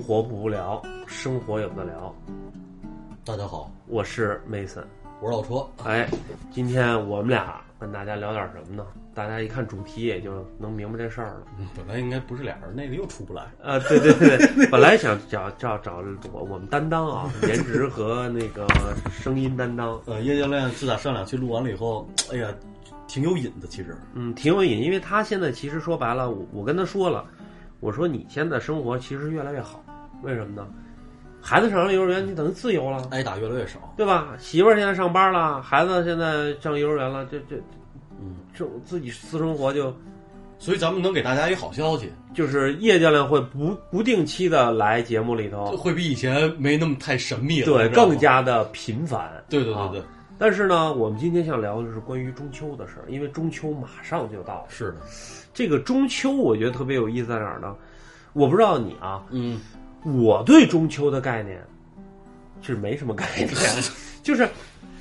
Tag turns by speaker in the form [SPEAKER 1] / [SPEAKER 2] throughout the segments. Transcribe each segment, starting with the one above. [SPEAKER 1] 活不无聊，生活有的聊。
[SPEAKER 2] 大家好，
[SPEAKER 1] 我是 Mason，
[SPEAKER 2] 我是老车。
[SPEAKER 1] 哎，今天我们俩跟大家聊点什么呢？大家一看主题也就能明白这事儿了。
[SPEAKER 2] 嗯本来应该不是俩人，那个又出不来。
[SPEAKER 1] 呃，对对对，对，本来想找找找我我们担当啊，颜值和那个声音担当，
[SPEAKER 2] 呃，叶教练自打上两期录完了以后，哎呀，挺有瘾的。其实，
[SPEAKER 1] 嗯，挺有瘾，因为他现在其实说白了，我我跟他说了，我说你现在生活其实越来越好，为什么呢？孩子上了幼儿园，你等于自由了，
[SPEAKER 2] 挨打越来越少。
[SPEAKER 1] 对吧？媳妇儿现在上班了，孩子现在上幼儿园了，这这
[SPEAKER 2] 嗯，
[SPEAKER 1] 这种自己私生活就
[SPEAKER 2] 所以咱们能给大家一好消息，
[SPEAKER 1] 就是叶教练会不不定期的来节目里
[SPEAKER 2] 就
[SPEAKER 1] 头，
[SPEAKER 2] 会比以前没那么太神秘了。
[SPEAKER 1] 对
[SPEAKER 2] 你，知道吗
[SPEAKER 1] 更加的频繁。
[SPEAKER 2] 对对
[SPEAKER 1] 啊
[SPEAKER 2] 对对，
[SPEAKER 1] 但是呢，我们今天想聊的是关于中秋的事儿，因为中秋马上就到了。
[SPEAKER 2] 是的。
[SPEAKER 1] 这个中秋，我觉得特别有意思在哪儿呢？我不知道你啊，
[SPEAKER 2] 嗯，
[SPEAKER 1] 我对中秋的概念是没什么概念， 就是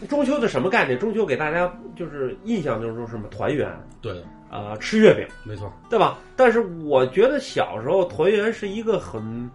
[SPEAKER 1] 中秋的什么概念？中秋给大家就是印象就是说什么团圆
[SPEAKER 2] 对的，
[SPEAKER 1] 啊、吃月饼，
[SPEAKER 2] 没错。
[SPEAKER 1] 对吧？但是我觉得小时候团圆是一个很，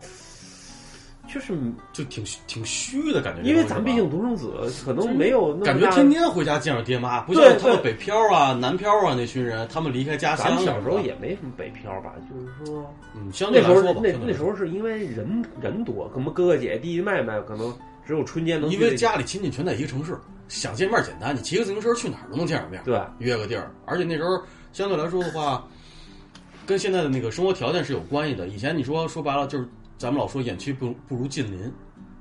[SPEAKER 1] 就是
[SPEAKER 2] 就挺虚挺虚的感觉，
[SPEAKER 1] 因为咱们毕
[SPEAKER 2] 是吧
[SPEAKER 1] 竟独生子，可能没有那
[SPEAKER 2] 感
[SPEAKER 1] 么
[SPEAKER 2] 觉
[SPEAKER 1] 大
[SPEAKER 2] 天天回家见着爹妈，不像
[SPEAKER 1] 对对
[SPEAKER 2] 他们北漂啊、南漂啊那群人，他们离开家乡
[SPEAKER 1] 咱
[SPEAKER 2] 了。
[SPEAKER 1] 们小时候
[SPEAKER 2] 是吧，
[SPEAKER 1] 也没什么北漂吧，就是说
[SPEAKER 2] 嗯，相对
[SPEAKER 1] 那
[SPEAKER 2] 来
[SPEAKER 1] 时候
[SPEAKER 2] 说吧，
[SPEAKER 1] 那
[SPEAKER 2] 相对
[SPEAKER 1] 那
[SPEAKER 2] 来
[SPEAKER 1] 时
[SPEAKER 2] 说
[SPEAKER 1] 候是因为人人多，什么哥哥姐姐、弟弟妹妹，可能只有春节能聚
[SPEAKER 2] 因
[SPEAKER 1] 在
[SPEAKER 2] 为
[SPEAKER 1] 一起
[SPEAKER 2] 家里亲戚全在一个城市，想见面简单，你骑个自行车去哪儿都能见着面，
[SPEAKER 1] 对
[SPEAKER 2] 约个地儿。而且那时候相对来说的话，跟现在的那个生活条件是有关系的。以前你说说白了就是咱们老说远亲不不如近邻，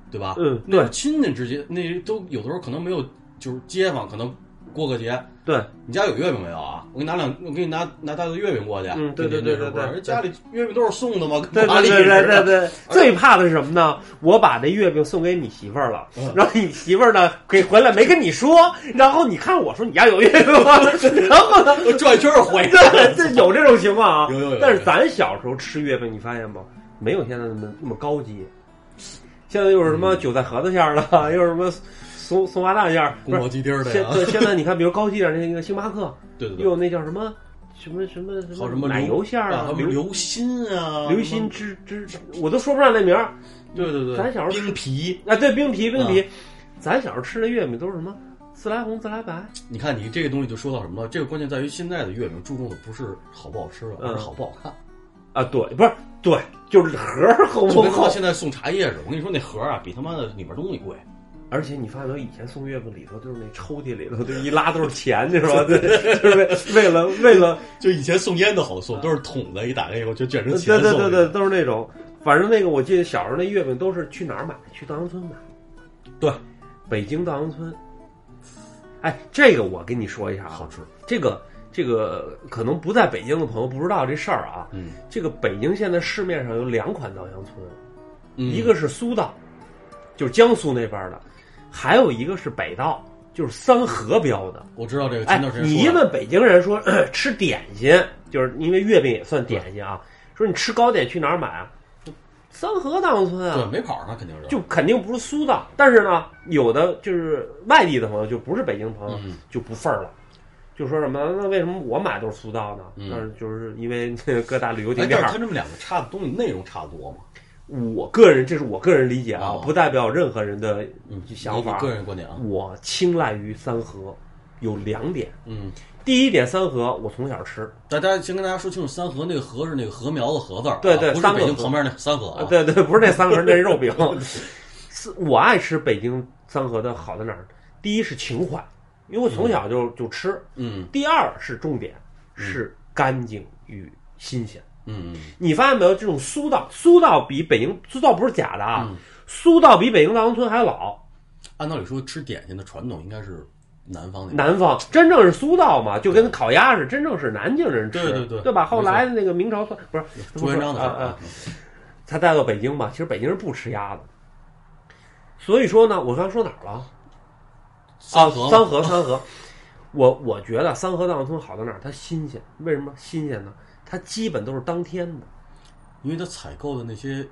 [SPEAKER 2] 对吧？
[SPEAKER 1] 嗯
[SPEAKER 2] 那
[SPEAKER 1] 对
[SPEAKER 2] 亲戚之间那都有的时候可能没有，就是街坊可能过个节，
[SPEAKER 1] 对
[SPEAKER 2] 你家有月饼没有啊？我给你拿两，我给你拿拿大的月饼过去。
[SPEAKER 1] 嗯对对对对对
[SPEAKER 2] 人家里月饼都是送的嘛，跟
[SPEAKER 1] 对
[SPEAKER 2] 哪
[SPEAKER 1] 对
[SPEAKER 2] 里
[SPEAKER 1] 对对对
[SPEAKER 2] 啊似的。
[SPEAKER 1] 对，最怕的是什么呢？我把这月饼送给你媳妇儿了
[SPEAKER 2] 嗯，
[SPEAKER 1] 然后你媳妇儿呢给回来没跟你说，然后你看我说你家有月饼 吗？然后呢，
[SPEAKER 2] 都转一圈儿回 来。
[SPEAKER 1] 这这有这种情况啊。
[SPEAKER 2] 有有有有
[SPEAKER 1] 但是咱小时候吃月饼，你发现吗？没有现在那么那么高级。现在又是什
[SPEAKER 2] 嗯
[SPEAKER 1] 么韭菜盒子馅儿了，又是什么松松花蛋馅儿，不
[SPEAKER 2] 宫
[SPEAKER 1] 是
[SPEAKER 2] 保鸡丁儿的
[SPEAKER 1] 现
[SPEAKER 2] 呀，
[SPEAKER 1] 对现在你看，比如高级点儿那个星巴克，
[SPEAKER 2] 对对
[SPEAKER 1] 又
[SPEAKER 2] 对，
[SPEAKER 1] 有那叫什么什么什么
[SPEAKER 2] 还有什么
[SPEAKER 1] 奶油馅儿
[SPEAKER 2] 啊，还有
[SPEAKER 1] 流
[SPEAKER 2] 流心啊，
[SPEAKER 1] 流心，芝芝，我都说不上那名儿。
[SPEAKER 2] 对对对，
[SPEAKER 1] 咱小时候
[SPEAKER 2] 冰皮，
[SPEAKER 1] 啊，对，冰皮冰皮，咱小时候吃的月饼都是什么自来红、自来白，
[SPEAKER 2] 你看你这个东西就说到什么了？这个关键在于现在的月饼注重的不是好不好吃了，
[SPEAKER 1] 嗯
[SPEAKER 2] 而是好不好看。
[SPEAKER 1] 啊，对，不是对，就是盒儿厚
[SPEAKER 2] 就
[SPEAKER 1] 不
[SPEAKER 2] 跟他
[SPEAKER 1] 厚
[SPEAKER 2] 妈。现在送茶叶似的，我跟你说那盒儿啊，比他妈的里面东西贵。
[SPEAKER 1] 而且你发现没有，以前送月饼里头就是那抽屉里头就一拉都是钱，你知道吧？ 对，就是为为了为 了，
[SPEAKER 2] 就以前送烟的好送，都是桶的，一打开以后就卷成
[SPEAKER 1] 对
[SPEAKER 2] 钱
[SPEAKER 1] 对
[SPEAKER 2] 送嗯的。
[SPEAKER 1] 对对，都是那种。反正那个我记得小时候那月饼都是去哪儿买？去稻香村买。
[SPEAKER 2] 对，啊
[SPEAKER 1] 北京稻香村。哎，这个我跟你说一下啊
[SPEAKER 2] 好，吃。
[SPEAKER 1] 这个这个可能不在北京的朋友不知道这事儿啊。
[SPEAKER 2] 嗯，
[SPEAKER 1] 这个北京现在市面上有两款稻香村，一
[SPEAKER 2] 一
[SPEAKER 1] 个是苏稻，就是江苏那边的，还有一个是北稻，就是三河标的。
[SPEAKER 2] 我知道这个，前
[SPEAKER 1] 哎
[SPEAKER 2] 段时，间
[SPEAKER 1] 你
[SPEAKER 2] 说
[SPEAKER 1] 一
[SPEAKER 2] 了
[SPEAKER 1] 问北京人说 咳吃点心，就是因为月饼也算点心
[SPEAKER 2] 嗯
[SPEAKER 1] 啊，说你吃糕点去哪儿买啊？三河稻香村
[SPEAKER 2] 对
[SPEAKER 1] 啊，
[SPEAKER 2] 没跑上，那肯定是
[SPEAKER 1] 就肯定不是苏稻。但是呢，有的就是外地的朋友，就不是北京朋友，
[SPEAKER 2] 嗯
[SPEAKER 1] 就不忿儿了。就说什么？那为什么我买都是苏稻呢？
[SPEAKER 2] 嗯
[SPEAKER 1] 但是就是因为 各大旅游
[SPEAKER 2] 哎
[SPEAKER 1] 景，点
[SPEAKER 2] 但
[SPEAKER 1] 儿
[SPEAKER 2] 是，他这么两个差的东西内容差不多嘛？
[SPEAKER 1] 我个人这是我个人理解啊，
[SPEAKER 2] 哦嗯
[SPEAKER 1] 不代表任何人的想
[SPEAKER 2] 你
[SPEAKER 1] 法。
[SPEAKER 2] 个人观点啊。
[SPEAKER 1] 我青睐于三河，有两点。
[SPEAKER 2] 嗯，
[SPEAKER 1] 第一点，三河我从小吃，
[SPEAKER 2] 大家先跟大家说清楚，三河那个河是那个禾苗的禾字儿啊，
[SPEAKER 1] 对对
[SPEAKER 2] 不是
[SPEAKER 1] 三个
[SPEAKER 2] 北京
[SPEAKER 1] 河
[SPEAKER 2] 旁边那三河啊。
[SPEAKER 1] 对对，不是那三 河，那是肉饼。是我爱吃北京三河的好在哪儿？第一是情怀，因为我从小就就吃；
[SPEAKER 2] 嗯
[SPEAKER 1] 第二是重点是干净与新鲜。
[SPEAKER 2] 嗯
[SPEAKER 1] 你发现没有？这种苏道，苏道比北京苏道不是假的啊，
[SPEAKER 2] 嗯
[SPEAKER 1] 苏道比北京稻香村还老。
[SPEAKER 2] 嗯，按道理说吃点心的传统应该是南方那边。
[SPEAKER 1] 南方真正是苏道嘛，就跟烤鸭似的，真正是南京人吃，
[SPEAKER 2] 对
[SPEAKER 1] 对
[SPEAKER 2] 对对
[SPEAKER 1] 吧？
[SPEAKER 2] 没错
[SPEAKER 1] 后来那个明朝算不是
[SPEAKER 2] 朱元璋的事
[SPEAKER 1] 啊啊
[SPEAKER 2] 儿啊，
[SPEAKER 1] 他带到北京嘛，其实北京人不吃鸭子。所以说呢，我刚说哪儿了？啊，
[SPEAKER 2] 河
[SPEAKER 1] 三
[SPEAKER 2] 嘛
[SPEAKER 1] 河，三河。我我觉得三河稻香村好在哪儿？它新鲜，为什么新鲜呢？它基本都是当天的。
[SPEAKER 2] 因为他采购的那些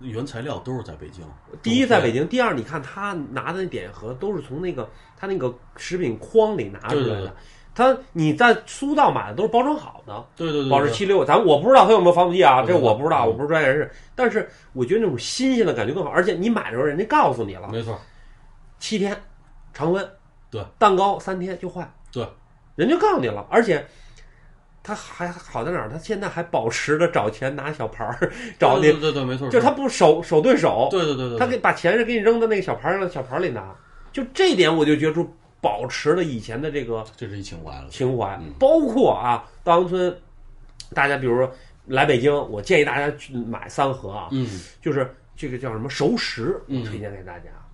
[SPEAKER 2] 原材料都是在北京。
[SPEAKER 1] 第一，在北京；第二，你看他拿的那点盒都是从那个他那个食品筐里拿出来的，
[SPEAKER 2] 对对对
[SPEAKER 1] 它你在苏到买的都是包装好的，
[SPEAKER 2] 对对对，
[SPEAKER 1] 保
[SPEAKER 2] 对
[SPEAKER 1] 质期六，咱我不知道它有没有防腐剂啊，
[SPEAKER 2] 不知
[SPEAKER 1] 这
[SPEAKER 2] 道
[SPEAKER 1] 我不知道，
[SPEAKER 2] 嗯
[SPEAKER 1] 我不是专业人士。但是我觉得那种新鲜的感觉更好，而且你买的时候人家告诉你了，
[SPEAKER 2] 没错，
[SPEAKER 1] 七天常温，
[SPEAKER 2] 嗯对，
[SPEAKER 1] 蛋糕三天就坏，
[SPEAKER 2] 对，
[SPEAKER 1] 人就告诉你了，而且。它还好在哪儿？它现在还保持着找钱拿小牌儿，找
[SPEAKER 2] 对
[SPEAKER 1] 那，
[SPEAKER 2] 对对对，没错，
[SPEAKER 1] 就他不手手对手，
[SPEAKER 2] 对对对对，
[SPEAKER 1] 他给把钱是给你扔到那个小盘儿上，小盘儿里拿。就这点，我就觉出保持了以前的这个
[SPEAKER 2] 这是一情怀了，
[SPEAKER 1] 情怀
[SPEAKER 2] 嗯，
[SPEAKER 1] 包括啊，稻香村，大家比如说来北京，我建议大家去买三盒啊，
[SPEAKER 2] 嗯，
[SPEAKER 1] 就是这个叫什么熟食，我
[SPEAKER 2] 嗯
[SPEAKER 1] 推荐给大家。啊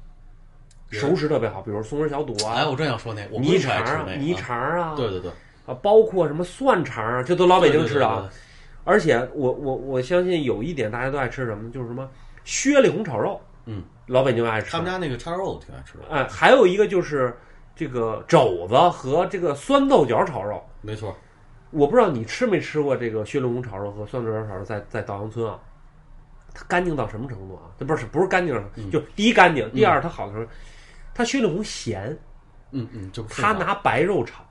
[SPEAKER 2] 是
[SPEAKER 1] 熟食特别好，比如松仁小肚
[SPEAKER 2] 哎，
[SPEAKER 1] 啊、
[SPEAKER 2] 我正想说那，我
[SPEAKER 1] 泥
[SPEAKER 2] 不
[SPEAKER 1] 肠
[SPEAKER 2] 爱吃
[SPEAKER 1] 儿啊、
[SPEAKER 2] 那
[SPEAKER 1] 泥
[SPEAKER 2] 个啊，
[SPEAKER 1] 肠儿啊，
[SPEAKER 2] 对对对，
[SPEAKER 1] 啊，包括什么蒜肠儿啊，这都老北京吃的啊。
[SPEAKER 2] 对，对对对
[SPEAKER 1] 而且我我我相信有一点大家都爱吃什么，就是什么靴里红炒肉，
[SPEAKER 2] 嗯，
[SPEAKER 1] 老北京爱吃。
[SPEAKER 2] 他们家那个叉烧肉我挺爱吃的，
[SPEAKER 1] 哎，还有一个就是这个肘子和这个酸豆角炒肉。
[SPEAKER 2] 没错，
[SPEAKER 1] 我不知道你吃没吃过这个薛龙炒肉和酸豆角炒肉在，在稻香村啊，它干净到什么程度啊？这不是不是干净，
[SPEAKER 2] 嗯
[SPEAKER 1] 就第一干净，第二它好的时候，它薛里红咸，
[SPEAKER 2] 嗯嗯，就
[SPEAKER 1] 它拿白肉炒。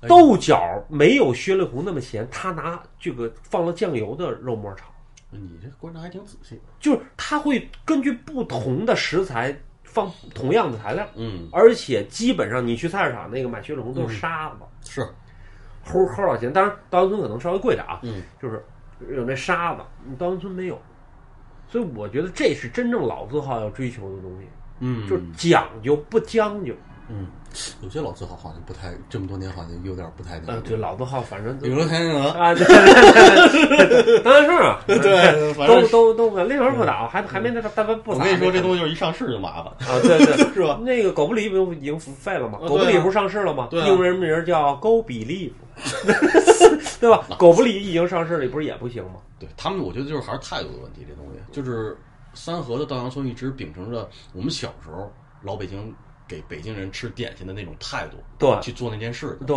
[SPEAKER 2] 哎
[SPEAKER 1] 豆角没有薛里红那么咸，它拿这个放了酱油的肉末炒，
[SPEAKER 2] 你这观察还挺仔细，
[SPEAKER 1] 就是它会根据不同的食材放同样的材料。
[SPEAKER 2] 嗯，
[SPEAKER 1] 而且基本上你去菜市场那个买雪里红都是沙子，
[SPEAKER 2] 是，
[SPEAKER 1] 齁齁老咸。当然，稻香村可能稍微贵点啊，
[SPEAKER 2] 嗯，
[SPEAKER 1] 就是有那沙子，你稻香村没有。所以我觉得这是真正老字号要追求的东西，
[SPEAKER 2] 嗯，
[SPEAKER 1] 就是讲究不将就。
[SPEAKER 2] 嗯，有些老字号好像不太，这么多年好像有点不太
[SPEAKER 1] 呃，
[SPEAKER 2] 那个，
[SPEAKER 1] 对，老字号反正
[SPEAKER 2] 比
[SPEAKER 1] 都
[SPEAKER 2] 如说开心鹅，
[SPEAKER 1] 啊，对对 对对当然是啊，
[SPEAKER 2] 对，反
[SPEAKER 1] 都
[SPEAKER 2] 正
[SPEAKER 1] 都都立马不啊倒，还还没那但凡不
[SPEAKER 2] 我
[SPEAKER 1] 倒，
[SPEAKER 2] 跟你说，这东
[SPEAKER 1] 西
[SPEAKER 2] 西就是一上市就麻 烦，
[SPEAKER 1] 啊，对 对。
[SPEAKER 2] 是吧？
[SPEAKER 1] 那个狗不理不已经废了吗？
[SPEAKER 2] 啊
[SPEAKER 1] 狗不
[SPEAKER 2] 对
[SPEAKER 1] 理
[SPEAKER 2] 啊
[SPEAKER 1] 不是上市了吗？
[SPEAKER 2] 对啊
[SPEAKER 1] 英文名叫 Go Believe，对吧？狗不理已经上市了，不是也不行吗？
[SPEAKER 2] 对他们，我觉得就是还是态度的问题，这东西就是三河的稻香村一直秉承着我们小时候老北京给北京人吃点心的那种态度
[SPEAKER 1] 对
[SPEAKER 2] 去做那件事，
[SPEAKER 1] 对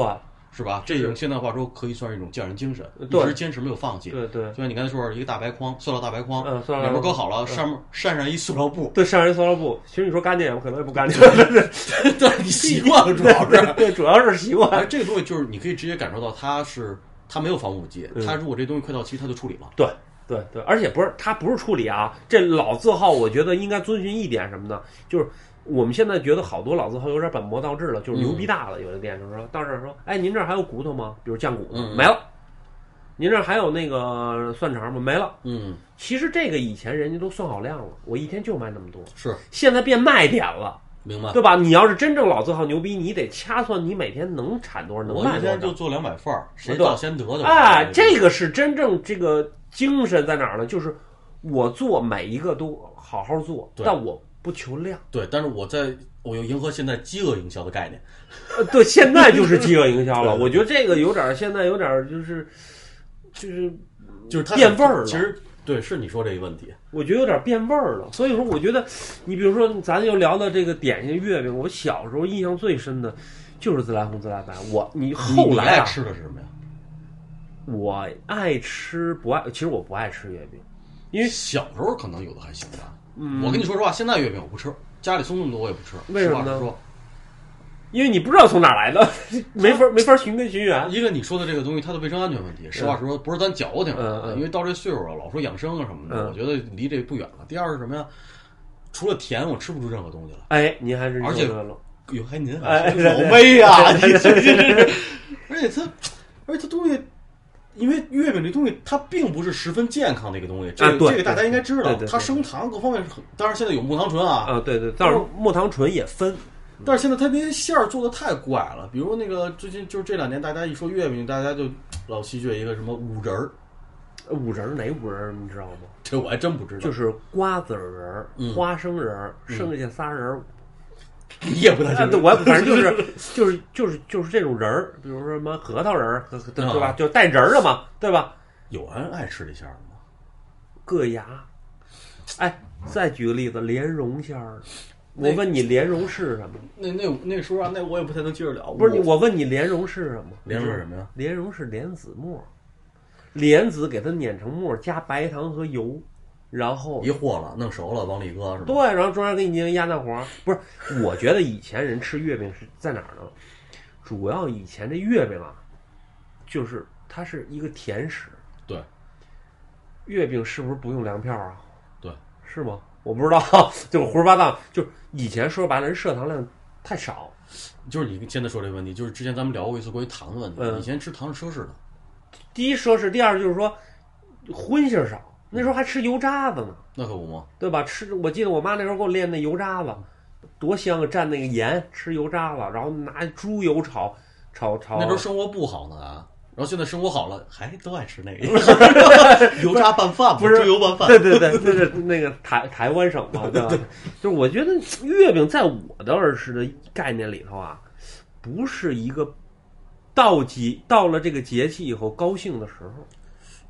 [SPEAKER 2] 是吧？这种现代话说可以算是一种匠人精神，一
[SPEAKER 1] 对
[SPEAKER 2] 直坚持没有放弃。
[SPEAKER 1] 对对
[SPEAKER 2] 就像你刚才说，一个大白筐，塑料大白筐，
[SPEAKER 1] 嗯塑料大
[SPEAKER 2] 两
[SPEAKER 1] 白
[SPEAKER 2] 边搁
[SPEAKER 1] 筐嗯
[SPEAKER 2] 好了，上面扇上一塑料布，
[SPEAKER 1] 对，上人塑料布，其实你说干净，可能也不干净，
[SPEAKER 2] 对你习惯了主要是。
[SPEAKER 1] 对，主要是习 惯。
[SPEAKER 2] 而这个东西就是你可以直接感受到它是它没有防腐剂，它如果这东西快到期，它就处理了。
[SPEAKER 1] 对对对，而且不是它不是处理啊，这老字号我觉得应该遵循一点什么呢？就是我们现在觉得好多老字号有点本末倒置了，就是
[SPEAKER 2] 嗯
[SPEAKER 1] 牛逼大了，有的店就说到这儿说，哎，您这儿还有骨头吗？比如酱骨头、
[SPEAKER 2] 嗯嗯
[SPEAKER 1] 没了，您这儿还有那个蒜肠吗？没了。
[SPEAKER 2] 嗯，
[SPEAKER 1] 其实这个以前人家都算好量了，我一天就卖那么多，
[SPEAKER 2] 是
[SPEAKER 1] 现在变卖点了，
[SPEAKER 2] 明白。
[SPEAKER 1] 对吧？你要是真正老字号牛逼，你得掐算你每天能产多少，能
[SPEAKER 2] 我
[SPEAKER 1] 卖
[SPEAKER 2] 一
[SPEAKER 1] 多
[SPEAKER 2] 天就
[SPEAKER 1] 少。
[SPEAKER 2] 做两百份儿，啊谁
[SPEAKER 1] 对
[SPEAKER 2] 到先得的。
[SPEAKER 1] 哎，这个是真正这个精神在哪儿呢？就是我做每一个都好好做，
[SPEAKER 2] 对
[SPEAKER 1] 但我不求量。
[SPEAKER 2] 对，但是我在我又迎合现在饥饿营销的概念。
[SPEAKER 1] 呃，对，现在就是饥饿营销了。
[SPEAKER 2] 对对对
[SPEAKER 1] 我觉得这个有点儿，现在有点儿就是，就是
[SPEAKER 2] 就是它
[SPEAKER 1] 变味儿了
[SPEAKER 2] 其实对，是你说这个问题。
[SPEAKER 1] 我觉得有点变味儿了。所以说，我觉得你比如说，咱又聊到这个点心月饼，我小时候印象最深的就是自来红、自来白。我你后
[SPEAKER 2] 你
[SPEAKER 1] 来
[SPEAKER 2] 爱
[SPEAKER 1] 啊，
[SPEAKER 2] 吃的是什么呀？
[SPEAKER 1] 我爱吃不爱，其实我不爱吃月饼，因为
[SPEAKER 2] 小时候可能有的还行吧。我跟你说实话，现在月饼我不吃，家里送那嗯么多我也不吃。
[SPEAKER 1] 为什么
[SPEAKER 2] 实话
[SPEAKER 1] 呢
[SPEAKER 2] 实说，
[SPEAKER 1] 因为你不知道从哪儿来的， 没 法没法寻根寻源。
[SPEAKER 2] 一个你说的这个东西，它的卫生安全问题，实话实说，不是咱矫情
[SPEAKER 1] 嗯
[SPEAKER 2] 啊，
[SPEAKER 1] 嗯
[SPEAKER 2] 因为到这岁数了，老说养生啊什么的，
[SPEAKER 1] 嗯
[SPEAKER 2] 我觉得离这不远了。第二是什么呀？除了甜，我吃不出任何东西来。
[SPEAKER 1] 哎，您还真
[SPEAKER 2] 而
[SPEAKER 1] 说
[SPEAKER 2] 且
[SPEAKER 1] 对了，
[SPEAKER 2] 哟，还您啊
[SPEAKER 1] 哎
[SPEAKER 2] 还老妹呀，你这是，啊而且它，而且它东西。因为月饼这东西，它并不是十分健康的一个东西，这
[SPEAKER 1] 啊
[SPEAKER 2] 个、
[SPEAKER 1] 对
[SPEAKER 2] 这个大家应该知道
[SPEAKER 1] 对对，对
[SPEAKER 2] 它升糖各方面是很，当然现在有木糖醇啊，
[SPEAKER 1] 啊，对对，但是木糖醇也分，
[SPEAKER 2] 但是现在它那些馅儿做的太怪了，比如那个最近就是这两年，大家一说月饼，大家就老戏谑一个什么五仁儿，
[SPEAKER 1] 五仁儿哪五仁儿你知道吗？
[SPEAKER 2] 这我还真不知道，
[SPEAKER 1] 就是瓜子仁儿、
[SPEAKER 2] 嗯
[SPEAKER 1] 花生仁儿，剩下仨仁儿，
[SPEAKER 2] 你也不太
[SPEAKER 1] 啊
[SPEAKER 2] 清
[SPEAKER 1] 对，
[SPEAKER 2] 楚。
[SPEAKER 1] 我也不反正就是就是就是就是这种人儿，比如说什么核桃仁儿，和对对吧？
[SPEAKER 2] 啊
[SPEAKER 1] 就带仁儿的嘛，对吧？
[SPEAKER 2] 有人爱吃这馅儿的吗？
[SPEAKER 1] 硌牙。哎，再举个例子，莲蓉馅儿。
[SPEAKER 2] 那
[SPEAKER 1] 我问你莲蓉是什么？
[SPEAKER 2] 那那那时候啊，那我也不太能接着聊。
[SPEAKER 1] 不是你，
[SPEAKER 2] 我
[SPEAKER 1] 我问你莲蓉是什么？
[SPEAKER 2] 莲蓉是什么呀？
[SPEAKER 1] 莲蓉是莲子末，莲子给它碾成末，加白糖和油，然后
[SPEAKER 2] 一和了，弄熟了往里搁是吧？
[SPEAKER 1] 对，然后中间给你进行鸭蛋黄。不是，我觉得以前人吃月饼是在哪儿呢？主要以前这月饼啊，就是它是一个甜食，
[SPEAKER 2] 对，
[SPEAKER 1] 月饼是不是不用粮票啊？
[SPEAKER 2] 对，
[SPEAKER 1] 是吗？我不知道， 就胡说八道。就是以前说白了，人摄糖量太少，
[SPEAKER 2] 就是你现在说这个问题，就是之前咱们聊过一次关于糖的问题。
[SPEAKER 1] 嗯
[SPEAKER 2] 以前吃糖是奢侈的，
[SPEAKER 1] 第一奢侈，第二就是说荤腥少。那时候还吃油渣子呢，
[SPEAKER 2] 那可不嘛。
[SPEAKER 1] 对吧？吃，我记得我妈那时候给我练那油渣子，多香啊！蘸那个盐，吃油渣子，然后拿猪油炒，炒炒。
[SPEAKER 2] 那时候生活不好呢啊，然后现在生活好了，还都爱吃 那个油炸拌饭嘛，
[SPEAKER 1] 不是
[SPEAKER 2] 猪油拌饭。
[SPEAKER 1] 对对对，就是那个台台湾省嘛， 对吧？就是我觉得月饼在我的儿时的概念里头啊，不是一个到节到了这个节气以后高兴的时候，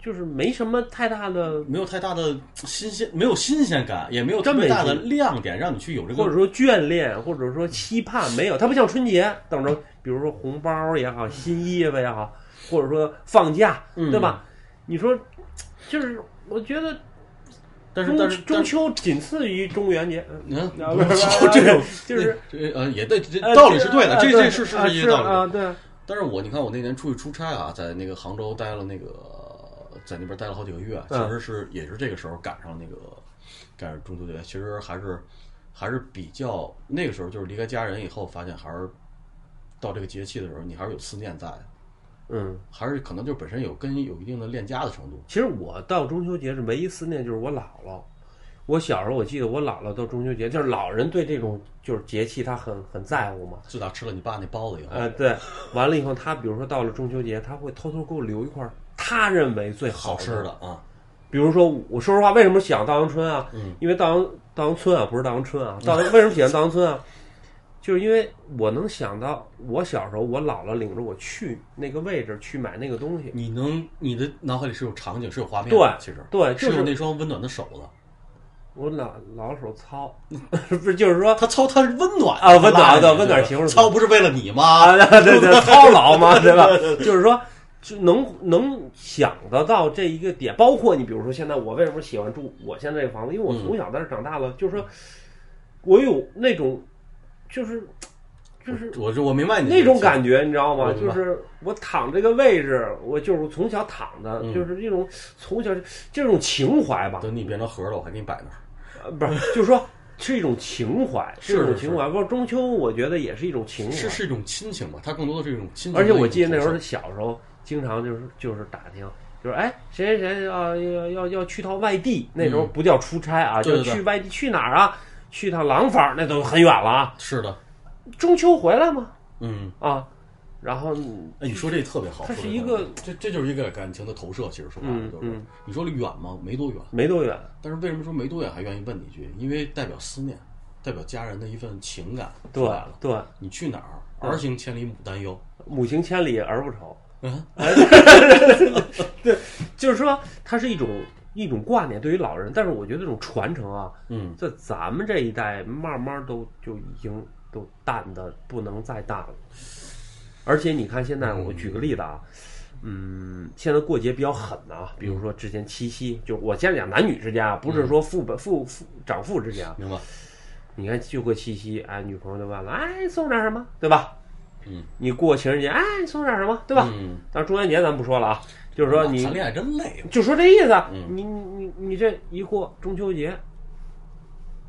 [SPEAKER 1] 就是没什么太大的
[SPEAKER 2] 没有太大的新鲜，没有新鲜感，也没有
[SPEAKER 1] 真
[SPEAKER 2] 特别
[SPEAKER 1] 没
[SPEAKER 2] 大的
[SPEAKER 1] 劲
[SPEAKER 2] 亮点，让你去有这个
[SPEAKER 1] 或者说眷恋，或者说期盼，没有。它不像春节等着，比如说红包也好，新衣服也好，或者说放假，
[SPEAKER 2] 嗯
[SPEAKER 1] 对吧？你说，就是我觉得
[SPEAKER 2] 但是但
[SPEAKER 1] 中
[SPEAKER 2] 是
[SPEAKER 1] 中秋仅次于中元节，嗯
[SPEAKER 2] 嗯，
[SPEAKER 1] 啊
[SPEAKER 2] 不
[SPEAKER 1] 不
[SPEAKER 2] 是
[SPEAKER 1] 是
[SPEAKER 2] 说 这种
[SPEAKER 1] 就是
[SPEAKER 2] 这呃也对，这
[SPEAKER 1] 呃
[SPEAKER 2] 道理是对的，
[SPEAKER 1] 啊
[SPEAKER 2] 这
[SPEAKER 1] 对
[SPEAKER 2] 这是
[SPEAKER 1] 啊
[SPEAKER 2] 是呃一个道理。
[SPEAKER 1] 啊，对，
[SPEAKER 2] 但是我你看我那年出去出差啊，在那个杭州待了那个，在那边待了好几个月，其
[SPEAKER 1] 嗯
[SPEAKER 2] 实是也是这个时候赶上那个赶上中秋节，其实还是还是比较那个时候就是离开家人以后，发现还是到这个节气的时候，你还是有思念在的，
[SPEAKER 1] 嗯，
[SPEAKER 2] 还是可能就本身有跟有一定的恋家的程度。
[SPEAKER 1] 其实我到中秋节是唯一思念就是我姥姥。我小时候我记得我姥姥到中秋节，就是老人对这种就是节气他很很在乎嘛。
[SPEAKER 2] 自打吃了你爸那包子以后，
[SPEAKER 1] 呃，对，完了以后他比如说到了中秋节，他会偷偷给我留一块儿他认为最
[SPEAKER 2] 好
[SPEAKER 1] 好
[SPEAKER 2] 吃
[SPEAKER 1] 的
[SPEAKER 2] 的啊，
[SPEAKER 1] 比如说，我说实话，为什么想稻香村啊？
[SPEAKER 2] 嗯
[SPEAKER 1] 因为稻香稻香村啊，不是稻香春啊，稻香为什么喜欢稻香村啊？就是因为我能想到我小时候，我姥姥领着我去那个位置去买那个东西。
[SPEAKER 2] 你能你的脑海里是有场景，是有画面
[SPEAKER 1] 对
[SPEAKER 2] 的，嗯其实
[SPEAKER 1] 对，就是
[SPEAKER 2] 有
[SPEAKER 1] 是
[SPEAKER 2] 那双温暖的手的。
[SPEAKER 1] 我姥姥手糙， 不是就是说
[SPEAKER 2] 他操，他是温暖
[SPEAKER 1] 啊温暖
[SPEAKER 2] 拉着你
[SPEAKER 1] 对温暖
[SPEAKER 2] 对吧
[SPEAKER 1] 形容词
[SPEAKER 2] 操不是为了你
[SPEAKER 1] 啊，
[SPEAKER 2] 吗？
[SPEAKER 1] 对 对，操劳嘛，对吧？就是说，就能能想得到这一个点，包括你比如说，现在我为什么喜欢住我现在这房子？因为我
[SPEAKER 2] 嗯
[SPEAKER 1] 从小在这长大了，就是说，我有那种，就是就是
[SPEAKER 2] 我就我明白你
[SPEAKER 1] 那种
[SPEAKER 2] 觉。
[SPEAKER 1] 感觉，你知道
[SPEAKER 2] 我
[SPEAKER 1] 吗？
[SPEAKER 2] 明
[SPEAKER 1] 就
[SPEAKER 2] 白
[SPEAKER 1] 是我躺这个位置，我就是从小躺的，
[SPEAKER 2] 嗯
[SPEAKER 1] 就是这种从小这种情怀吧，
[SPEAKER 2] 等你变成盒了，我还给你摆那儿。
[SPEAKER 1] 呃不是，就是说。是一种情怀，
[SPEAKER 2] 是
[SPEAKER 1] 一种
[SPEAKER 2] 是
[SPEAKER 1] 情怀。包括中秋，我觉得也是一种情怀，
[SPEAKER 2] 是是一种亲情吧，它更多的是一种亲情
[SPEAKER 1] 嗯
[SPEAKER 2] 的
[SPEAKER 1] 而
[SPEAKER 2] 一
[SPEAKER 1] 且
[SPEAKER 2] 种投射。
[SPEAKER 1] 我记得那时候小时候，经常就是就是打听，就是哎谁谁谁啊要要要去趟外地，那时候
[SPEAKER 2] 嗯
[SPEAKER 1] 不叫出差啊，
[SPEAKER 2] 对对
[SPEAKER 1] 就
[SPEAKER 2] 对
[SPEAKER 1] 去外地去哪儿啊？去趟廊坊，那都很远了啊。
[SPEAKER 2] 是的，
[SPEAKER 1] 中秋回来吗？
[SPEAKER 2] 嗯，
[SPEAKER 1] 啊，然后嗯
[SPEAKER 2] 哎，你说这特别好，
[SPEAKER 1] 它
[SPEAKER 2] 说
[SPEAKER 1] 是
[SPEAKER 2] 这
[SPEAKER 1] 一
[SPEAKER 2] 特别
[SPEAKER 1] 个
[SPEAKER 2] 好这这就是一个感情的投射。其实说白了
[SPEAKER 1] 嗯
[SPEAKER 2] 就是
[SPEAKER 1] 嗯，，
[SPEAKER 2] 你说远吗？没多远，
[SPEAKER 1] 没多远，
[SPEAKER 2] 但是为什么说没多远还愿意问你一句？因为代表思念，代表家人的一份情感。
[SPEAKER 1] 对
[SPEAKER 2] 说白了，
[SPEAKER 1] 对，
[SPEAKER 2] 你去哪儿，儿行千里母担忧。
[SPEAKER 1] 母行千里而不愁。
[SPEAKER 2] 嗯，
[SPEAKER 1] 就是说，它是一种一种挂念，对于老人。但是我觉得这种传承啊，
[SPEAKER 2] 嗯，
[SPEAKER 1] 在咱们这一代，慢慢都就已经都淡的不能再淡了。而且你看，现在我举个例子啊，嗯，现在过节比较狠啊，比如说之前七夕，就我先讲男女之间啊，不
[SPEAKER 2] 嗯
[SPEAKER 1] 是说父辈父父长父之间啊，
[SPEAKER 2] 明白。
[SPEAKER 1] 你看就过七夕，哎，女朋友就问了，哎，送点什么，对吧？
[SPEAKER 2] 嗯，
[SPEAKER 1] 你过情人节，哎，送点什么，对吧？
[SPEAKER 2] 嗯，
[SPEAKER 1] 当然中元节咱们不说了啊，就是说你
[SPEAKER 2] 谈恋爱真累啊。
[SPEAKER 1] 就说这意思，
[SPEAKER 2] 嗯
[SPEAKER 1] 你你你这一过中秋节，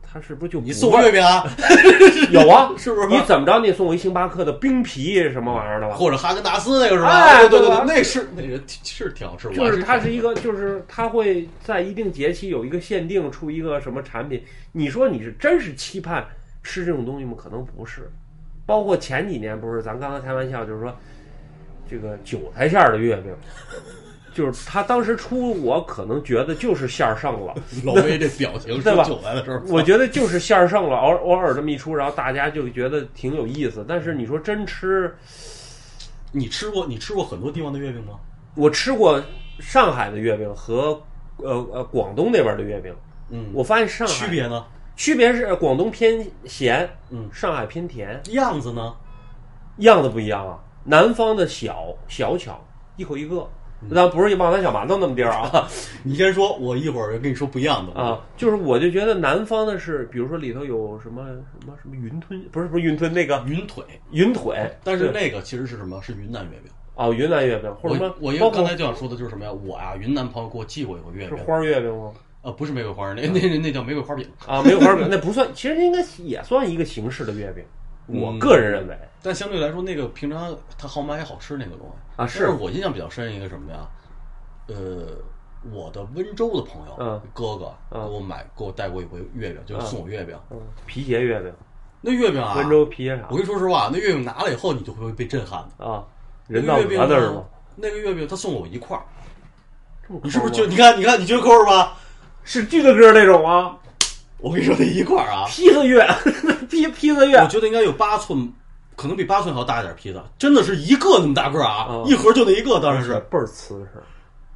[SPEAKER 1] 他是不是就
[SPEAKER 2] 你
[SPEAKER 1] 不
[SPEAKER 2] 送
[SPEAKER 1] 会
[SPEAKER 2] 月饼啊，
[SPEAKER 1] 有啊？
[SPEAKER 2] 是不是
[SPEAKER 1] 你怎么着？你送我一星巴克的冰皮什么玩意儿的吧？
[SPEAKER 2] 或者哈根达斯那个是吧？
[SPEAKER 1] 哎
[SPEAKER 2] 对对
[SPEAKER 1] 对
[SPEAKER 2] 对，
[SPEAKER 1] 吧
[SPEAKER 2] 那是那人是挺好吃，
[SPEAKER 1] 就
[SPEAKER 2] 我还
[SPEAKER 1] 是它
[SPEAKER 2] 挺
[SPEAKER 1] 是一个，就是它会在一定节气有一个限定出一个什么产品。你说你是真是期盼吃这种东西吗？可能不是。包括前几年不是，咱刚才开玩笑就是说，这个韭菜馅儿的月饼，就是他当时出，我可能觉得就是馅儿剩了。
[SPEAKER 2] 老魏这表 情
[SPEAKER 1] 对吧
[SPEAKER 2] 说酒来的时候，
[SPEAKER 1] 我觉得就是馅儿剩了，偶偶尔这么一出，然后大家就觉得挺有意思。但是你说真吃，
[SPEAKER 2] 你吃过你吃过很多地方的月饼吗？
[SPEAKER 1] 我吃过上海的月饼和呃呃广东那边的月饼，
[SPEAKER 2] 嗯，
[SPEAKER 1] 我发现上海
[SPEAKER 2] 区别呢？
[SPEAKER 1] 区别是呃广东偏咸，
[SPEAKER 2] 嗯，
[SPEAKER 1] 上海偏甜，
[SPEAKER 2] 样子呢？
[SPEAKER 1] 样子不一样啊。南方的小小巧，一口一个，
[SPEAKER 2] 嗯
[SPEAKER 1] 咱不是往咱小馒头那么地儿啊
[SPEAKER 2] 你先说，我一会儿跟你说不一样的。
[SPEAKER 1] 啊，就是我就觉得南方的是，比如说里头有什么什么什么云吞，不是不是云吞那个
[SPEAKER 2] 云腿，
[SPEAKER 1] 云腿，
[SPEAKER 2] 但是
[SPEAKER 1] 对
[SPEAKER 2] 那个其实是什么？是云南月饼。
[SPEAKER 1] 哦云南月饼或者什么
[SPEAKER 2] 我，我因
[SPEAKER 1] 包
[SPEAKER 2] 为
[SPEAKER 1] 括
[SPEAKER 2] 刚才就想说的就是什么呀？我呀、云南朋友给我寄过一回月
[SPEAKER 1] 是
[SPEAKER 2] 饼，
[SPEAKER 1] 花儿嗯月饼吗？
[SPEAKER 2] 呃，不是玫瑰花，那那那那叫玫瑰花饼。
[SPEAKER 1] 啊，没有花儿饼那不算，其实应该也算一个形式的月饼，我
[SPEAKER 2] 嗯
[SPEAKER 1] 个人认为
[SPEAKER 2] 但相对来说，那个平常它好买也好吃那个东西。
[SPEAKER 1] 啊
[SPEAKER 2] 但是我印象比较深一个什么呀？呃，我的温州的朋友，
[SPEAKER 1] 嗯
[SPEAKER 2] 哥哥
[SPEAKER 1] 嗯
[SPEAKER 2] 给我买给我带过一回月饼，就是送我月饼。
[SPEAKER 1] 嗯皮鞋月饼，
[SPEAKER 2] 那月饼啊，
[SPEAKER 1] 温州皮鞋啥
[SPEAKER 2] 我跟你说实话，那月饼拿了以后，你就会被震撼的。
[SPEAKER 1] 啊，
[SPEAKER 2] 那
[SPEAKER 1] 人到我
[SPEAKER 2] 个月饼
[SPEAKER 1] 那儿
[SPEAKER 2] 呢
[SPEAKER 1] 吗？？
[SPEAKER 2] 那个月饼他送我一块儿，
[SPEAKER 1] 这么
[SPEAKER 2] 你是不是
[SPEAKER 1] 抠
[SPEAKER 2] 觉
[SPEAKER 1] 吗
[SPEAKER 2] 得？你看，你看，你觉得抠是吧？
[SPEAKER 1] 是巨个哥那种啊？
[SPEAKER 2] 我跟你说，那一块儿啊，
[SPEAKER 1] 披萨月， 披披萨
[SPEAKER 2] 我
[SPEAKER 1] 月，
[SPEAKER 2] 觉得应该有八寸，可能比八寸还要大一点披萨，真的是一个那么大个儿啊
[SPEAKER 1] 嗯，
[SPEAKER 2] 一盒就那一个，当然是。
[SPEAKER 1] 倍儿瓷实。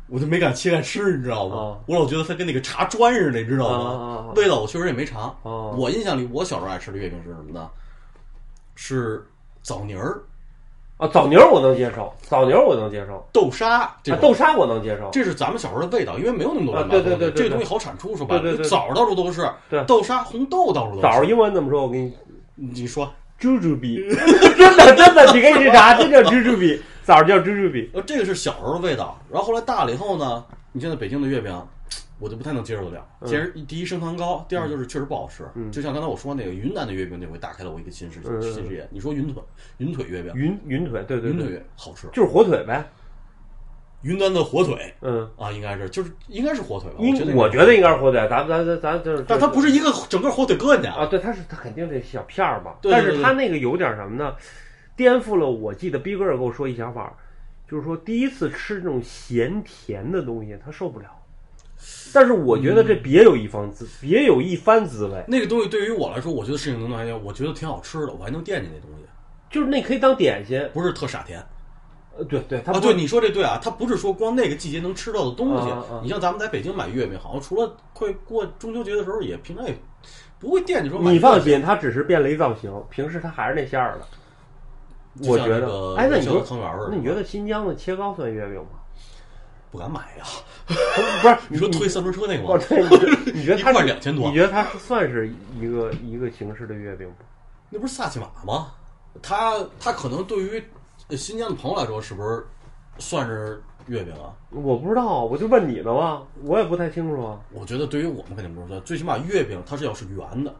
[SPEAKER 2] 我就没敢切开吃，你知道吗
[SPEAKER 1] 啊？
[SPEAKER 2] 我老觉得它跟那个茶砖似的，你知道
[SPEAKER 1] 啊啊啊
[SPEAKER 2] 吗？味道我确实也没尝。
[SPEAKER 1] 啊
[SPEAKER 2] 我印象里，我小时候爱吃的月饼是什么呢？是枣泥儿、
[SPEAKER 1] 啊，枣泥儿我能接受，枣泥儿我能接受，
[SPEAKER 2] 豆沙这
[SPEAKER 1] 啊
[SPEAKER 2] 种，
[SPEAKER 1] 豆沙我能接受，
[SPEAKER 2] 这是咱们小时候的味道，因为没有那么多
[SPEAKER 1] 啊
[SPEAKER 2] 乱七八糟
[SPEAKER 1] 对对对
[SPEAKER 2] 的东西这
[SPEAKER 1] 对
[SPEAKER 2] 个东西好产出，说白
[SPEAKER 1] 对对
[SPEAKER 2] 了，
[SPEAKER 1] 对
[SPEAKER 2] 枣到处都是
[SPEAKER 1] 对，
[SPEAKER 2] 豆沙、红豆到处都
[SPEAKER 1] 枣
[SPEAKER 2] 是。
[SPEAKER 1] 儿英文怎么说？我给 你
[SPEAKER 2] 你说，
[SPEAKER 1] 猪猪比，真的真的，你可以去 查，真叫猪猪比，枣儿叫猪猪比。
[SPEAKER 2] 呃，这个是小时候的味道，然后后来大了以后呢，你现在北京的月饼，我就不太能接受得了。
[SPEAKER 1] 嗯
[SPEAKER 2] 其实第一升糖高，第二就是确实不好吃。
[SPEAKER 1] 嗯
[SPEAKER 2] 就像刚才我说那个云南的月饼，那回打开了我一个新世界，
[SPEAKER 1] 嗯嗯嗯
[SPEAKER 2] 新视野。你说云腿，云腿月饼，
[SPEAKER 1] 云云腿，对对
[SPEAKER 2] 云腿
[SPEAKER 1] 对，
[SPEAKER 2] 月好吃，
[SPEAKER 1] 就是火腿呗。
[SPEAKER 2] 云南的火腿
[SPEAKER 1] 嗯，
[SPEAKER 2] 啊，应该是就是应该是火腿吧？哦我觉得
[SPEAKER 1] 应我觉得应该是火腿，咱咱咱咱就是，
[SPEAKER 2] 但它不
[SPEAKER 1] 是
[SPEAKER 2] 是一个整个火腿搁进去
[SPEAKER 1] 啊，，对，它是它肯定得小片儿嘛，
[SPEAKER 2] 对对
[SPEAKER 1] 但
[SPEAKER 2] 对
[SPEAKER 1] 是它那个有点什么呢？颠覆了我记得逼哥尔跟我说一想法，就是说第一次吃这种咸甜的东西，他受不了。但是我觉得
[SPEAKER 2] 嗯
[SPEAKER 1] 这别有一番滋，别有一番滋味。
[SPEAKER 2] 那个东西对于我来说，我觉得适应能力还行，我觉得挺好吃的，我还能惦记那东西，
[SPEAKER 1] 就是那可以当点心，
[SPEAKER 2] 不是特傻甜。
[SPEAKER 1] 呃，对对，它
[SPEAKER 2] 啊，
[SPEAKER 1] 不
[SPEAKER 2] 对，你说这对啊，它不是说光那个季节能吃到的东西。
[SPEAKER 1] 啊啊啊
[SPEAKER 2] 你像咱们在北京买月饼，好像除了快过中秋节的时候，也平常也不会惦记说买
[SPEAKER 1] 你
[SPEAKER 2] 月饼
[SPEAKER 1] 放，心，它只是变了一造型，平时它还是那馅儿的。
[SPEAKER 2] 就
[SPEAKER 1] 我
[SPEAKER 2] 像
[SPEAKER 1] 觉
[SPEAKER 2] 那
[SPEAKER 1] 得，
[SPEAKER 2] 个
[SPEAKER 1] 哎，那你
[SPEAKER 2] 小
[SPEAKER 1] 说
[SPEAKER 2] 汤圆儿，
[SPEAKER 1] 那你觉得新疆的切糕算月饼吗？
[SPEAKER 2] 不敢买呀？
[SPEAKER 1] 不是，
[SPEAKER 2] 你说推三轮车那个
[SPEAKER 1] 哦，
[SPEAKER 2] 吗？
[SPEAKER 1] 对，你觉得你觉得
[SPEAKER 2] 一
[SPEAKER 1] 它
[SPEAKER 2] 块
[SPEAKER 1] 是
[SPEAKER 2] 两千多
[SPEAKER 1] 你觉得它是算是一个一个形式的月饼吗？
[SPEAKER 2] 那不是萨琪玛吗？它它可能对于呃新疆的朋友来说，是不是算是月饼啊？
[SPEAKER 1] 我不知道，我就问你的嘛，我也不太清楚啊。
[SPEAKER 2] 我觉得对于我们肯定不是算，最起码月饼它是要是圆的，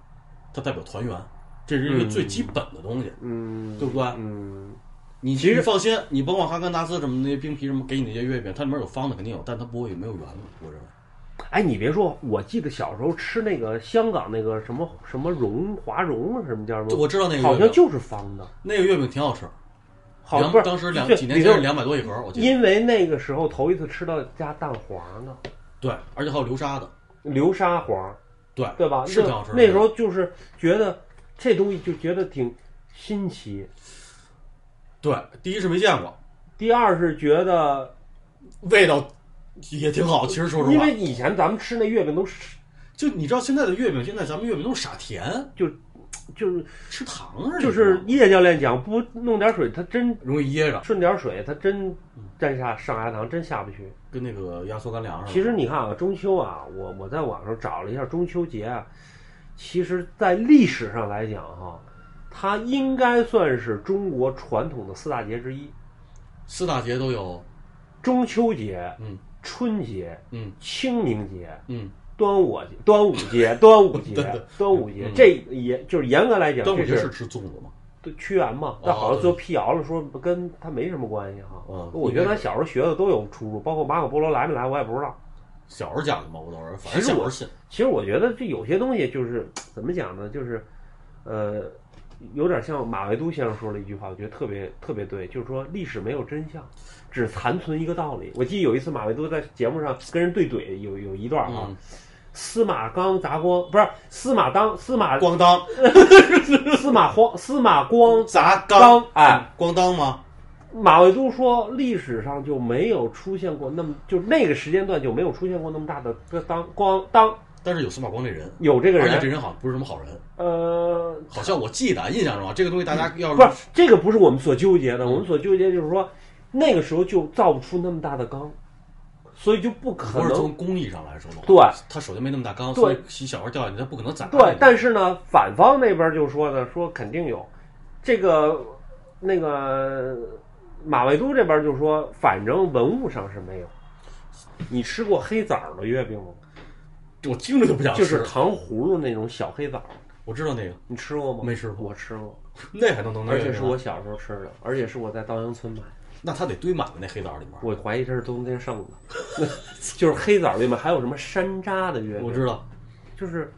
[SPEAKER 2] 它代表团圆，这是一个最基本的东西，
[SPEAKER 1] 嗯
[SPEAKER 2] 对不对？
[SPEAKER 1] 嗯，
[SPEAKER 2] 你
[SPEAKER 1] 其实
[SPEAKER 2] 你放心，你甭管哈根达斯什么那些冰皮什么，给你那些月饼，它里面有方的肯定有，但它不会没有圆的，我认为。
[SPEAKER 1] 哎，你别说，我记得小时候吃那个香港那个什么什么蓉华蓉啊什么叫什么，
[SPEAKER 2] 我知道那
[SPEAKER 1] 好
[SPEAKER 2] 个月
[SPEAKER 1] 像
[SPEAKER 2] 饼，
[SPEAKER 1] 就是方的，
[SPEAKER 2] 那个月饼挺好吃，
[SPEAKER 1] 好
[SPEAKER 2] 两
[SPEAKER 1] 不是
[SPEAKER 2] 当时两
[SPEAKER 1] 对
[SPEAKER 2] 几年
[SPEAKER 1] 里
[SPEAKER 2] 前
[SPEAKER 1] 头
[SPEAKER 2] 是两百多一盒，我记得。
[SPEAKER 1] 因为那个时候头一次吃到加蛋黄的
[SPEAKER 2] 对，而且还有流沙的，
[SPEAKER 1] 流沙黄，
[SPEAKER 2] 对
[SPEAKER 1] 对吧？
[SPEAKER 2] 是
[SPEAKER 1] 那
[SPEAKER 2] 挺好吃的。
[SPEAKER 1] 那时候就是觉得这东西就觉得挺新奇，
[SPEAKER 2] 对，第一是没见过，
[SPEAKER 1] 第二是觉得，
[SPEAKER 2] 味道也挺好。其实说实
[SPEAKER 1] 因
[SPEAKER 2] 话，
[SPEAKER 1] 为以前咱们吃那月饼都是
[SPEAKER 2] 就你知道现在的月饼，现在咱们月饼都是傻甜，
[SPEAKER 1] 就是
[SPEAKER 2] 吃糖啊似的，
[SPEAKER 1] 就是叶教练讲不弄点水，他真
[SPEAKER 2] 容易噎着，
[SPEAKER 1] 顺点水，他真真下上牙膛，真下不去。
[SPEAKER 2] 跟那个压缩干粮似的。
[SPEAKER 1] 其实你看啊，中秋啊，我我在网上找了一下中秋节啊，其实在历史上来讲哈、它应该算是中国传统的四大节之一：
[SPEAKER 2] 四大节都有，
[SPEAKER 1] 中秋节、
[SPEAKER 2] 嗯
[SPEAKER 1] 春节、
[SPEAKER 2] 嗯
[SPEAKER 1] 清明节、
[SPEAKER 2] 嗯，
[SPEAKER 1] 端午节、端午节、端午节
[SPEAKER 2] 对对、
[SPEAKER 1] 端午节
[SPEAKER 2] 嗯。
[SPEAKER 1] 这也就是严格来讲，
[SPEAKER 2] 端午
[SPEAKER 1] 这
[SPEAKER 2] 节是吃粽子吗？
[SPEAKER 1] 对屈原
[SPEAKER 2] 哦
[SPEAKER 1] 嘛，但好像最后辟谣了，说跟他没什么关系哈。
[SPEAKER 2] 嗯
[SPEAKER 1] 我觉得咱小时候学的都有出入，包括马可波罗来没来我也不知道。
[SPEAKER 2] 小时候讲的嘛，我都是，反
[SPEAKER 1] 其
[SPEAKER 2] 正
[SPEAKER 1] 实
[SPEAKER 2] 小时
[SPEAKER 1] 我
[SPEAKER 2] 候信。
[SPEAKER 1] 其实我觉得这有些东西就是怎么讲呢，就是，呃，有点像马未都先生说了一句话，我觉得特别特别对，就是说历史没有真相，只残存一个道理。我记得有一次马未都在节目上跟人对怼，有有一段啊，
[SPEAKER 2] 嗯
[SPEAKER 1] 司马刚砸锅不是司马当司马
[SPEAKER 2] 咣当
[SPEAKER 1] 司马荒司马光
[SPEAKER 2] 砸
[SPEAKER 1] 刚哎，
[SPEAKER 2] 咣当吗？
[SPEAKER 1] 马未都说，历史上就没有出现过那么，就那个时间段就没有出现过那么大的这当光当
[SPEAKER 2] 但是有司马光这人，
[SPEAKER 1] 有这个
[SPEAKER 2] 而且这
[SPEAKER 1] 人，
[SPEAKER 2] 人好像不是什么好人，
[SPEAKER 1] 呃，嗯
[SPEAKER 2] 好像我记得印象中啊，这个东西大家要
[SPEAKER 1] 不是这个不是我们所纠结的，我们所纠结就是说，那个时候就造不出那么大的缸，所以就不可
[SPEAKER 2] 不是
[SPEAKER 1] 能
[SPEAKER 2] 从工艺上来说的话，
[SPEAKER 1] 对
[SPEAKER 2] 他首先没那么大缸，
[SPEAKER 1] 对
[SPEAKER 2] 所以洗小孩掉下去，他不可能砸下去。
[SPEAKER 1] 对，但是呢，反方那边就说呢，说肯定有，这个那个马未都这边就说，反正文物上是没有。你吃过黑枣的月饼吗？
[SPEAKER 2] 我听着都不想吃。
[SPEAKER 1] 就是糖葫芦那种小黑枣，
[SPEAKER 2] 我知道那个，
[SPEAKER 1] 你吃过吗？
[SPEAKER 2] 没吃过
[SPEAKER 1] 我吃过，
[SPEAKER 2] 那还能能那
[SPEAKER 1] 而
[SPEAKER 2] 个
[SPEAKER 1] 且
[SPEAKER 2] 呢
[SPEAKER 1] 是我小时候吃的，而且是我在稻香村买的。
[SPEAKER 2] 那他得堆满了那黑枣里面。
[SPEAKER 1] 我怀疑这是冬天剩的， 就是黑枣里面还有什么山楂的月
[SPEAKER 2] 我
[SPEAKER 1] 饼，
[SPEAKER 2] 知道，
[SPEAKER 1] 就是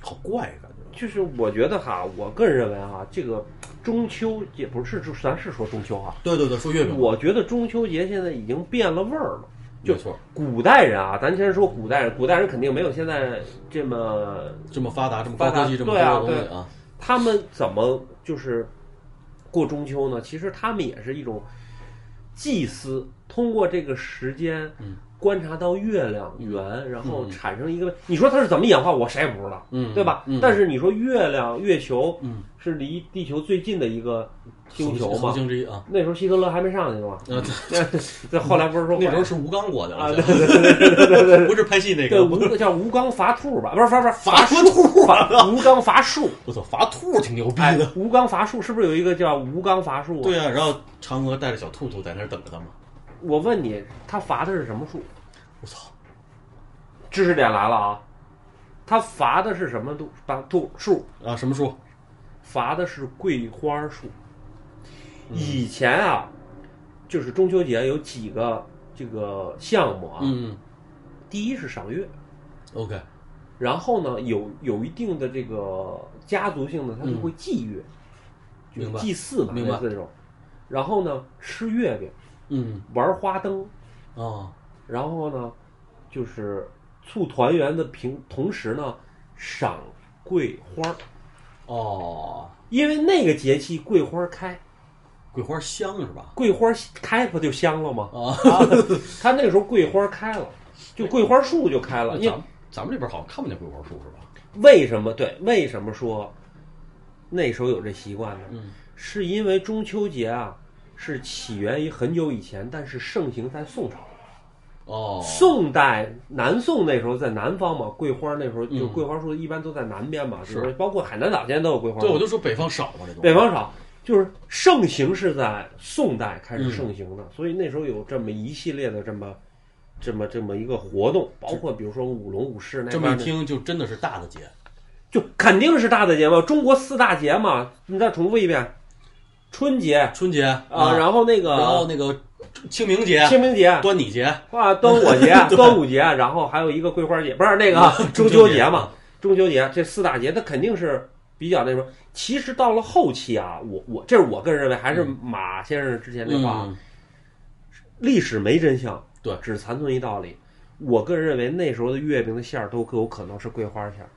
[SPEAKER 2] 好怪啊感觉。
[SPEAKER 1] 就是我觉得哈，我个人认为哈，这个中秋也不是，就是咱是说中秋哈，
[SPEAKER 2] 对对对，说月饼，
[SPEAKER 1] 我觉得中秋节现在已经变了味儿了。就
[SPEAKER 2] 没错，
[SPEAKER 1] 古代人啊，咱先说古代人，古代人肯定没有现在这么，
[SPEAKER 2] 这么发达，这么
[SPEAKER 1] 发
[SPEAKER 2] 高
[SPEAKER 1] 达
[SPEAKER 2] 科技，这么
[SPEAKER 1] 对啊
[SPEAKER 2] 多东西啊，
[SPEAKER 1] 他们怎么就是过中秋呢？其实他们也是一种祭祀，通过这个时间
[SPEAKER 2] 嗯
[SPEAKER 1] 观察到月亮圆，然后产生一个，你说它是怎么演化，我谁也不知道，
[SPEAKER 2] 嗯，
[SPEAKER 1] 对吧？
[SPEAKER 2] 嗯，
[SPEAKER 1] 但是你说月亮、月球
[SPEAKER 2] 嗯，
[SPEAKER 1] 是离地球最近的一个星
[SPEAKER 2] 恒
[SPEAKER 1] 球
[SPEAKER 2] 恒
[SPEAKER 1] 嘛？
[SPEAKER 2] 星之一啊。
[SPEAKER 1] 那时候希特勒还没上去呢嘛，
[SPEAKER 2] 呃，
[SPEAKER 1] 这后来不是说
[SPEAKER 2] 那时候是吴刚过去
[SPEAKER 1] 啊，
[SPEAKER 2] 了，
[SPEAKER 1] 对对对对对对对，
[SPEAKER 2] 不是拍戏那
[SPEAKER 1] 对
[SPEAKER 2] 个，
[SPEAKER 1] 吴叫吴刚伐兔吧？不是，不是，不是伐
[SPEAKER 2] 伐
[SPEAKER 1] 树，伐吴刚伐 树。
[SPEAKER 2] 我操，伐兔挺牛逼
[SPEAKER 1] 哎
[SPEAKER 2] 的。，
[SPEAKER 1] 吴刚伐树是不是有一个叫吴刚伐树？啊
[SPEAKER 2] 对，呀、啊然后嫦娥带着小兔兔在那儿等着他们。
[SPEAKER 1] 我问你，他伐的是什么树？
[SPEAKER 2] 我操，
[SPEAKER 1] 知识点来了啊，他伐的是什么树？把兔树
[SPEAKER 2] 啊，什么树？
[SPEAKER 1] 伐的是桂花树。以前啊，就是中秋节有几个这个项目啊，
[SPEAKER 2] 嗯
[SPEAKER 1] 第一是赏月，
[SPEAKER 2] ，OK，
[SPEAKER 1] 然后呢，有有一定的这个家族性的，他就会祭月，就是
[SPEAKER 2] 明白
[SPEAKER 1] 祭祀嘛，
[SPEAKER 2] 明白
[SPEAKER 1] 类似这种。然后呢，吃月饼，
[SPEAKER 2] 嗯
[SPEAKER 1] 玩花灯，
[SPEAKER 2] 啊，
[SPEAKER 1] 然后呢，就是促团圆的平，同时呢，赏桂花儿，
[SPEAKER 2] 哦，
[SPEAKER 1] 因为那个节气桂花儿开，
[SPEAKER 2] 桂花香是吧？
[SPEAKER 1] 桂花儿开不就香了吗？
[SPEAKER 2] 啊，
[SPEAKER 1] 他那个时候桂花儿开了，就桂花树就开了，
[SPEAKER 2] 那
[SPEAKER 1] 因 为
[SPEAKER 2] 咱们咱们这边好像看不见桂花树是吧？
[SPEAKER 1] 为什么对？为什么说那时候有这习惯呢？
[SPEAKER 2] 嗯
[SPEAKER 1] 是因为中秋节啊，是起源于很久以前，但是盛行在宋朝。
[SPEAKER 2] 哦，
[SPEAKER 1] 宋代南宋那时候在南方嘛，桂花那时候就
[SPEAKER 2] 嗯
[SPEAKER 1] 桂花树一般都在南边嘛，
[SPEAKER 2] 是
[SPEAKER 1] 就是包括海南岛现在都有桂花
[SPEAKER 2] 对，我
[SPEAKER 1] 树。
[SPEAKER 2] 就说北方少嘛这种。
[SPEAKER 1] 北方少，就是盛行是在宋代开始
[SPEAKER 2] 嗯
[SPEAKER 1] 盛行的，所以那时候有这么一系列的这么。这么这么一个活动，包括比如说舞龙舞狮那
[SPEAKER 2] 这
[SPEAKER 1] 边
[SPEAKER 2] 么
[SPEAKER 1] 的
[SPEAKER 2] 一听就真的是大的节，
[SPEAKER 1] 就肯定是大的节嘛，中国四大节嘛。你再重复一遍，春节
[SPEAKER 2] 春节
[SPEAKER 1] 啊，然后那个
[SPEAKER 2] 然后那个清明节、
[SPEAKER 1] 清明节
[SPEAKER 2] 端午节，
[SPEAKER 1] 啊，端午 节、端午节，然后还有一个桂花节，不是那
[SPEAKER 2] 啊
[SPEAKER 1] 个 中秋节嘛？中秋节这四大节，它肯定是比较那什么。其实到了后期啊，我我这是我个人认为，还是马先生之前那
[SPEAKER 2] 嗯，
[SPEAKER 1] 话啊，历史没真相，
[SPEAKER 2] 对
[SPEAKER 1] 只残存一道理。我个人认为，那时候的月饼的馅儿都有可能是桂花馅儿。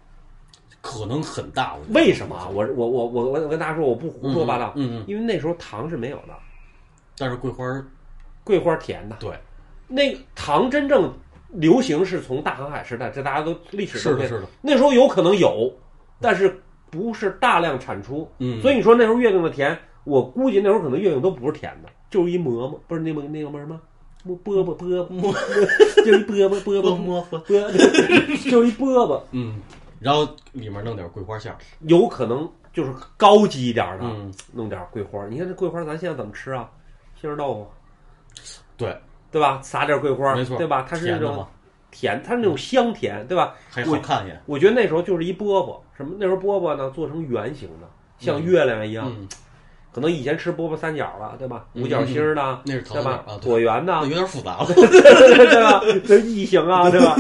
[SPEAKER 2] 可能很大。我觉得
[SPEAKER 1] 为什么啊？我我我我我跟大家说，我不胡说八道，
[SPEAKER 2] 嗯嗯嗯嗯
[SPEAKER 1] 因为那时候糖是没有的，
[SPEAKER 2] 但是桂花
[SPEAKER 1] 桂花甜的。
[SPEAKER 2] 对，
[SPEAKER 1] 那个糖真正流行是从大航海时代，这大家都历史
[SPEAKER 2] 是
[SPEAKER 1] 都
[SPEAKER 2] 的，
[SPEAKER 1] 可以
[SPEAKER 2] 是的，
[SPEAKER 1] 那时候有可能有，但是不是大量产出。
[SPEAKER 2] 嗯，
[SPEAKER 1] 所
[SPEAKER 2] 以
[SPEAKER 1] 以你说那时候月饼的甜，我估计那时候可能月饼都不是甜的，就是一馍馍，不是那么那个什么。饽饽饽饽，就是一饽饽饽
[SPEAKER 2] 摸
[SPEAKER 1] 饽
[SPEAKER 2] 摸摸，
[SPEAKER 1] 饽，就是一饽饽，
[SPEAKER 2] 嗯，然后里面弄点桂花馅儿，
[SPEAKER 1] 有可能就是高级一点的，
[SPEAKER 2] 嗯，
[SPEAKER 1] 弄点桂花。你看这桂花，咱现在怎么吃啊？杏仁豆腐，
[SPEAKER 2] 对，
[SPEAKER 1] 对吧？撒点桂花，
[SPEAKER 2] 没错，
[SPEAKER 1] 对吧？它是那
[SPEAKER 2] 甜的
[SPEAKER 1] 种
[SPEAKER 2] 嘛，
[SPEAKER 1] 甜，它是那种香甜，对吧？
[SPEAKER 2] 还好看也，
[SPEAKER 1] 我觉得那时候就是一饽饽，什么那时候饽饽呢做成圆形的，像月亮一样。
[SPEAKER 2] 嗯，
[SPEAKER 1] 可能以前吃饽饽三角了，对吧？五角星儿的，
[SPEAKER 2] 那是糖
[SPEAKER 1] 对
[SPEAKER 2] 馅儿
[SPEAKER 1] 吧
[SPEAKER 2] 啊，？对，
[SPEAKER 1] 椭圆的
[SPEAKER 2] 那，有点复杂了，
[SPEAKER 1] 对吧？这异形啊，对吧？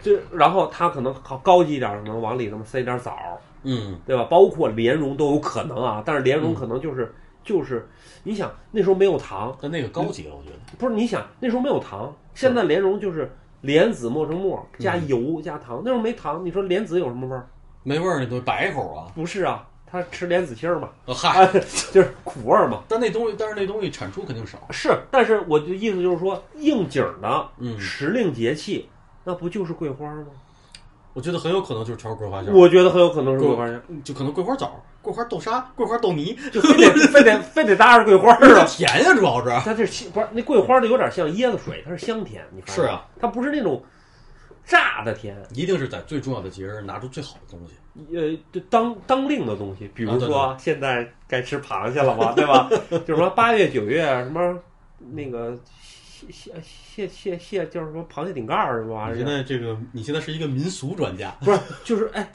[SPEAKER 1] 这然后它可能好高级一点，可能往里头塞点枣，
[SPEAKER 2] 嗯，
[SPEAKER 1] 对吧？包括莲蓉都有可能啊，但是莲蓉可能就是、就是，你想那时候没有糖，
[SPEAKER 2] 但那个高级了，我觉得，
[SPEAKER 1] 不是你想那时候没有糖，现
[SPEAKER 2] 嗯
[SPEAKER 1] 在莲蓉就是莲子磨成沫加油加糖，那时候没糖，你说莲子有什么味儿？
[SPEAKER 2] 没味儿那东西白口 啊，
[SPEAKER 1] 不是啊，他吃莲子心儿嘛，
[SPEAKER 2] 呃嗨，
[SPEAKER 1] 就是苦味儿嘛。
[SPEAKER 2] 但那东西，但是那东西产出肯定少，
[SPEAKER 1] 是，但是我的意思就是说，应景儿的
[SPEAKER 2] 嗯
[SPEAKER 1] 时令节气，那不就是桂花吗？
[SPEAKER 2] 我觉得很有可能就是全是桂花馅儿，
[SPEAKER 1] 我觉得很有可能是桂花馅儿，
[SPEAKER 2] 就可能桂花枣、桂花豆沙、桂花豆泥，
[SPEAKER 1] 就非 得非得非得搭着桂花儿
[SPEAKER 2] 这
[SPEAKER 1] 啊。
[SPEAKER 2] 甜呀，主要是。
[SPEAKER 1] 它这是不是那桂花的有点像椰子水，它是香甜，你发现
[SPEAKER 2] 是啊，
[SPEAKER 1] 它不是那种炸的甜，
[SPEAKER 2] 一定是在最重要的节日拿出最好的东西。
[SPEAKER 1] 呃，就当当令的东西，比如
[SPEAKER 2] 啊对
[SPEAKER 1] 说现在该吃螃蟹了吧，对 吧？就是什么八月九月啊什么那个蟹蟹蟹蟹蟹叫什么螃蟹顶盖儿什么玩
[SPEAKER 2] 你
[SPEAKER 1] 意
[SPEAKER 2] 现
[SPEAKER 1] 儿，
[SPEAKER 2] 在啊这个，你现在是一个民俗专家，
[SPEAKER 1] 不是就是哎，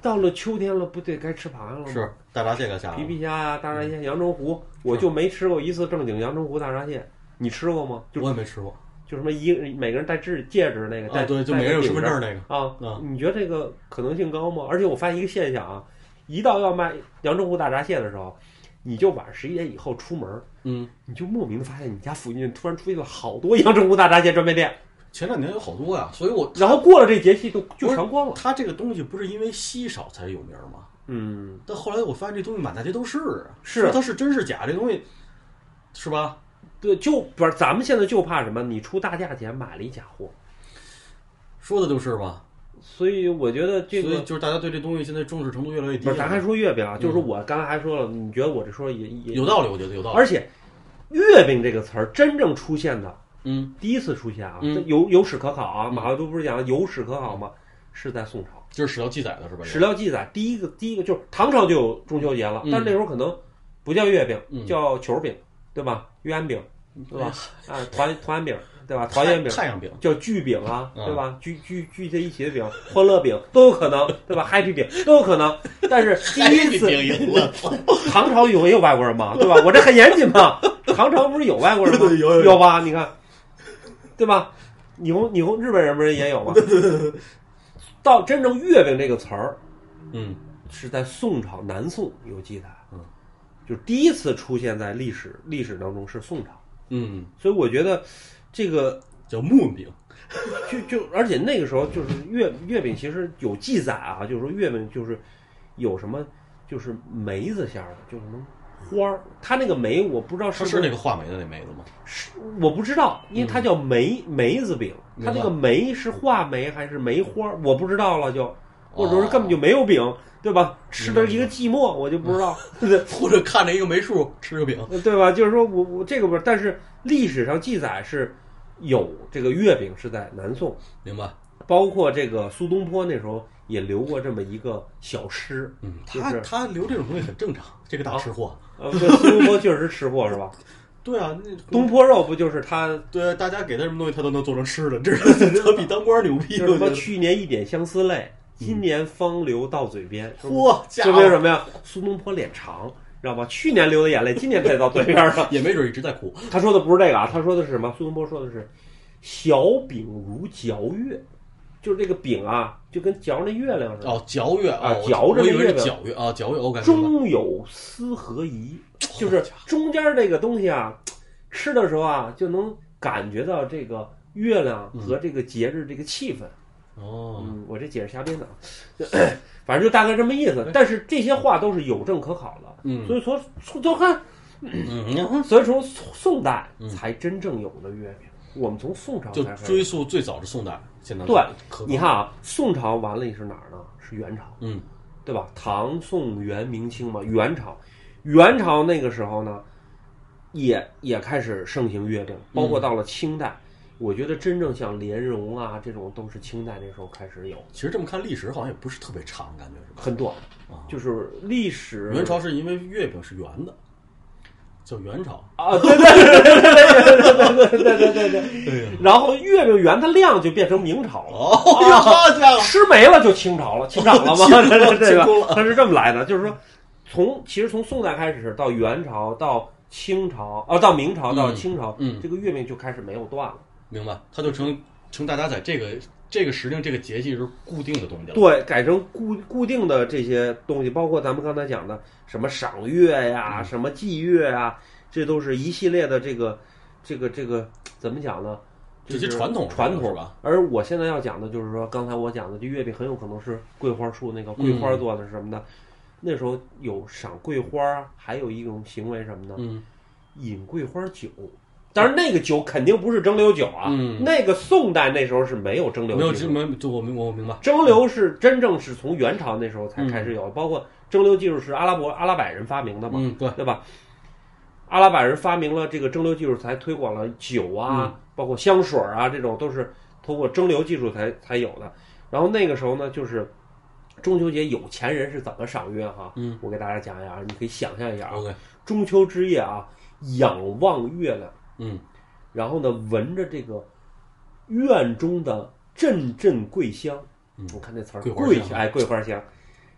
[SPEAKER 1] 到了秋天了，不对该吃螃蟹了吗？
[SPEAKER 2] 是大闸蟹该下了
[SPEAKER 1] 皮。皮虾呀、大闸蟹、扬州湖，
[SPEAKER 2] 嗯
[SPEAKER 1] 我就没吃过一次正经扬州湖大闸蟹。你吃过吗？就
[SPEAKER 2] 我也没吃过
[SPEAKER 1] 就什么一个每个人戴戒戒指那个，戴
[SPEAKER 2] 啊，对，就
[SPEAKER 1] 戴
[SPEAKER 2] 每个人有
[SPEAKER 1] 顶
[SPEAKER 2] 身份
[SPEAKER 1] 着
[SPEAKER 2] 证那个，
[SPEAKER 1] 啊
[SPEAKER 2] 啊
[SPEAKER 1] 你觉得这个可能性高吗？而且我发现一个现象啊，一到要卖扬州湖大闸蟹的时候，你就晚上十一点以后出门，
[SPEAKER 2] 嗯，
[SPEAKER 1] 你就莫名的发现你家附近突然出现了好多扬州湖大闸蟹专卖店，
[SPEAKER 2] 前两年有好多呀，所以我
[SPEAKER 1] 然后过了这节气就就
[SPEAKER 2] 不是
[SPEAKER 1] 全关了。
[SPEAKER 2] 它这个东西不是因为稀少才有名吗？
[SPEAKER 1] 嗯，
[SPEAKER 2] 但后来我发现这东西满大街都是啊，
[SPEAKER 1] 是
[SPEAKER 2] 说它是真是假，这东西是吧？
[SPEAKER 1] 对，就不是咱们现在就怕什么？你出大价钱买了一假货，
[SPEAKER 2] 说的就是嘛，
[SPEAKER 1] 所以我觉得这
[SPEAKER 2] 所
[SPEAKER 1] 个
[SPEAKER 2] 以就是大家对这东西现在重视程度越来越低
[SPEAKER 1] 不
[SPEAKER 2] 了。
[SPEAKER 1] 是，咱还说月饼啊，就是我刚才还说了，你觉得我这说也也，
[SPEAKER 2] 嗯有道理，我觉得有道理。
[SPEAKER 1] 而且“月饼”这个词儿真正出现的
[SPEAKER 2] 嗯，
[SPEAKER 1] 第一次出现啊，
[SPEAKER 2] 嗯
[SPEAKER 1] 这有有史可考啊，马未都不是讲有史可考吗？是在宋朝，
[SPEAKER 2] 这是史料记载的是吧？
[SPEAKER 1] 史料记载第一个第一个就是唐朝就有中秋节了，
[SPEAKER 2] 嗯
[SPEAKER 1] 但是那时候可能不叫月饼，
[SPEAKER 2] 嗯
[SPEAKER 1] 叫球饼，对吧？月安饼，对吧？啊，团团圆饼，对吧？
[SPEAKER 2] 哎啊太
[SPEAKER 1] 团圆饼。
[SPEAKER 2] 太阳饼，
[SPEAKER 1] 叫聚饼啊，
[SPEAKER 2] 啊
[SPEAKER 1] 对吧？聚聚聚在一起的饼，欢乐饼都有可能，对吧？Happy 饼都有可能，但是第一 次
[SPEAKER 2] 太阳饼赢了，
[SPEAKER 1] 唐朝有有外国人吗？对吧？我这很严谨 嘛。唐朝不是有外国人吗？
[SPEAKER 2] 对有有有
[SPEAKER 1] 吧？你看，对吧？你红你红日本人不是也有吗？到真正月饼这个词儿
[SPEAKER 2] 嗯，
[SPEAKER 1] 是在宋朝南宋有记载，
[SPEAKER 2] 嗯，
[SPEAKER 1] 就是第一次出现在历史历史当中是宋朝，
[SPEAKER 2] 嗯，
[SPEAKER 1] 所以我觉得这个
[SPEAKER 2] 叫木饼，
[SPEAKER 1] 就就而且那个时候就是月月饼其实有记载啊，就是说月饼就是有什么就是梅子馅儿的，就是什么花儿，它那个梅我不知道是
[SPEAKER 2] 它
[SPEAKER 1] 不
[SPEAKER 2] 是那个话梅的那梅子吗？
[SPEAKER 1] 是我不知道，因为它叫梅、梅子饼，它这
[SPEAKER 2] 明白
[SPEAKER 1] 个梅是话梅还是梅花，我不知道了就，或者说
[SPEAKER 2] 哦
[SPEAKER 1] 是根本就没有饼，对吧？吃的一个寂寞，我就不知道，对
[SPEAKER 2] 或者看着一个梅树吃个饼，
[SPEAKER 1] 对吧？就是说我我这个不是，但是历史上记载是有这个月饼是在南宋，
[SPEAKER 2] 明白？
[SPEAKER 1] 包括这个苏东坡那时候也留过这么一个小 诗，
[SPEAKER 2] 嗯，
[SPEAKER 1] 就
[SPEAKER 2] 他
[SPEAKER 1] 是
[SPEAKER 2] 他留这种东西很正常，这个大吃货。
[SPEAKER 1] 呃，这苏东坡确实吃货 是吧？
[SPEAKER 2] 对啊，那
[SPEAKER 1] 东坡肉不就是他
[SPEAKER 2] 对啊大家给他什么东西，他都能做成吃的，这是他比当官牛逼。
[SPEAKER 1] 就是什
[SPEAKER 2] 我
[SPEAKER 1] 么
[SPEAKER 2] 觉得
[SPEAKER 1] 去年一点相思泪，今年方流到嘴边。
[SPEAKER 2] 嗯 嚯，家
[SPEAKER 1] 说明
[SPEAKER 2] 伙
[SPEAKER 1] 什么呀？苏东坡脸长，知道吗？去年流的眼泪，今年才到嘴边 上。
[SPEAKER 2] 也没准一直在哭。
[SPEAKER 1] 他说的不是这个啊，他说的是什么？苏东坡说的是“小饼如嚼月”，就是这个饼啊，就跟嚼那月亮似的。
[SPEAKER 2] 哦，嚼月
[SPEAKER 1] 啊
[SPEAKER 2] 哦，我
[SPEAKER 1] 嚼着
[SPEAKER 2] 我以为
[SPEAKER 1] 那
[SPEAKER 2] 是
[SPEAKER 1] 月饼
[SPEAKER 2] 嚼月啊，嚼月。我感觉
[SPEAKER 1] 中有思和宜，就是中间这个东西啊，吃的时候啊，就能感觉到这个月亮和这个节日这个气氛。
[SPEAKER 2] 哦，
[SPEAKER 1] 嗯，我这解释瞎编的，啊， 反正就大概这么意思。但是这些话都是有证可考的，
[SPEAKER 2] 嗯
[SPEAKER 1] 所以说从就看，
[SPEAKER 2] 嗯，
[SPEAKER 1] 所以说宋代才真正有的月饼。我们从宋朝
[SPEAKER 2] 就
[SPEAKER 1] 才开始。
[SPEAKER 2] 追溯最早的宋代，现在
[SPEAKER 1] 对
[SPEAKER 2] 可
[SPEAKER 1] 你看啊，宋朝完了你是哪儿呢？是元朝，
[SPEAKER 2] 嗯，
[SPEAKER 1] 对吧？唐、宋、元、明清嘛，元朝，元朝那个时候呢，也也开始盛行月饼，包
[SPEAKER 2] 嗯
[SPEAKER 1] 括到了清代，我觉得真正像莲蓉啊这种都是清代那时候开始有，
[SPEAKER 2] 其实这么看历史好像也不是特别长，感觉是吧？
[SPEAKER 1] 很短，
[SPEAKER 2] 啊
[SPEAKER 1] 就是历史
[SPEAKER 2] 元朝是因为月饼是圆的，叫元朝。
[SPEAKER 1] 啊，对对对对对对对对对对对。
[SPEAKER 2] 对呀，
[SPEAKER 1] 然后月饼圆的量就变成明朝了，
[SPEAKER 2] 哦，好家伙，
[SPEAKER 1] 吃没了就清朝了，清涨啊了 嘛，
[SPEAKER 2] 清了
[SPEAKER 1] 这这这
[SPEAKER 2] 清空 了
[SPEAKER 1] 个它是这么来的，就是说，从其实从宋代开始到元朝到清朝，啊，到明朝
[SPEAKER 2] 嗯
[SPEAKER 1] 到清朝，
[SPEAKER 2] 嗯
[SPEAKER 1] 这个月饼就开始没有断了，
[SPEAKER 2] 明白，它就成成大家在这个这个时令这个节气是固定的东西了。
[SPEAKER 1] 对，改成固固定的这些东西，包括咱们刚才讲的什么赏月
[SPEAKER 2] 嗯
[SPEAKER 1] 呀、什么祭月呀，这都是一系列的这个这个这个怎么讲呢？
[SPEAKER 2] 这
[SPEAKER 1] 就
[SPEAKER 2] 些
[SPEAKER 1] 是
[SPEAKER 2] 传统
[SPEAKER 1] 传
[SPEAKER 2] 是
[SPEAKER 1] 统
[SPEAKER 2] 吧？
[SPEAKER 1] 而我现在要讲的就是说，刚才我讲的这月饼很有可能是桂花树那个桂花
[SPEAKER 2] 嗯
[SPEAKER 1] 做的是什么的。那时候有赏桂花，还有一种行为是什么呢？
[SPEAKER 2] 嗯，
[SPEAKER 1] 饮桂花酒，当然，那个酒肯定不是蒸馏酒啊，
[SPEAKER 2] 嗯
[SPEAKER 1] 那个宋代那时候是没有蒸馏
[SPEAKER 2] 没有
[SPEAKER 1] 技
[SPEAKER 2] 这
[SPEAKER 1] 术，
[SPEAKER 2] 没有就我明我明白，
[SPEAKER 1] 蒸馏是真正是从元朝那时候才开始有，包括蒸馏技术是阿拉伯阿拉伯人发明的嘛，
[SPEAKER 2] 嗯，对，
[SPEAKER 1] 对吧？阿拉伯人发明了这个蒸馏技术，才推广了酒
[SPEAKER 2] 嗯
[SPEAKER 1] 啊，包括香水啊，这种都是通过蒸馏技术才才有的。然后那个时候呢，就是中秋节有钱人是怎么赏月哈、
[SPEAKER 2] 嗯，
[SPEAKER 1] 我给大家讲一讲，你可以想象一下啊，
[SPEAKER 2] ，OK，
[SPEAKER 1] 中秋之夜啊，仰望月亮，
[SPEAKER 2] 嗯，
[SPEAKER 1] 然后呢，闻着这个院中的阵阵桂香，
[SPEAKER 2] 嗯
[SPEAKER 1] 我看那词儿，
[SPEAKER 2] 桂花
[SPEAKER 1] 桂
[SPEAKER 2] 香
[SPEAKER 1] 哎，桂花香，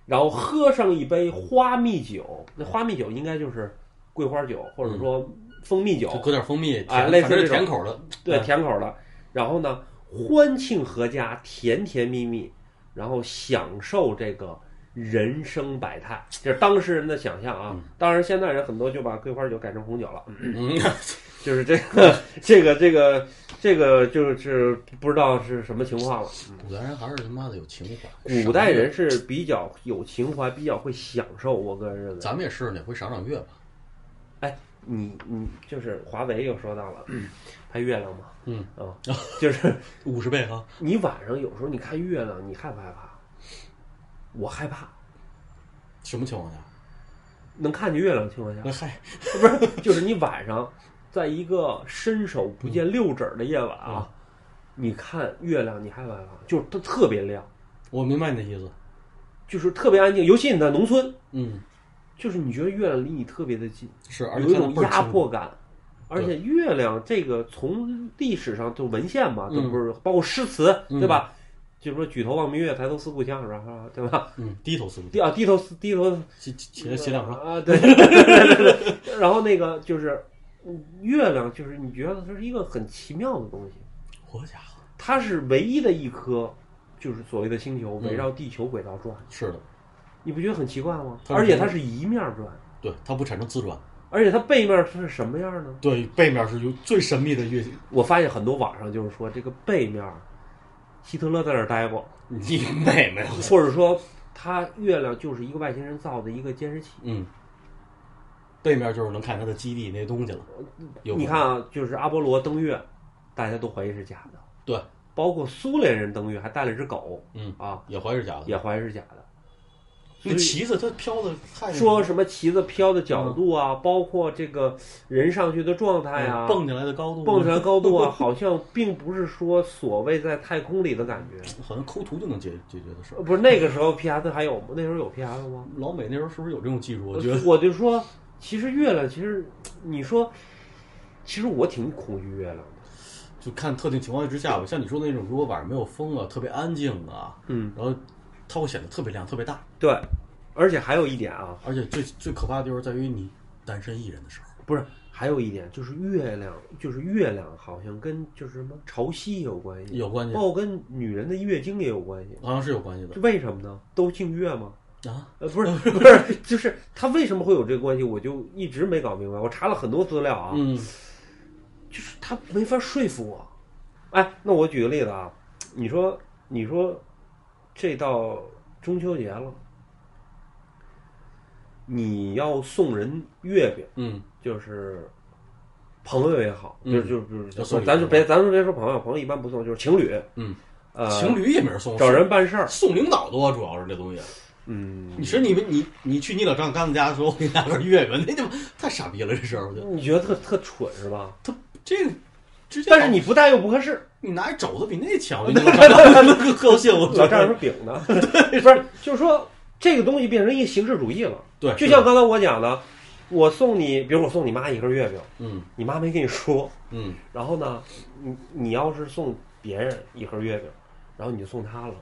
[SPEAKER 1] 然后喝上一杯花蜜酒，那花蜜酒应该就是桂花酒，或者说蜂蜜酒，
[SPEAKER 2] 嗯就搁点蜂蜜，
[SPEAKER 1] 啊
[SPEAKER 2] 甜
[SPEAKER 1] 类似
[SPEAKER 2] 反正
[SPEAKER 1] 这
[SPEAKER 2] 是
[SPEAKER 1] 种
[SPEAKER 2] 甜口的，
[SPEAKER 1] 对，甜口的。然后呢，欢庆阖家，甜甜蜜蜜，然后享受这个人生百态，这是当事人的想象啊。当然，现在人很多就把桂花酒改成红酒了，
[SPEAKER 2] 嗯，
[SPEAKER 1] 就是这个这个这个这个就是不知道是什么情况了。
[SPEAKER 2] 古代人还是他妈的有情怀，
[SPEAKER 1] 古代人是比较有情怀，比较会享受，我个人认为。
[SPEAKER 2] 咱们也是哪回赏赏月吧，
[SPEAKER 1] 你你就是华为又说到了拍月亮嘛，
[SPEAKER 2] 嗯
[SPEAKER 1] 啊，就是
[SPEAKER 2] 五十倍哈，
[SPEAKER 1] 你晚上有时候你看月亮，你害不害怕？我害怕，
[SPEAKER 2] 什么情况下？
[SPEAKER 1] 能看见月亮的情况下，
[SPEAKER 2] 那嗨，
[SPEAKER 1] 不是就是你晚上在一个伸手不见六指儿的夜晚啊，你看月亮，你害不害怕？就是它特别亮，
[SPEAKER 2] 我明白你的意思，
[SPEAKER 1] 就是特别安静，尤其你在农村，
[SPEAKER 2] 嗯，
[SPEAKER 1] 就是你觉得月亮离你特别的近，
[SPEAKER 2] 是，而
[SPEAKER 1] 有一
[SPEAKER 2] 且看得
[SPEAKER 1] 种
[SPEAKER 2] 倍儿
[SPEAKER 1] 压
[SPEAKER 2] 清
[SPEAKER 1] 迫感。而
[SPEAKER 2] 对
[SPEAKER 1] 且月亮这个从历史上就文献嘛，都
[SPEAKER 2] 嗯
[SPEAKER 1] 不是包括诗词，
[SPEAKER 2] 嗯
[SPEAKER 1] 对吧？就是说举头望明月，抬头思故乡，然后对吧？
[SPEAKER 2] 嗯，低头思路，
[SPEAKER 1] 低啊低头思低头
[SPEAKER 2] 斜斜斜两双，
[SPEAKER 1] 啊，对 对对对对。然后那个就是嗯月亮，就是你觉得它是一个很奇妙的东西，
[SPEAKER 2] 好家伙，
[SPEAKER 1] 它是唯一的一颗就是所谓的星球围
[SPEAKER 2] 嗯
[SPEAKER 1] 绕地球轨道转，
[SPEAKER 2] 是的，
[SPEAKER 1] 你不觉得很奇怪吗？
[SPEAKER 2] 它是
[SPEAKER 1] 而且它是一面转，
[SPEAKER 2] 对，它不产生自转，
[SPEAKER 1] 而且它背面它是什么样呢？
[SPEAKER 2] 对，背面是有最神秘的月形，
[SPEAKER 1] 我发现很多网上就是说这个背面，希特勒在那儿待过，
[SPEAKER 2] 你妹妹，我操
[SPEAKER 1] 或者说他月亮就是一个外星人造的一个监视器。
[SPEAKER 2] 嗯，背面就是能看它的基地那东西了，有
[SPEAKER 1] 你看啊，就是阿波罗登月，大家都怀疑是假的，
[SPEAKER 2] 对，
[SPEAKER 1] 包括苏联人登月还带了只狗，
[SPEAKER 2] 嗯
[SPEAKER 1] 啊，
[SPEAKER 2] 也怀疑是假的，
[SPEAKER 1] 也怀疑是假的。
[SPEAKER 2] 那旗子它飘的太
[SPEAKER 1] 说什么旗子飘的角度啊，包括这个人上去的状态啊，
[SPEAKER 2] 嗯蹦起来的高度，
[SPEAKER 1] 蹦起来高度啊，好像并不是说所谓在太空里的感觉。
[SPEAKER 2] 好像抠图就能解解决的事儿
[SPEAKER 1] 呃。不是那个时候 PS 还有吗？那时候有 PS 吗？
[SPEAKER 2] 老美那时候是不是有这种技术？我觉得，
[SPEAKER 1] 我就说，其实月亮，其实你说，其实我挺恐惧月亮的。
[SPEAKER 2] 就看特定情况之下吧。像你说的那种，如果晚上没有风啊，特别安静啊，
[SPEAKER 1] 嗯，
[SPEAKER 2] 然后它会显得特别亮、特别大。
[SPEAKER 1] 对，而且还有一点啊，
[SPEAKER 2] 而且最最可怕的地方在于你单身一人的时候，
[SPEAKER 1] 不是，还有一点就是月亮，就是月亮好像跟就是什么潮汐有关系，
[SPEAKER 2] 有关系
[SPEAKER 1] 包括跟女人的月经也有关系。
[SPEAKER 2] 好像是有关系的
[SPEAKER 1] 这为什么呢？都姓月吗？
[SPEAKER 2] 啊。
[SPEAKER 1] 呃，不是 不是，就是它为什么会有这个关系，我就一直没搞明白。我查了很多资料啊，
[SPEAKER 2] 嗯，
[SPEAKER 1] 就是他没法说服我。哎，那我举个例子啊，你说你说这到中秋节了，你要送人月饼，
[SPEAKER 2] 嗯，
[SPEAKER 1] 就是朋友也好，
[SPEAKER 2] 嗯
[SPEAKER 1] 就是就是
[SPEAKER 2] 要
[SPEAKER 1] 就
[SPEAKER 2] 送
[SPEAKER 1] 是，
[SPEAKER 2] 礼
[SPEAKER 1] 咱就别咱就别说朋友，朋友一般不送，就是情侣，
[SPEAKER 2] 嗯，
[SPEAKER 1] 呃，
[SPEAKER 2] 情侣也没人送，
[SPEAKER 1] 找人办事儿，
[SPEAKER 2] 送领导多，主要是这东西。
[SPEAKER 1] 嗯，
[SPEAKER 2] 你说你们你你去你老丈干子家说，我给你拿份月饼，那他妈太傻逼了，这事儿我觉得
[SPEAKER 1] 你觉得特特蠢是吧？
[SPEAKER 2] 他这个直接
[SPEAKER 1] 但是你不带又不合适，
[SPEAKER 2] 你拿一肘子比那 强，我觉得你老丈人更高兴。我觉
[SPEAKER 1] 老丈人说
[SPEAKER 2] 得
[SPEAKER 1] 饼 呢，不是，就是说这个东西变成一个形式主义了。
[SPEAKER 2] 对，
[SPEAKER 1] 就像刚才我讲的，我送你，比如我送你妈一根月饼，
[SPEAKER 2] 嗯
[SPEAKER 1] 你妈没跟你说，
[SPEAKER 2] 嗯
[SPEAKER 1] 然后呢，你你要是送别人一盒月饼，然后你就送她了，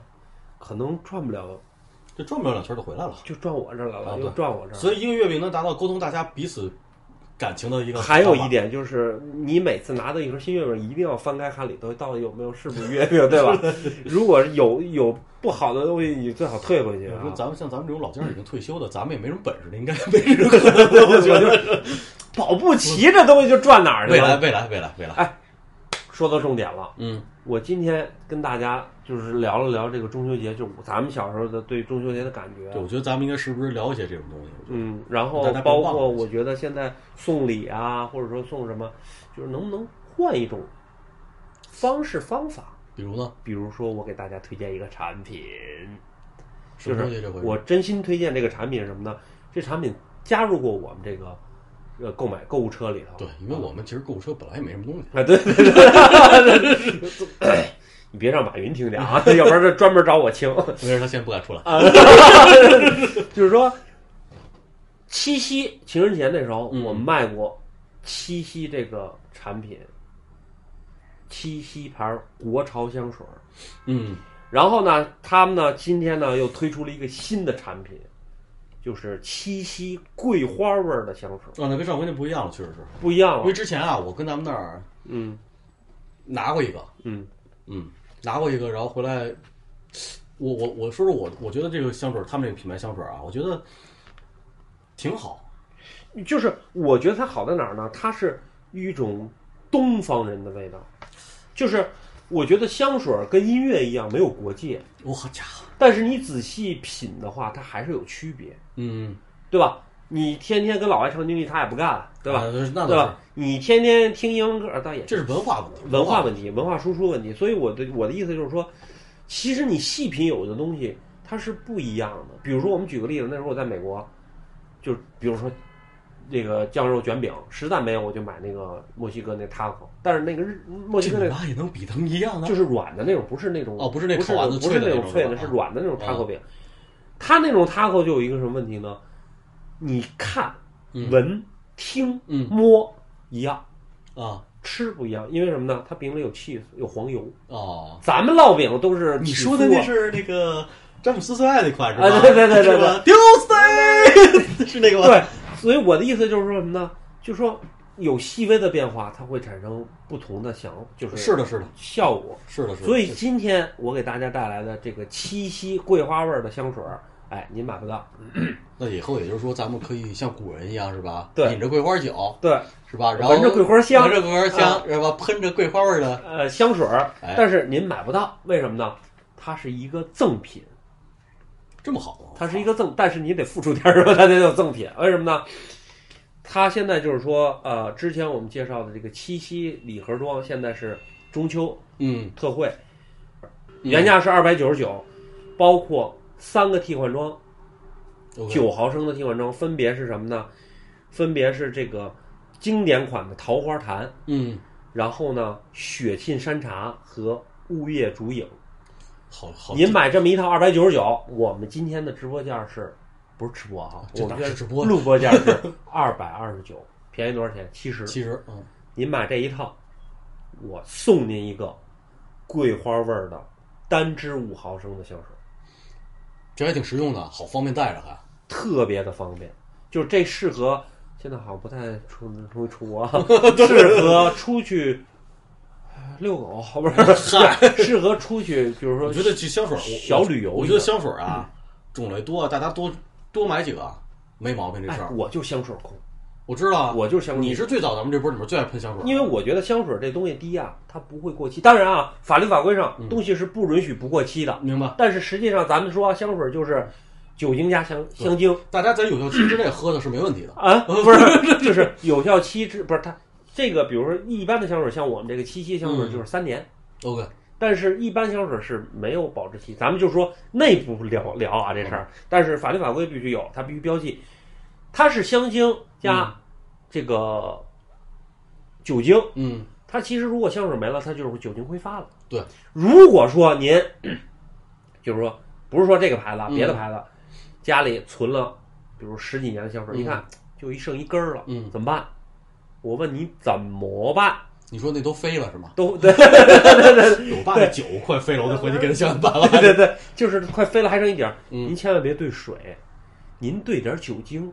[SPEAKER 1] 可能赚不了，
[SPEAKER 2] 这转不了两圈就回来了。
[SPEAKER 1] 就赚我这儿来了，
[SPEAKER 2] 啊对
[SPEAKER 1] 又赚我这儿。
[SPEAKER 2] 所以一个月饼能达到沟通大家彼此感情的一个。
[SPEAKER 1] 还有一，点就是，你每次拿到一盒新月饼，一定要翻开看里头到底有没有是不 是月饼，对吧？如果有有不好的东西，你最好退回去、
[SPEAKER 2] 我
[SPEAKER 1] 啊
[SPEAKER 2] 说。咱们像咱们这种老将已经退休的，咱们也没什么本事了，应该没什么可 能的。我觉得
[SPEAKER 1] 保不齐这东西就赚哪儿去
[SPEAKER 2] 未来
[SPEAKER 1] 了。
[SPEAKER 2] 未来未来未来，
[SPEAKER 1] 说到重点了，
[SPEAKER 2] 嗯
[SPEAKER 1] 我今天跟大家就是聊了聊这个中秋节，就咱们小时候的对中秋节的感觉
[SPEAKER 2] 嗯对，。我觉得咱们应该时不时聊一些这种东西。我觉得
[SPEAKER 1] 嗯，然后
[SPEAKER 2] 大家别
[SPEAKER 1] 包
[SPEAKER 2] 忘了
[SPEAKER 1] 括我觉得现在送礼啊，或者说送什么，就是能不能换一种方式方法？
[SPEAKER 2] 比如呢，
[SPEAKER 1] 比如说，我给大家推荐一个产品，
[SPEAKER 2] 什
[SPEAKER 1] 就
[SPEAKER 2] 么东西
[SPEAKER 1] 是
[SPEAKER 2] 这回事？
[SPEAKER 1] 我真心推荐这个产品是什么呢？这产品加入过我们这个呃购买购物车里头。
[SPEAKER 2] 对，因为我们其实购物车本来也没什么东西。
[SPEAKER 1] 啊，对对对对对对， 你别让马云听见啊，要不然这专门找 我清。
[SPEAKER 2] 没事，他现在不敢出来。
[SPEAKER 1] 就是说，七夕情人节那时候，
[SPEAKER 2] 嗯
[SPEAKER 1] 我们卖过七夕这个产品，七夕牌国潮香水儿。
[SPEAKER 2] 嗯，
[SPEAKER 1] 然后呢，他们呢今天呢又推出了一个新的产品，就是七夕桂花味儿的香水儿，
[SPEAKER 2] 啊，那跟上回那不一样了，确实是。
[SPEAKER 1] 不一样
[SPEAKER 2] 因
[SPEAKER 1] 了
[SPEAKER 2] 为。之前啊，我跟咱们那儿
[SPEAKER 1] 嗯
[SPEAKER 2] 拿过一个，
[SPEAKER 1] 嗯
[SPEAKER 2] 嗯，拿过一个，然后回来，我我我说说我，我觉得这个香水儿，他们这个品牌香水儿啊，我觉得挺好。
[SPEAKER 1] 就是我觉得它好在哪儿呢？它是一种东方人的味道，就是我觉得香水儿跟音乐一样没有国界，
[SPEAKER 2] 我好家伙，
[SPEAKER 1] 但是你仔细品的话，它还是有区别，
[SPEAKER 2] 嗯，
[SPEAKER 1] 对吧？你天天跟老外唱京剧，他也不干，对吧？
[SPEAKER 2] 啊那
[SPEAKER 1] 对
[SPEAKER 2] 倒是
[SPEAKER 1] 吧，？你天天听英歌，倒也
[SPEAKER 2] 这是文化问题，
[SPEAKER 1] 文化问题、文化输出问题。所以我的我的意思就是说，其实你细品有的东西它是不一样的。比如说，我们举个例子，那时候我在美国，就比如说那个酱肉卷饼，实在没有我就买那个墨西哥那 taco，但是那个日墨西
[SPEAKER 2] 这
[SPEAKER 1] 哥
[SPEAKER 2] 你
[SPEAKER 1] 那个
[SPEAKER 2] 妈也能比他们一样呢？
[SPEAKER 1] 就是软的那种，不是那种
[SPEAKER 2] 哦不是那
[SPEAKER 1] 不是
[SPEAKER 2] 烤完的
[SPEAKER 1] 不是
[SPEAKER 2] 脆的
[SPEAKER 1] 那
[SPEAKER 2] 那种
[SPEAKER 1] 脆
[SPEAKER 2] 是
[SPEAKER 1] 的，
[SPEAKER 2] 吧
[SPEAKER 1] 是软的那种
[SPEAKER 2] 啊
[SPEAKER 1] taco 饼。它那种 taco 就有一个什么问题呢？你看、
[SPEAKER 2] 嗯
[SPEAKER 1] 闻、听、
[SPEAKER 2] 嗯
[SPEAKER 1] 摸一样，
[SPEAKER 2] 啊
[SPEAKER 1] 吃不一样，因为什么呢？它饼里有 cheese，有黄油。
[SPEAKER 2] 哦，
[SPEAKER 1] 咱们烙饼都是
[SPEAKER 2] 你
[SPEAKER 1] 起
[SPEAKER 2] 说的
[SPEAKER 1] 酥
[SPEAKER 2] 那
[SPEAKER 1] 啊
[SPEAKER 2] 是那个詹姆斯最爱那款是吧？
[SPEAKER 1] 啊对对对对
[SPEAKER 2] 是吧，Tuesday 是那个吧？
[SPEAKER 1] 对，所以我的意思就是说什么呢？就是说有细微的变化，它会产生不同的想，就是
[SPEAKER 2] 是的，是的，
[SPEAKER 1] 效果。
[SPEAKER 2] 是的，是的。
[SPEAKER 1] 所以今天我给大家带来的这个七夕桂花味儿的香水儿，哎，您买不到。
[SPEAKER 2] 那以后也就是说，咱们可以像古人一样是吧？
[SPEAKER 1] 对
[SPEAKER 2] 饮着桂花酒
[SPEAKER 1] 对，
[SPEAKER 2] 是吧？然后
[SPEAKER 1] 闻着桂花香
[SPEAKER 2] 闻，着桂花香是吧？喷着桂花味儿的，
[SPEAKER 1] 呃，香水儿
[SPEAKER 2] 哎，
[SPEAKER 1] 但是您买不到，为什么呢？它是一个赠品，
[SPEAKER 2] 这么好吗？啊
[SPEAKER 1] 它是一个赠，但是你得付出点儿什么，它才叫赠品。为什么呢？它现在就是说，呃，之前我们介绍的这个七夕礼盒装，现在是中秋
[SPEAKER 2] 嗯，
[SPEAKER 1] 特惠，
[SPEAKER 2] 嗯
[SPEAKER 1] 原价是二百九十九，包括三个替换装，
[SPEAKER 2] OK
[SPEAKER 1] 九毫升的替换装，分别是什么呢？分别是这个经典款的桃花潭，
[SPEAKER 2] 嗯，
[SPEAKER 1] 然后呢，雪沁山茶和雾夜竹影。
[SPEAKER 2] 好好。
[SPEAKER 1] 您买这么一套二百九十九，我们今天的直播价是，不是直播啊？
[SPEAKER 2] 这
[SPEAKER 1] 我
[SPEAKER 2] 哪
[SPEAKER 1] 们这
[SPEAKER 2] 是直播
[SPEAKER 1] 录播价是二百二十九，便宜多少钱？七十。
[SPEAKER 2] 其实嗯，
[SPEAKER 1] 您买这一套，我送您一个桂花味儿的单支五毫升的香水，
[SPEAKER 2] 这还挺实用的，好方便带着还。
[SPEAKER 1] 特别的方便。就是这适合现在好像不太出出出国啊， 适合出去呃遛狗，不是适合出去，比如
[SPEAKER 2] 我
[SPEAKER 1] 说
[SPEAKER 2] 觉得这香水儿，我
[SPEAKER 1] 小旅游
[SPEAKER 2] 我
[SPEAKER 1] 一
[SPEAKER 2] 觉得
[SPEAKER 1] 个
[SPEAKER 2] 香水儿啊，种类多，大家多多买几个，没毛病这事
[SPEAKER 1] 哎，
[SPEAKER 2] 儿。
[SPEAKER 1] 我就香水控，
[SPEAKER 2] 我知道啊，
[SPEAKER 1] 我就是香水控。
[SPEAKER 2] 你是最早咱们这波里面最爱喷香水儿的，
[SPEAKER 1] 因为我觉得香水这东西，第一啊，它不会过期。当然啊，法律法规上
[SPEAKER 2] 嗯
[SPEAKER 1] 东西是不允许不过期的。
[SPEAKER 2] 明白，
[SPEAKER 1] 但是实际上，咱们说香水就是酒精加香香精
[SPEAKER 2] 大家在有效期之内喝的是没问题的。
[SPEAKER 1] 啊，不是，就是有效期之不是它这个，比如说一般的香水，像我们这个七夕香水
[SPEAKER 2] 嗯
[SPEAKER 1] 就是三年，
[SPEAKER 2] OK，
[SPEAKER 1] 但是一般香水是没有保质期。咱们就说内部聊聊啊这事儿，
[SPEAKER 2] 嗯
[SPEAKER 1] 但是法律法规必须有，它必须标记，它是香精加这个酒精。
[SPEAKER 2] 嗯，
[SPEAKER 1] 它其实如果香水没了，它就是酒精挥发了。
[SPEAKER 2] 对，
[SPEAKER 1] 如果说您，就是说不是说这个牌子，啊，
[SPEAKER 2] 嗯
[SPEAKER 1] 别的牌子，家里存了，比如十几年的香水，
[SPEAKER 2] 嗯
[SPEAKER 1] 一看就一剩一根儿了，
[SPEAKER 2] 嗯
[SPEAKER 1] 怎么办？我问你怎么办？
[SPEAKER 2] 你说那都飞了是吗？
[SPEAKER 1] 都 对
[SPEAKER 2] 我爸那酒快飞了，我得回去给他想想办法。
[SPEAKER 1] 对 对对，就是快飞了还剩一点儿，
[SPEAKER 2] 嗯
[SPEAKER 1] 您千万别兑水，您兑点儿酒精，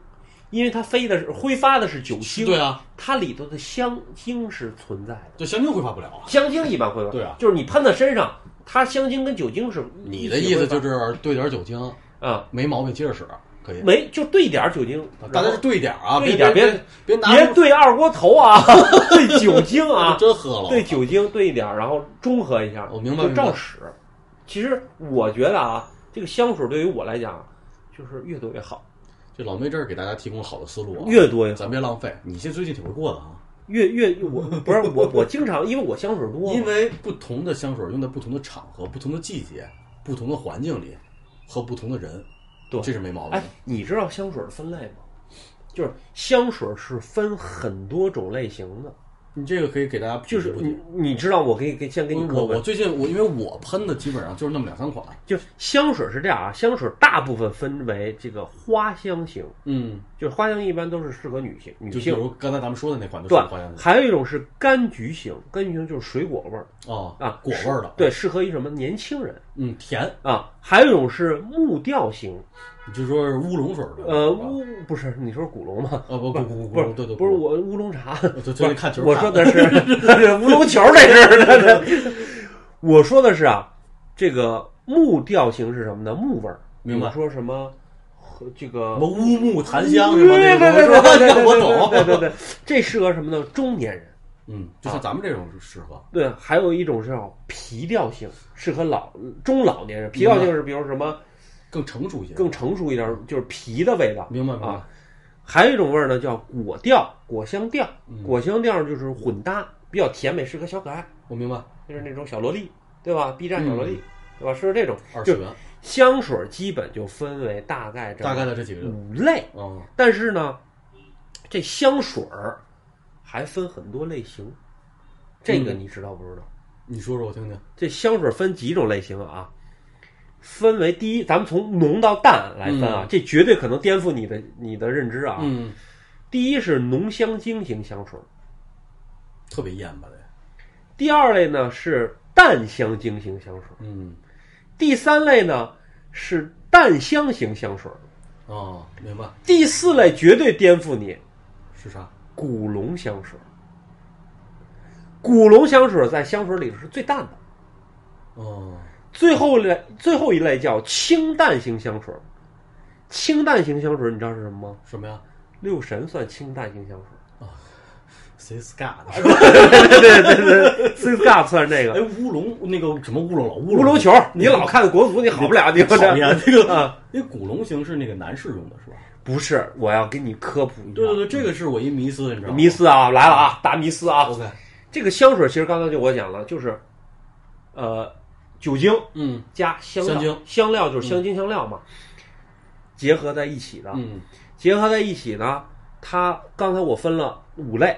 [SPEAKER 1] 因为它飞的是挥发的是酒精，
[SPEAKER 2] 对啊，
[SPEAKER 1] 它里头的香精是存在的。
[SPEAKER 2] 对香精挥发不了啊。
[SPEAKER 1] 香精一般挥发，
[SPEAKER 2] 对啊
[SPEAKER 1] 就是你喷在身上，它香精跟酒精是
[SPEAKER 2] 你的意思就是是兑点酒精，
[SPEAKER 1] 啊，
[SPEAKER 2] 没毛病，接着使。可以，
[SPEAKER 1] 没就兑点儿酒精，
[SPEAKER 2] 大家
[SPEAKER 1] 然
[SPEAKER 2] 是
[SPEAKER 1] 后
[SPEAKER 2] 对点儿啊，
[SPEAKER 1] 对
[SPEAKER 2] 别
[SPEAKER 1] 点儿
[SPEAKER 2] 别
[SPEAKER 1] 别
[SPEAKER 2] 别拿
[SPEAKER 1] 别兑二锅头啊， 兑酒精啊，
[SPEAKER 2] 真喝了，
[SPEAKER 1] 对酒精兑一点儿，然后中和一下。
[SPEAKER 2] 我哦明白
[SPEAKER 1] 就
[SPEAKER 2] 明白
[SPEAKER 1] 照使。其实我觉得啊，这个香水对于我来讲，就是越多越好，
[SPEAKER 2] 这老妹这儿给大家提供好的思路啊，
[SPEAKER 1] 越多越好。
[SPEAKER 2] 咱别浪费。你这最近挺会过的啊，
[SPEAKER 1] 越越我不是我我经常因为我香水多嘛，
[SPEAKER 2] 因为不同的香水用在不同的场合、不同的季节、不同的环境里和不同的人，
[SPEAKER 1] 对
[SPEAKER 2] 这是没毛病
[SPEAKER 1] 哎
[SPEAKER 2] 的。，
[SPEAKER 1] 你知道香水的分类吗？就是香水是分很多种类型的，
[SPEAKER 2] 你这个可以给大家
[SPEAKER 1] 就是嗯
[SPEAKER 2] 普及
[SPEAKER 1] 你你知道我可以给先给
[SPEAKER 2] 普
[SPEAKER 1] 你
[SPEAKER 2] 及
[SPEAKER 1] 科
[SPEAKER 2] 嗯我
[SPEAKER 1] 普
[SPEAKER 2] 我，最近我因为我喷的基本上就是那么两三款，
[SPEAKER 1] 就是香水是这样啊，香水大部分分为这个花香型，
[SPEAKER 2] 嗯，
[SPEAKER 1] 就是花香一般都是适合女性女
[SPEAKER 2] 就比
[SPEAKER 1] 性，啊
[SPEAKER 2] 如刚才咱们说的那款就是
[SPEAKER 1] 对
[SPEAKER 2] 花香，的
[SPEAKER 1] 还有一种是柑橘型，柑橘型就是水果味儿
[SPEAKER 2] 哦
[SPEAKER 1] 啊，
[SPEAKER 2] 果味儿的，
[SPEAKER 1] 对，适合于什么年轻人
[SPEAKER 2] 嗯，甜，
[SPEAKER 1] 啊，还有一种是木调型，
[SPEAKER 2] 你就说是乌龙水儿的，
[SPEAKER 1] 呃
[SPEAKER 2] 是吧
[SPEAKER 1] 乌不是你说古龙吗？
[SPEAKER 2] 啊不不不
[SPEAKER 1] 不是，
[SPEAKER 2] 对对
[SPEAKER 1] 不是我乌龙茶，
[SPEAKER 2] 对对看球
[SPEAKER 1] 我
[SPEAKER 2] 看
[SPEAKER 1] 说的是是乌龙球那是那是，我说的是啊，这个木调型是什么呢？木味儿，
[SPEAKER 2] 明白
[SPEAKER 1] 比如说什么和这个
[SPEAKER 2] 什么乌木檀香
[SPEAKER 1] 对
[SPEAKER 2] 什么
[SPEAKER 1] 对
[SPEAKER 2] 那
[SPEAKER 1] 对对
[SPEAKER 2] 种，是吧
[SPEAKER 1] 对对对
[SPEAKER 2] 我
[SPEAKER 1] 对对
[SPEAKER 2] 懂，
[SPEAKER 1] 对，对这适合什么呢？中年人。
[SPEAKER 2] 嗯，就像咱们这种是适合，
[SPEAKER 1] 对，还有一种是叫皮调型，适合老中老年人。皮调型是比如什么
[SPEAKER 2] 更成熟一些，
[SPEAKER 1] 更成熟一点，就是皮的味道。
[SPEAKER 2] 明白明白
[SPEAKER 1] 啊。还有一种味儿呢，叫果调、果香调
[SPEAKER 2] 嗯。
[SPEAKER 1] 果香调就是混搭，比较甜美，适合小可爱，
[SPEAKER 2] 我明白
[SPEAKER 1] 就是那种小萝莉，对吧？B 站小萝莉，对吧？适合这种。
[SPEAKER 2] 嗯二次
[SPEAKER 1] 就
[SPEAKER 2] 元
[SPEAKER 1] 香水基本就分为大概这么
[SPEAKER 2] 大概的这几个人，
[SPEAKER 1] 五类，
[SPEAKER 2] 嗯，
[SPEAKER 1] 但是呢，这香水儿还分很多类型，这
[SPEAKER 2] 嗯
[SPEAKER 1] 个你知道不知道？
[SPEAKER 2] 你说说我听听，
[SPEAKER 1] 这香水分几种类型啊？分为第一，咱们从浓到淡来分啊，这绝对可能颠覆你的你的认知啊。
[SPEAKER 2] 嗯，
[SPEAKER 1] 第一是浓香精型香水，
[SPEAKER 2] 特别艳吧得，
[SPEAKER 1] 第二类呢是淡香精型香水，
[SPEAKER 2] 嗯，
[SPEAKER 1] 第三类呢是淡香型香水，
[SPEAKER 2] 哦，明白
[SPEAKER 1] 第四类绝对颠覆你，
[SPEAKER 2] 是啥？
[SPEAKER 1] 古龙香水。古龙香水在香水里是最淡的，
[SPEAKER 2] 哦，
[SPEAKER 1] 最后一类最后一类叫清淡型香水。清淡型香水你知道是什么吗？
[SPEAKER 2] 什么呀
[SPEAKER 1] 六神算清淡型香水，
[SPEAKER 2] ？C Scott，
[SPEAKER 1] 对对对对 c i s a 算是那
[SPEAKER 2] 哎，
[SPEAKER 1] 个
[SPEAKER 2] 乌龙那个什么乌龙老乌
[SPEAKER 1] 乌龙球。你老看国足，你好不了，你
[SPEAKER 2] 讨厌那个
[SPEAKER 1] 啊！
[SPEAKER 2] 那古龙型是那个男士用的是吧？
[SPEAKER 1] 不是，我要给你科普一
[SPEAKER 2] 对对
[SPEAKER 1] 下。
[SPEAKER 2] 对，这个是我一迷思，你知道吗？
[SPEAKER 1] 迷思啊，来了啊，大迷思啊！
[SPEAKER 2] ，OK，
[SPEAKER 1] 这个香水其实刚才就我讲了，就是，呃，酒精
[SPEAKER 2] 嗯
[SPEAKER 1] 加香料，
[SPEAKER 2] 香精
[SPEAKER 1] 香料就是香精香料嘛，结合在一起的。
[SPEAKER 2] 嗯，
[SPEAKER 1] 结合在一起呢，它刚才我分了五类，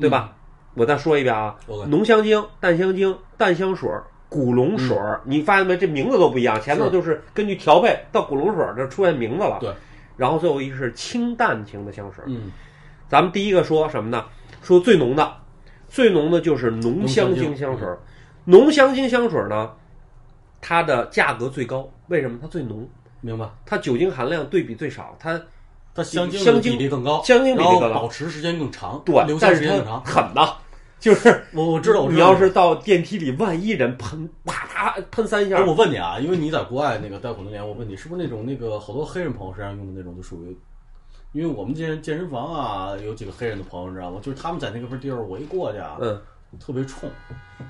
[SPEAKER 1] 对吧？我再说一遍啊
[SPEAKER 2] OK
[SPEAKER 1] 浓香精、淡香精、淡香水、古龙水，你发现没？这名字都不一样，前头
[SPEAKER 2] 嗯是
[SPEAKER 1] 就是根据调配到古龙水这出现名字了。
[SPEAKER 2] 对，
[SPEAKER 1] 然后最后一个是清淡型的香水。
[SPEAKER 2] 嗯，
[SPEAKER 1] 咱们第一个说什么呢？说最浓的，最浓的就是浓香精香水。
[SPEAKER 2] 嗯
[SPEAKER 1] 浓香精香水呢，它的价格最高，为什么？它最浓，
[SPEAKER 2] 明白。
[SPEAKER 1] 它酒精含量对比最少，它
[SPEAKER 2] 它香精
[SPEAKER 1] 香
[SPEAKER 2] 的
[SPEAKER 1] 精
[SPEAKER 2] 比例更高，
[SPEAKER 1] 香精比例
[SPEAKER 2] 然后
[SPEAKER 1] 更高
[SPEAKER 2] 保持时间更长，
[SPEAKER 1] 对
[SPEAKER 2] 留，香
[SPEAKER 1] 但
[SPEAKER 2] 时
[SPEAKER 1] 是
[SPEAKER 2] 间更
[SPEAKER 1] 它
[SPEAKER 2] 长。
[SPEAKER 1] 狠呐，就是
[SPEAKER 2] 我我知道，我知道。
[SPEAKER 1] 你要是到电梯里，万一人喷啪啪喷三下
[SPEAKER 2] 哎，，我问你啊，因为你在国外那个待过很多年，我问你是不是那种那个好多黑人朋友身上用的那种，就属于，因为我们健健身房啊，有几个黑人的朋友，你知道吗？就是他们在那个地儿，我一过去啊，
[SPEAKER 1] 嗯，
[SPEAKER 2] 特别冲。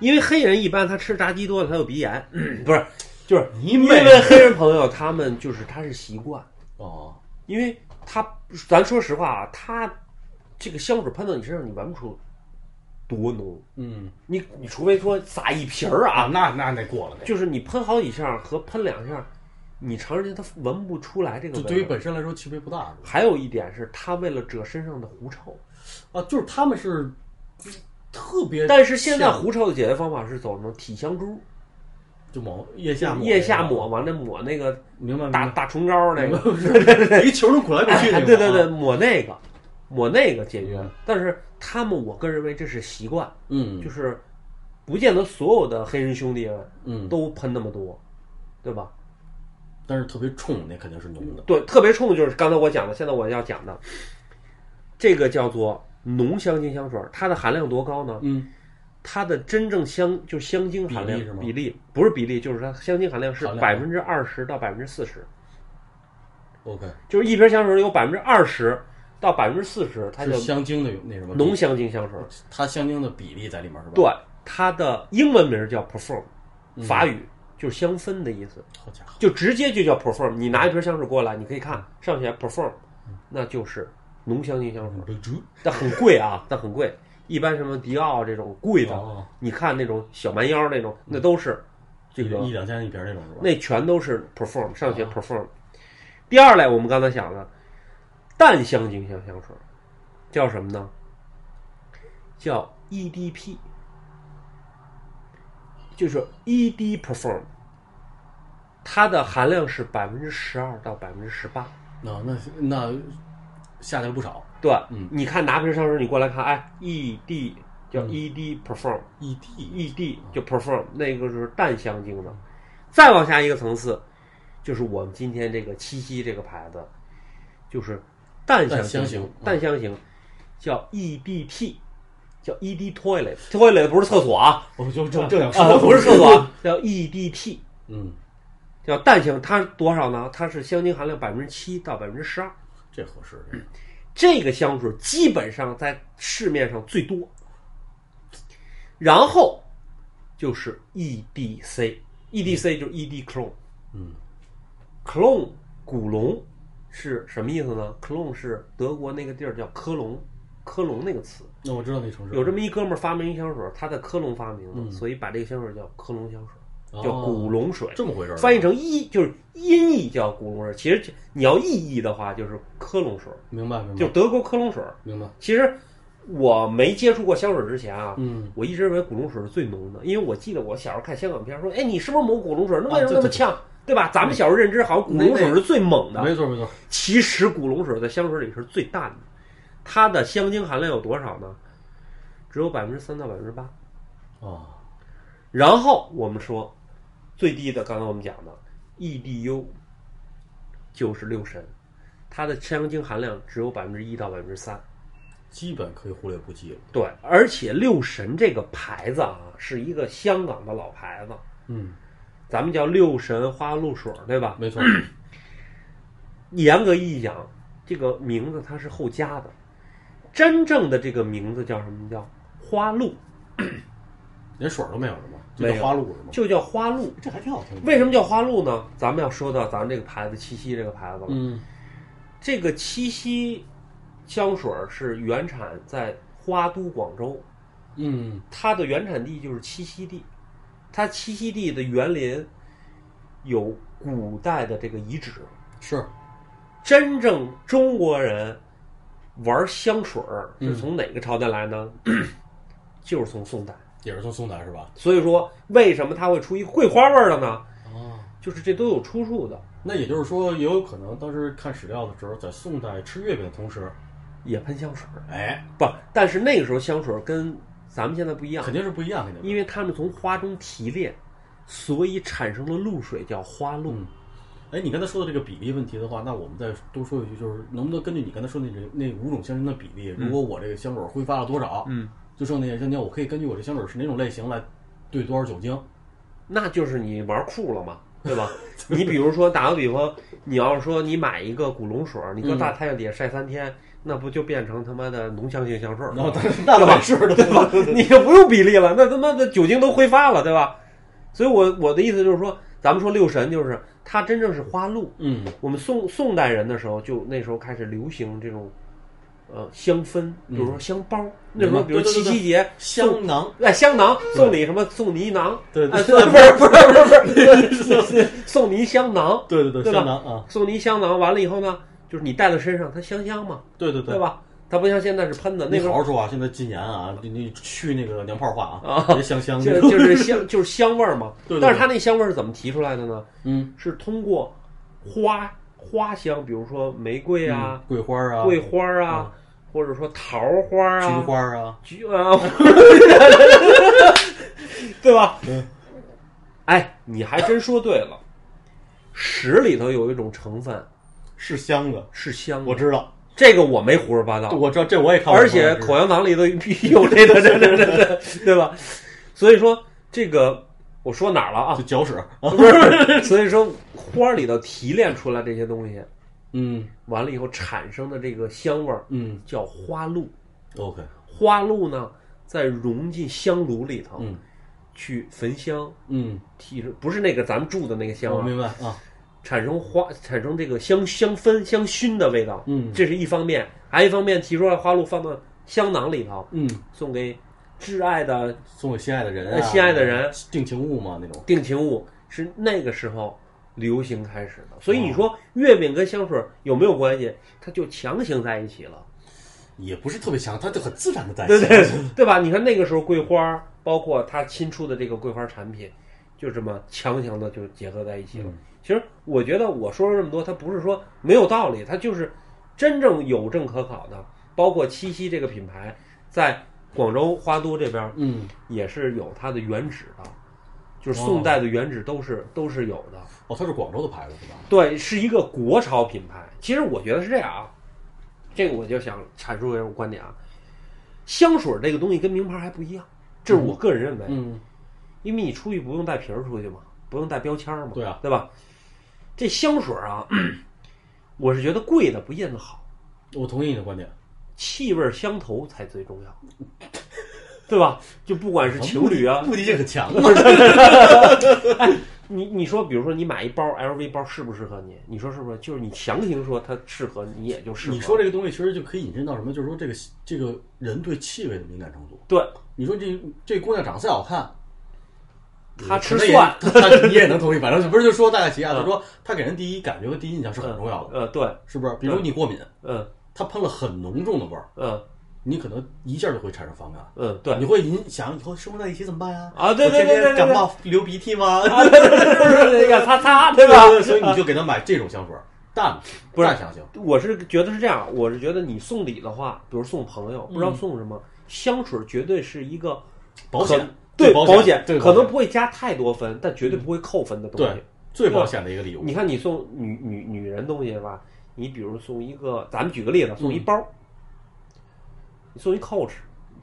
[SPEAKER 1] 因为黑人一般他吃炸鸡多了，他有鼻炎，嗯不是，就是
[SPEAKER 2] 你
[SPEAKER 1] 因
[SPEAKER 2] 妹
[SPEAKER 1] 为黑人朋友他们就是他是习惯，
[SPEAKER 2] 哦，
[SPEAKER 1] 因为他咱说实话啊，他这个香水喷到你身上，你闻不出多浓，
[SPEAKER 2] 嗯
[SPEAKER 1] 你你除非说撒一瓶儿啊，
[SPEAKER 2] 那那那过了。
[SPEAKER 1] 就是你喷好几下和喷两下，你长时间他闻不出来这个味
[SPEAKER 2] 就
[SPEAKER 1] 道。
[SPEAKER 2] 对于本身来说区别不大，是吧
[SPEAKER 1] 还有一点是他为了遮身上的狐臭。
[SPEAKER 2] 啊，就是他们是特别，
[SPEAKER 1] 但是现在狐臭的解决方法是走什么体香珠，
[SPEAKER 2] 就抹腋下抹
[SPEAKER 1] 腋下，抹完了抹那个
[SPEAKER 2] 啊明白明
[SPEAKER 1] 大
[SPEAKER 2] 白
[SPEAKER 1] 大虫膏那个，
[SPEAKER 2] 是一球能滚来滚去
[SPEAKER 1] 哎
[SPEAKER 2] 那 个，啊
[SPEAKER 1] 对对对，，抹那个，抹那个解决
[SPEAKER 2] 嗯。
[SPEAKER 1] 但是他们，我个人认为这是习惯，
[SPEAKER 2] 嗯，
[SPEAKER 1] 就是不见得所有的黑人兄弟们
[SPEAKER 2] 嗯，
[SPEAKER 1] 都喷那么多，对吧？
[SPEAKER 2] 但是特别冲，那肯定是浓的。
[SPEAKER 1] 对，特别冲的就是刚才我讲的，现在我要讲的，这个叫做浓香精香水，它的含量多高呢？
[SPEAKER 2] 嗯，
[SPEAKER 1] 它的真正香就香精含量
[SPEAKER 2] 比例是吗
[SPEAKER 1] 比例不是比例，就是它香精含量是
[SPEAKER 2] 含量
[SPEAKER 1] 百分之二十到百分之四十，
[SPEAKER 2] OK，
[SPEAKER 1] 就是一瓶香水有百分之二十到百分之四十，它就是
[SPEAKER 2] 香精的那什么
[SPEAKER 1] 浓，香精香水。
[SPEAKER 2] 它香精的比例在里面是吧？
[SPEAKER 1] 对，，它的英文名叫 perfume，法语就是香氛的意思，
[SPEAKER 2] 好家伙，
[SPEAKER 1] 就直接就叫 perfume。你拿一瓶香水过来，你可以看上写 perfume，那就是浓香精香水，
[SPEAKER 2] 嗯
[SPEAKER 1] 但很贵啊，但很贵。一般什么迪奥这种贵的，
[SPEAKER 2] 哦
[SPEAKER 1] 你看那种小蛮腰那种，那都是这个
[SPEAKER 2] 一两千一瓶那种是吧？
[SPEAKER 1] 那全都是 perform 上学 perform。第二类我们刚才讲的淡香精香香水，叫什么呢？叫 EDP，就是 ED perform，它的含量是百分之十二到百分之十八。
[SPEAKER 2] 那那那下去了不少
[SPEAKER 1] 对，
[SPEAKER 2] 嗯
[SPEAKER 1] 你看拿瓶香水，你过来看，哎，ED 叫
[SPEAKER 2] 嗯
[SPEAKER 1] ED perform，
[SPEAKER 2] ，ED
[SPEAKER 1] ED ，E 就 perform 那个就是淡香精的，再往下一个层次，就是我们今天这个七夕这个牌子，就是淡香
[SPEAKER 2] 淡香型
[SPEAKER 1] 淡香型嗯叫 EDT，叫 ED toilet，toilet 不是厕所啊，
[SPEAKER 2] 我哦就就正想
[SPEAKER 1] 啊不是厕所， 啊，叫 EDT，
[SPEAKER 2] 嗯，
[SPEAKER 1] 叫淡香，它多少呢？它是香精含量百分之七到百分之十二，
[SPEAKER 2] 这合适，
[SPEAKER 1] 嗯这个香水基本上在市面上最多，然后就是 E EDC，EDC 就是 ED clone，
[SPEAKER 2] 嗯
[SPEAKER 1] ，clone 古龙是什么意思呢？clone 是德国那个地儿叫科隆，科隆那个词，
[SPEAKER 2] 那我知道那城市
[SPEAKER 1] 有这么一哥们儿发明一香水，他在科隆发明的，所以把这个香水叫科隆香水，叫
[SPEAKER 2] 嗯哦
[SPEAKER 1] 古龙水。
[SPEAKER 2] 这么回事儿，啊
[SPEAKER 1] 翻译成一就是音译叫古龙水，其实你要意译的话就是科隆水，
[SPEAKER 2] 明白明
[SPEAKER 1] 就
[SPEAKER 2] 白
[SPEAKER 1] 德国科隆水。
[SPEAKER 2] 明白，
[SPEAKER 1] 其实我没接触过香水之前啊，
[SPEAKER 2] 嗯，
[SPEAKER 1] 我一直认为古龙水是最浓的，因为我记得我小时候看香港片儿说，哎，你是不是抹古龙水？那为什么那么呛？对吧？咱们小时候认知好像古龙水是最猛的，
[SPEAKER 2] 没错没错，
[SPEAKER 1] 其实古龙水在香水里是最淡的，它的香精含量有多少呢？只有百分之三到百分之八。
[SPEAKER 2] 哦，
[SPEAKER 1] 然后我们说最低的，刚才我们讲的，E EDU 就是六神，它的香精含量只有百分之一到百分之三。
[SPEAKER 2] 基本可以忽略不计了，
[SPEAKER 1] 对，而且六神这个牌子啊，是一个香港的老牌子，
[SPEAKER 2] 嗯，
[SPEAKER 1] 咱们叫六神花露水，对吧？
[SPEAKER 2] 没错，
[SPEAKER 1] 严格意义讲，这个名字它是后加的，真正的这个名字叫什么？叫花露，
[SPEAKER 2] 连水儿都没有是吗？就
[SPEAKER 1] 没
[SPEAKER 2] 叫
[SPEAKER 1] 有
[SPEAKER 2] 花露是吗？
[SPEAKER 1] 就叫花露。
[SPEAKER 2] 这还挺好听的，
[SPEAKER 1] 为什么叫花露呢？咱们要说到咱们这个牌子七夕这个牌子了。
[SPEAKER 2] 嗯
[SPEAKER 1] 这个七夕香水是原产在花都广州，
[SPEAKER 2] 嗯
[SPEAKER 1] 它的原产地就是栖息地，它栖息地的园林有古代的这个遗址。
[SPEAKER 2] 是，
[SPEAKER 1] 真正中国人玩香水儿是从哪个朝代来呢？ 就是从宋代。
[SPEAKER 2] 也是从松南是吧？
[SPEAKER 1] 所以说，为什么它会出一桂花味儿的呢？
[SPEAKER 2] 哦。
[SPEAKER 1] 就是这都有出处的，
[SPEAKER 2] 那也就是说，也有可能当时看史料的时候，在宋代吃月饼的同时，
[SPEAKER 1] 也喷香水儿
[SPEAKER 2] 哎，
[SPEAKER 1] 不？但是那个时候香水儿跟咱们现在不一样
[SPEAKER 2] 肯，定是不一样，肯定
[SPEAKER 1] 因为他们从花中提炼，所以产生了露水，叫花露。
[SPEAKER 2] 嗯哎，你刚才说的这个比例问题的话，那我们再多说一句，就是能不能根据你刚才说那这那五种香精的比例，如果我这个香水挥发了多少，
[SPEAKER 1] 嗯，
[SPEAKER 2] 就剩那些香精，我可以根据我这香水是哪种类型来兑多少酒精。
[SPEAKER 1] 那就是你玩酷了 嘛，对吧？你比如说，打个比方，你要是说你买一个古龙水儿，你
[SPEAKER 2] 嗯
[SPEAKER 1] 搁大太阳底下晒三天，那不就变成他妈的浓香型香水儿
[SPEAKER 2] 然后
[SPEAKER 1] 了？
[SPEAKER 2] 当那倒没事的，对吧？
[SPEAKER 1] 你就不用比例了，那他妈的酒精都挥发了，对吧？所以我我的意思就是说，咱们说六神就是它真正是花露。
[SPEAKER 2] 嗯
[SPEAKER 1] 我们宋宋代人的时候，就那时候开始流行这种，呃，香氛，比如说香包。那时候，比如
[SPEAKER 2] 嗯对对
[SPEAKER 1] 七
[SPEAKER 2] 对
[SPEAKER 1] 夕节
[SPEAKER 2] 香 囊，
[SPEAKER 1] 哎，香囊送你什么？送你一囊？
[SPEAKER 2] 对
[SPEAKER 1] 啊，
[SPEAKER 2] 对
[SPEAKER 1] 送不是不是不是不是，送你一香囊，
[SPEAKER 2] 对对对，
[SPEAKER 1] 对吧
[SPEAKER 2] 香囊啊，
[SPEAKER 1] 送你一香囊。完了以后呢，就是你带在身上，它香香嘛，
[SPEAKER 2] 对对
[SPEAKER 1] 对。吧？它不像现在是喷的，那
[SPEAKER 2] 你
[SPEAKER 1] 时
[SPEAKER 2] 好
[SPEAKER 1] 候
[SPEAKER 2] 好说啊！现在禁言啊，你你去那个娘炮话啊
[SPEAKER 1] 啊，
[SPEAKER 2] 别香香
[SPEAKER 1] 就
[SPEAKER 2] 的。
[SPEAKER 1] 就是香就是香味儿嘛。
[SPEAKER 2] 对对对
[SPEAKER 1] 但是它那香味儿是怎么提出来的呢？
[SPEAKER 2] 嗯，
[SPEAKER 1] 是通过花花香，比如说玫瑰啊、
[SPEAKER 2] 桂花啊，
[SPEAKER 1] 桂
[SPEAKER 2] 菊
[SPEAKER 1] 花啊，或者说桃花啊、
[SPEAKER 2] 花啊，
[SPEAKER 1] 菊啊，对吧？
[SPEAKER 2] 嗯。
[SPEAKER 1] 哎，你还真说对了，屎里头有一种成分
[SPEAKER 2] 是香的，
[SPEAKER 1] 是香
[SPEAKER 2] 我
[SPEAKER 1] 的，
[SPEAKER 2] 知道，
[SPEAKER 1] 这个我没胡说八道，
[SPEAKER 2] 我知道，这我也看过。
[SPEAKER 1] 嗯而且口香糖里头有这个，这这这这，对吧？所以说这个我说哪儿了啊
[SPEAKER 2] 就？搅屎啊，
[SPEAKER 1] 不是，所以说花儿里头提炼出来这些东西，
[SPEAKER 2] 嗯
[SPEAKER 1] 完了以后产生的这个香味儿
[SPEAKER 2] 嗯
[SPEAKER 1] 叫花露。
[SPEAKER 2] ，OK，
[SPEAKER 1] 花露呢，再融进香炉里头
[SPEAKER 2] 嗯
[SPEAKER 1] 去焚香，
[SPEAKER 2] 嗯，
[SPEAKER 1] 提不是那个咱们住的那个香
[SPEAKER 2] 我
[SPEAKER 1] 啊，
[SPEAKER 2] 明白啊，
[SPEAKER 1] 产生花产生这个香香氛香熏的味道，
[SPEAKER 2] 嗯
[SPEAKER 1] 这是一方面，还有一方面提出来花露放到香囊里头，
[SPEAKER 2] 嗯，
[SPEAKER 1] 送给挚爱的
[SPEAKER 2] 送给心爱的人
[SPEAKER 1] 呃
[SPEAKER 2] 啊，
[SPEAKER 1] 心爱的人，
[SPEAKER 2] 定情物嘛那种，
[SPEAKER 1] 定情物，是那个时候流行开始的。所以你说月饼跟香水有没有关系？它就强行在一起了，
[SPEAKER 2] 也不是特别强，它就很自然的在一
[SPEAKER 1] 对
[SPEAKER 2] 起，啊
[SPEAKER 1] 对对吧？你看那个时候桂花，包括它新出的这个桂花产品，就这么强行的就结合在一起了。其实我觉得我说了这么多，它不是说没有道理，它就是真正有证可考的。包括七夕这个品牌，在广州花都这边
[SPEAKER 2] 嗯，
[SPEAKER 1] 也是有它的原址的，就是宋代的原址都是、都是有的。
[SPEAKER 2] 哦，它是广州的牌子是吧？
[SPEAKER 1] 对，是一个国潮品牌。其实我觉得是这样啊，这个我就想阐述一种观点啊，香水这个东西跟名牌还不一样，这是我个人认为，
[SPEAKER 2] 嗯，
[SPEAKER 1] 因为你出去不用带瓶儿出去嘛，不用带标签儿嘛，
[SPEAKER 2] 对啊，
[SPEAKER 1] 对吧？这香水啊， 我是觉得贵的不见得好，
[SPEAKER 2] 我同意你的观点，
[SPEAKER 1] 气味儿相投才最重要，对吧？就不管是情侣啊，
[SPEAKER 2] 目的性很强啊，
[SPEAKER 1] 你你说，比如说你买一包 LV 包适不适合你？你说是不是？就是你强行说它适合你，也就适合。
[SPEAKER 2] 你说这个东西其实就可以引申到什么？就是说这个这个人对气味的敏感程度。
[SPEAKER 1] 对，
[SPEAKER 2] 你说这这姑娘长得再好看，
[SPEAKER 1] 她吃
[SPEAKER 2] 可能也
[SPEAKER 1] 蒜，嗯
[SPEAKER 2] 她她你也能同意。反正不是就说大概齐啊，就说她给人第一感觉和第一印象是很重要的，
[SPEAKER 1] 呃，对，
[SPEAKER 2] 是不是？比如你过敏，
[SPEAKER 1] 嗯
[SPEAKER 2] 她喷了很浓重的味儿，
[SPEAKER 1] 嗯
[SPEAKER 2] 你可能一下就会产生反感。
[SPEAKER 1] 嗯，对，
[SPEAKER 2] 你会 影响以后生活在一起怎么办呀？
[SPEAKER 1] 啊对对
[SPEAKER 2] 我天
[SPEAKER 1] 对对对
[SPEAKER 2] 天感冒流鼻涕吗？
[SPEAKER 1] 要擦擦，对吧？
[SPEAKER 2] 所以你就给她买这种香水，淡
[SPEAKER 1] 不是
[SPEAKER 2] 淡香型。
[SPEAKER 1] 我是觉得是这样，我是觉得你送礼的话，比如送朋友，不知道送什么，香水绝对是一个
[SPEAKER 2] 嗯保险
[SPEAKER 1] 可
[SPEAKER 2] 最
[SPEAKER 1] 对
[SPEAKER 2] 保险
[SPEAKER 1] 险，
[SPEAKER 2] 最保
[SPEAKER 1] 可
[SPEAKER 2] 险嗯
[SPEAKER 1] 能不会加太多分，但绝对不会扣分的东西
[SPEAKER 2] 对。最保险的一个礼物
[SPEAKER 1] 你，看，你送女女女人东西吧，你比如送一个，咱们举个例子，送
[SPEAKER 2] 嗯
[SPEAKER 1] 一包，你送一 Coach，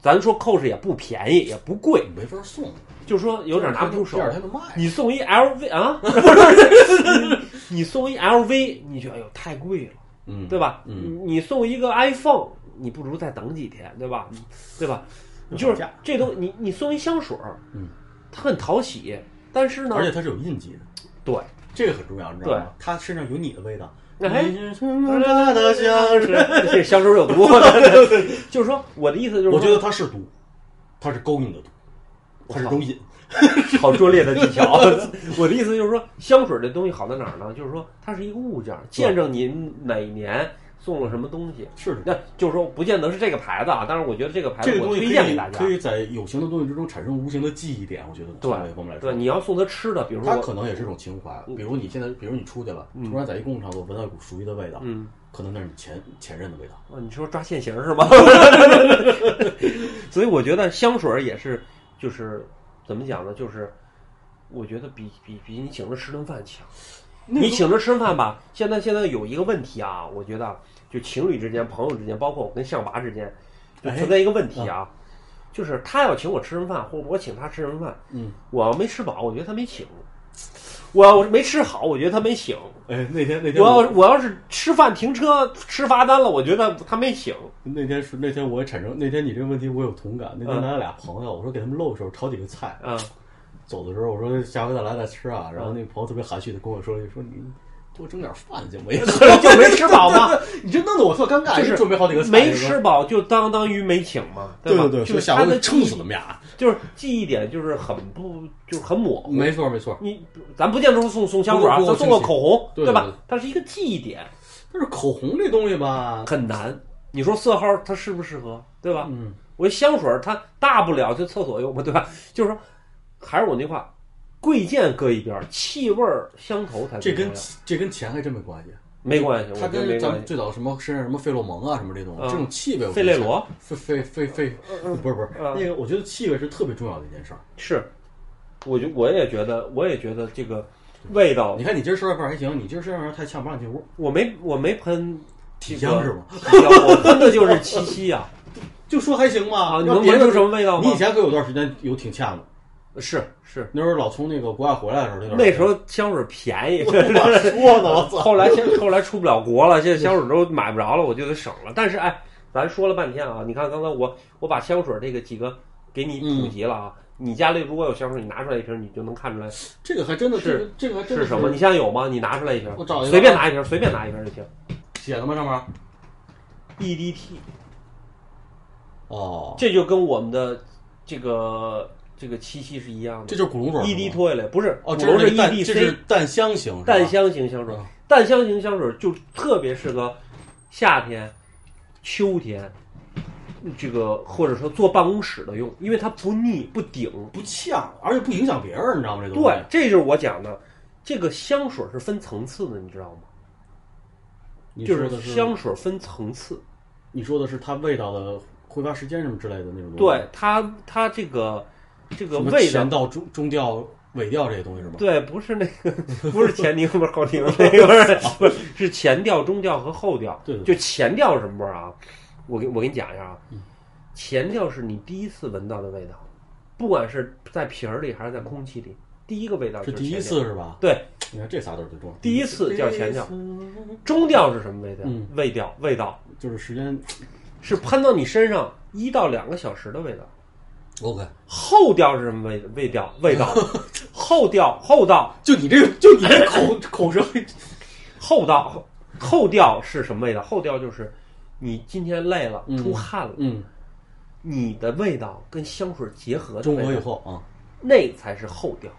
[SPEAKER 1] 咱说 Coach 也不便宜，也不贵，
[SPEAKER 2] 没法送，
[SPEAKER 1] 就是说有点拿不出手
[SPEAKER 2] 第。二天就卖。
[SPEAKER 1] 你送一 LV 啊，你你送一 LV，你觉得哎呦太贵了，
[SPEAKER 2] 嗯，
[SPEAKER 1] 对吧？
[SPEAKER 2] 嗯
[SPEAKER 1] 你你送一个 iPhone，你不如再等几天，对吧？对吧？你就
[SPEAKER 2] 涨
[SPEAKER 1] 是
[SPEAKER 2] 价
[SPEAKER 1] 这东，你你送一香水，
[SPEAKER 2] 嗯，
[SPEAKER 1] 它很讨喜，但是呢
[SPEAKER 2] 而，且它是有印记的，
[SPEAKER 1] 对，
[SPEAKER 2] 这个很重要，你知道吗？它身上有你的味道。
[SPEAKER 1] 哎
[SPEAKER 2] 你是纯纯的香水，
[SPEAKER 1] 这香水有毒。 对就是说，我的意思就是说，
[SPEAKER 2] 我觉得它是毒，它是勾引的毒，它是勾引。
[SPEAKER 1] 好拙劣的技巧。 我的意思就是说，香水这东西好在哪儿呢？就是说，它是一个物件儿，见证您哪年送了什么东西。
[SPEAKER 2] 是的，
[SPEAKER 1] 那就是说，不见得是这个牌子啊，但是我觉得这个牌
[SPEAKER 2] 这
[SPEAKER 1] 子
[SPEAKER 2] 个
[SPEAKER 1] 我
[SPEAKER 2] 东西
[SPEAKER 1] 推
[SPEAKER 2] 可
[SPEAKER 1] 荐给
[SPEAKER 2] 以
[SPEAKER 1] 大家
[SPEAKER 2] 可。以在有形的东西之中产生无形的记忆点，我觉得
[SPEAKER 1] 对
[SPEAKER 2] 从这方面来
[SPEAKER 1] 对，
[SPEAKER 2] 说。
[SPEAKER 1] 你要送他吃的，比如说
[SPEAKER 2] 它
[SPEAKER 1] 我，
[SPEAKER 2] 可能也是一种情怀，比如你现在，比如你出去了，突然在一公共场所闻到一股熟悉的味道，
[SPEAKER 1] 嗯，
[SPEAKER 2] 可能那是你前前任的味道。
[SPEAKER 1] 哦你说抓现行是吗？ 所以我觉得香水儿也是，就是怎么讲呢？就是我觉得比比比你请他吃顿饭强。你请他吃饭吧，现在现在有一个问题啊，我觉得啊就情侣之间、朋友之间，包括我跟向娃之间，就
[SPEAKER 2] 哎
[SPEAKER 1] 存在一个问题啊，就是他要请我吃顿饭，或者我请他吃顿饭，
[SPEAKER 2] 嗯，
[SPEAKER 1] 我要没吃饱，我觉得他没请；我要没吃好，我觉得他没请；
[SPEAKER 2] 哎，那天那天
[SPEAKER 1] 我要我要是吃饭停车吃罚单了，我觉得他没请。
[SPEAKER 2] 那天是那天我也产生那天你这个问题我有同感。那天
[SPEAKER 1] 嗯
[SPEAKER 2] 咱俩朋友，我说给他们露一手，炒几个菜。
[SPEAKER 1] 嗯，
[SPEAKER 2] 走的时候我说下回再来再吃啊。然后那个朋友特别含蓄的跟我说：“说你多整点饭 行吗？也
[SPEAKER 1] 就没吃饱吗？
[SPEAKER 2] 你这弄得我特尴尬，
[SPEAKER 1] 就是
[SPEAKER 2] 你准备好几个菜
[SPEAKER 1] 没
[SPEAKER 2] 是吧。
[SPEAKER 1] 吃饱就当当于没请嘛，”
[SPEAKER 2] 对
[SPEAKER 1] 吧？
[SPEAKER 2] 对，
[SPEAKER 1] 就是
[SPEAKER 2] 说下
[SPEAKER 1] 他
[SPEAKER 2] 回
[SPEAKER 1] 的
[SPEAKER 2] 我撑
[SPEAKER 1] 记
[SPEAKER 2] 死
[SPEAKER 1] 忆，
[SPEAKER 2] 他们俩。
[SPEAKER 1] 就是记忆点就是很不就是很模糊。
[SPEAKER 2] 没错没错，
[SPEAKER 1] 你咱不见得说送送香水啊，
[SPEAKER 2] 不过
[SPEAKER 1] 咱
[SPEAKER 2] 不过
[SPEAKER 1] 送个口红，
[SPEAKER 2] 对对对
[SPEAKER 1] 吧？它是一个记忆点，
[SPEAKER 2] 但是口红这东西吧，
[SPEAKER 1] 很难。你说色号它适不适合，对吧？
[SPEAKER 2] 嗯，
[SPEAKER 1] 我香水它大不了就厕所用嘛，对吧？就是说，还是我那话，贵贱搁一边儿，气味儿相投才最
[SPEAKER 2] 这
[SPEAKER 1] 重
[SPEAKER 2] 跟
[SPEAKER 1] 要
[SPEAKER 2] 这跟钱还真没关系。
[SPEAKER 1] 没关系，我
[SPEAKER 2] 它
[SPEAKER 1] 觉得没
[SPEAKER 2] 跟咱
[SPEAKER 1] 关
[SPEAKER 2] 们
[SPEAKER 1] 系。
[SPEAKER 2] 最早什么身上什么费洛蒙啊什么这种
[SPEAKER 1] 嗯
[SPEAKER 2] 这种气味，我觉
[SPEAKER 1] 费
[SPEAKER 2] 得
[SPEAKER 1] 列
[SPEAKER 2] 是
[SPEAKER 1] 罗
[SPEAKER 2] 费费费费，不是不是
[SPEAKER 1] 嗯
[SPEAKER 2] 那个，我觉得气味是特别重要的一件事儿。
[SPEAKER 1] 是，我就我也觉得，我也觉得这个味道
[SPEAKER 2] 你，看你今儿吃完饭还行，你今儿吃完饭太呛不让进屋，
[SPEAKER 1] 我没我没喷
[SPEAKER 2] 体香是吗？
[SPEAKER 1] 体香，我喷的就是七夕啊
[SPEAKER 2] 就说还行吧。
[SPEAKER 1] 啊！你
[SPEAKER 2] 让
[SPEAKER 1] 能
[SPEAKER 2] 别
[SPEAKER 1] 闻
[SPEAKER 2] 人
[SPEAKER 1] 出什么味道吗
[SPEAKER 2] 你以？前可有段时间有挺呛的，
[SPEAKER 1] 是是，
[SPEAKER 2] 那时候老从那个国外回来的时候，那段
[SPEAKER 1] 那时候香水便宜，
[SPEAKER 3] 我说呢，我操！
[SPEAKER 1] 后来现后来出不了国了，现在香水都买不着了，我就得省了。但是哎，咱说了半天啊，你看刚才我我把香水这个几个给你普及了
[SPEAKER 2] 嗯
[SPEAKER 1] 啊。你家里如果有香水，你拿出来一瓶，你就能看出来是
[SPEAKER 3] 这个还真的
[SPEAKER 1] 是
[SPEAKER 3] 这个这个还真的
[SPEAKER 1] 什么。你现在有吗？你拿出来一瓶，
[SPEAKER 3] 我找一个
[SPEAKER 1] 随便拿一
[SPEAKER 2] 啊
[SPEAKER 1] 瓶，随便拿一瓶就行。
[SPEAKER 2] 写的吗？上面
[SPEAKER 1] EDT，
[SPEAKER 2] 哦，
[SPEAKER 1] 这就跟我们的这个这个七夕是一样
[SPEAKER 2] 这
[SPEAKER 1] 的。
[SPEAKER 2] 就是古龙水
[SPEAKER 1] ED
[SPEAKER 2] 是吗
[SPEAKER 1] 脱下来不是，E 古
[SPEAKER 2] 哦，这
[SPEAKER 1] 龙
[SPEAKER 2] 是那淡这
[SPEAKER 1] EDC
[SPEAKER 2] 是淡香型，是吧
[SPEAKER 1] 淡香型香水
[SPEAKER 2] 嗯，
[SPEAKER 1] 淡香型香水就特别适合夏天、秋天，这个或者说坐办公室的用，因为它不腻不顶。
[SPEAKER 2] 不呛，而且不影响别人，你知道吗？这东西
[SPEAKER 1] 对，，这就是我讲的，这个香水是分层次的，你知道吗？
[SPEAKER 2] 你
[SPEAKER 1] 就
[SPEAKER 2] 说的是
[SPEAKER 1] 香水分层次，
[SPEAKER 2] 你说的是它味道的挥发时间什么之类的那种东西，
[SPEAKER 1] 对它它这个这个
[SPEAKER 2] 什么
[SPEAKER 1] 味道
[SPEAKER 2] 前。调、中中调、尾调这些东西是吗？
[SPEAKER 1] 对，不是那个，不是前庭，不是后庭，那个 是不是是前调、中调和后调。
[SPEAKER 2] 对对嗯
[SPEAKER 1] 就前调是什么味儿啊？我给我给你讲一下啊，前调是你第一次闻到的味道，不管是在瓶儿里还是在空气里，第一个味道
[SPEAKER 2] 是
[SPEAKER 1] 就是
[SPEAKER 2] 第一
[SPEAKER 1] 前调。
[SPEAKER 2] 次是吧？
[SPEAKER 1] 对，
[SPEAKER 2] 你看这仨都是最重要的。
[SPEAKER 1] 第一次叫前调，中调是什么味道？
[SPEAKER 2] 嗯
[SPEAKER 1] 味调味道
[SPEAKER 2] 就是时间
[SPEAKER 1] 是喷到你身上一到两个小时的味道。
[SPEAKER 2] OK，
[SPEAKER 1] 后调是什么味味调？味 道后调后道
[SPEAKER 2] 就你这个，就你这口口舌，
[SPEAKER 1] 后道后后调是什么味道？后调就是你今天累了、出汗了，
[SPEAKER 2] 嗯，
[SPEAKER 1] 你的味道跟香水结合的
[SPEAKER 2] 中
[SPEAKER 1] 味
[SPEAKER 2] 和
[SPEAKER 1] 道
[SPEAKER 2] 以后啊
[SPEAKER 1] 那才是后调，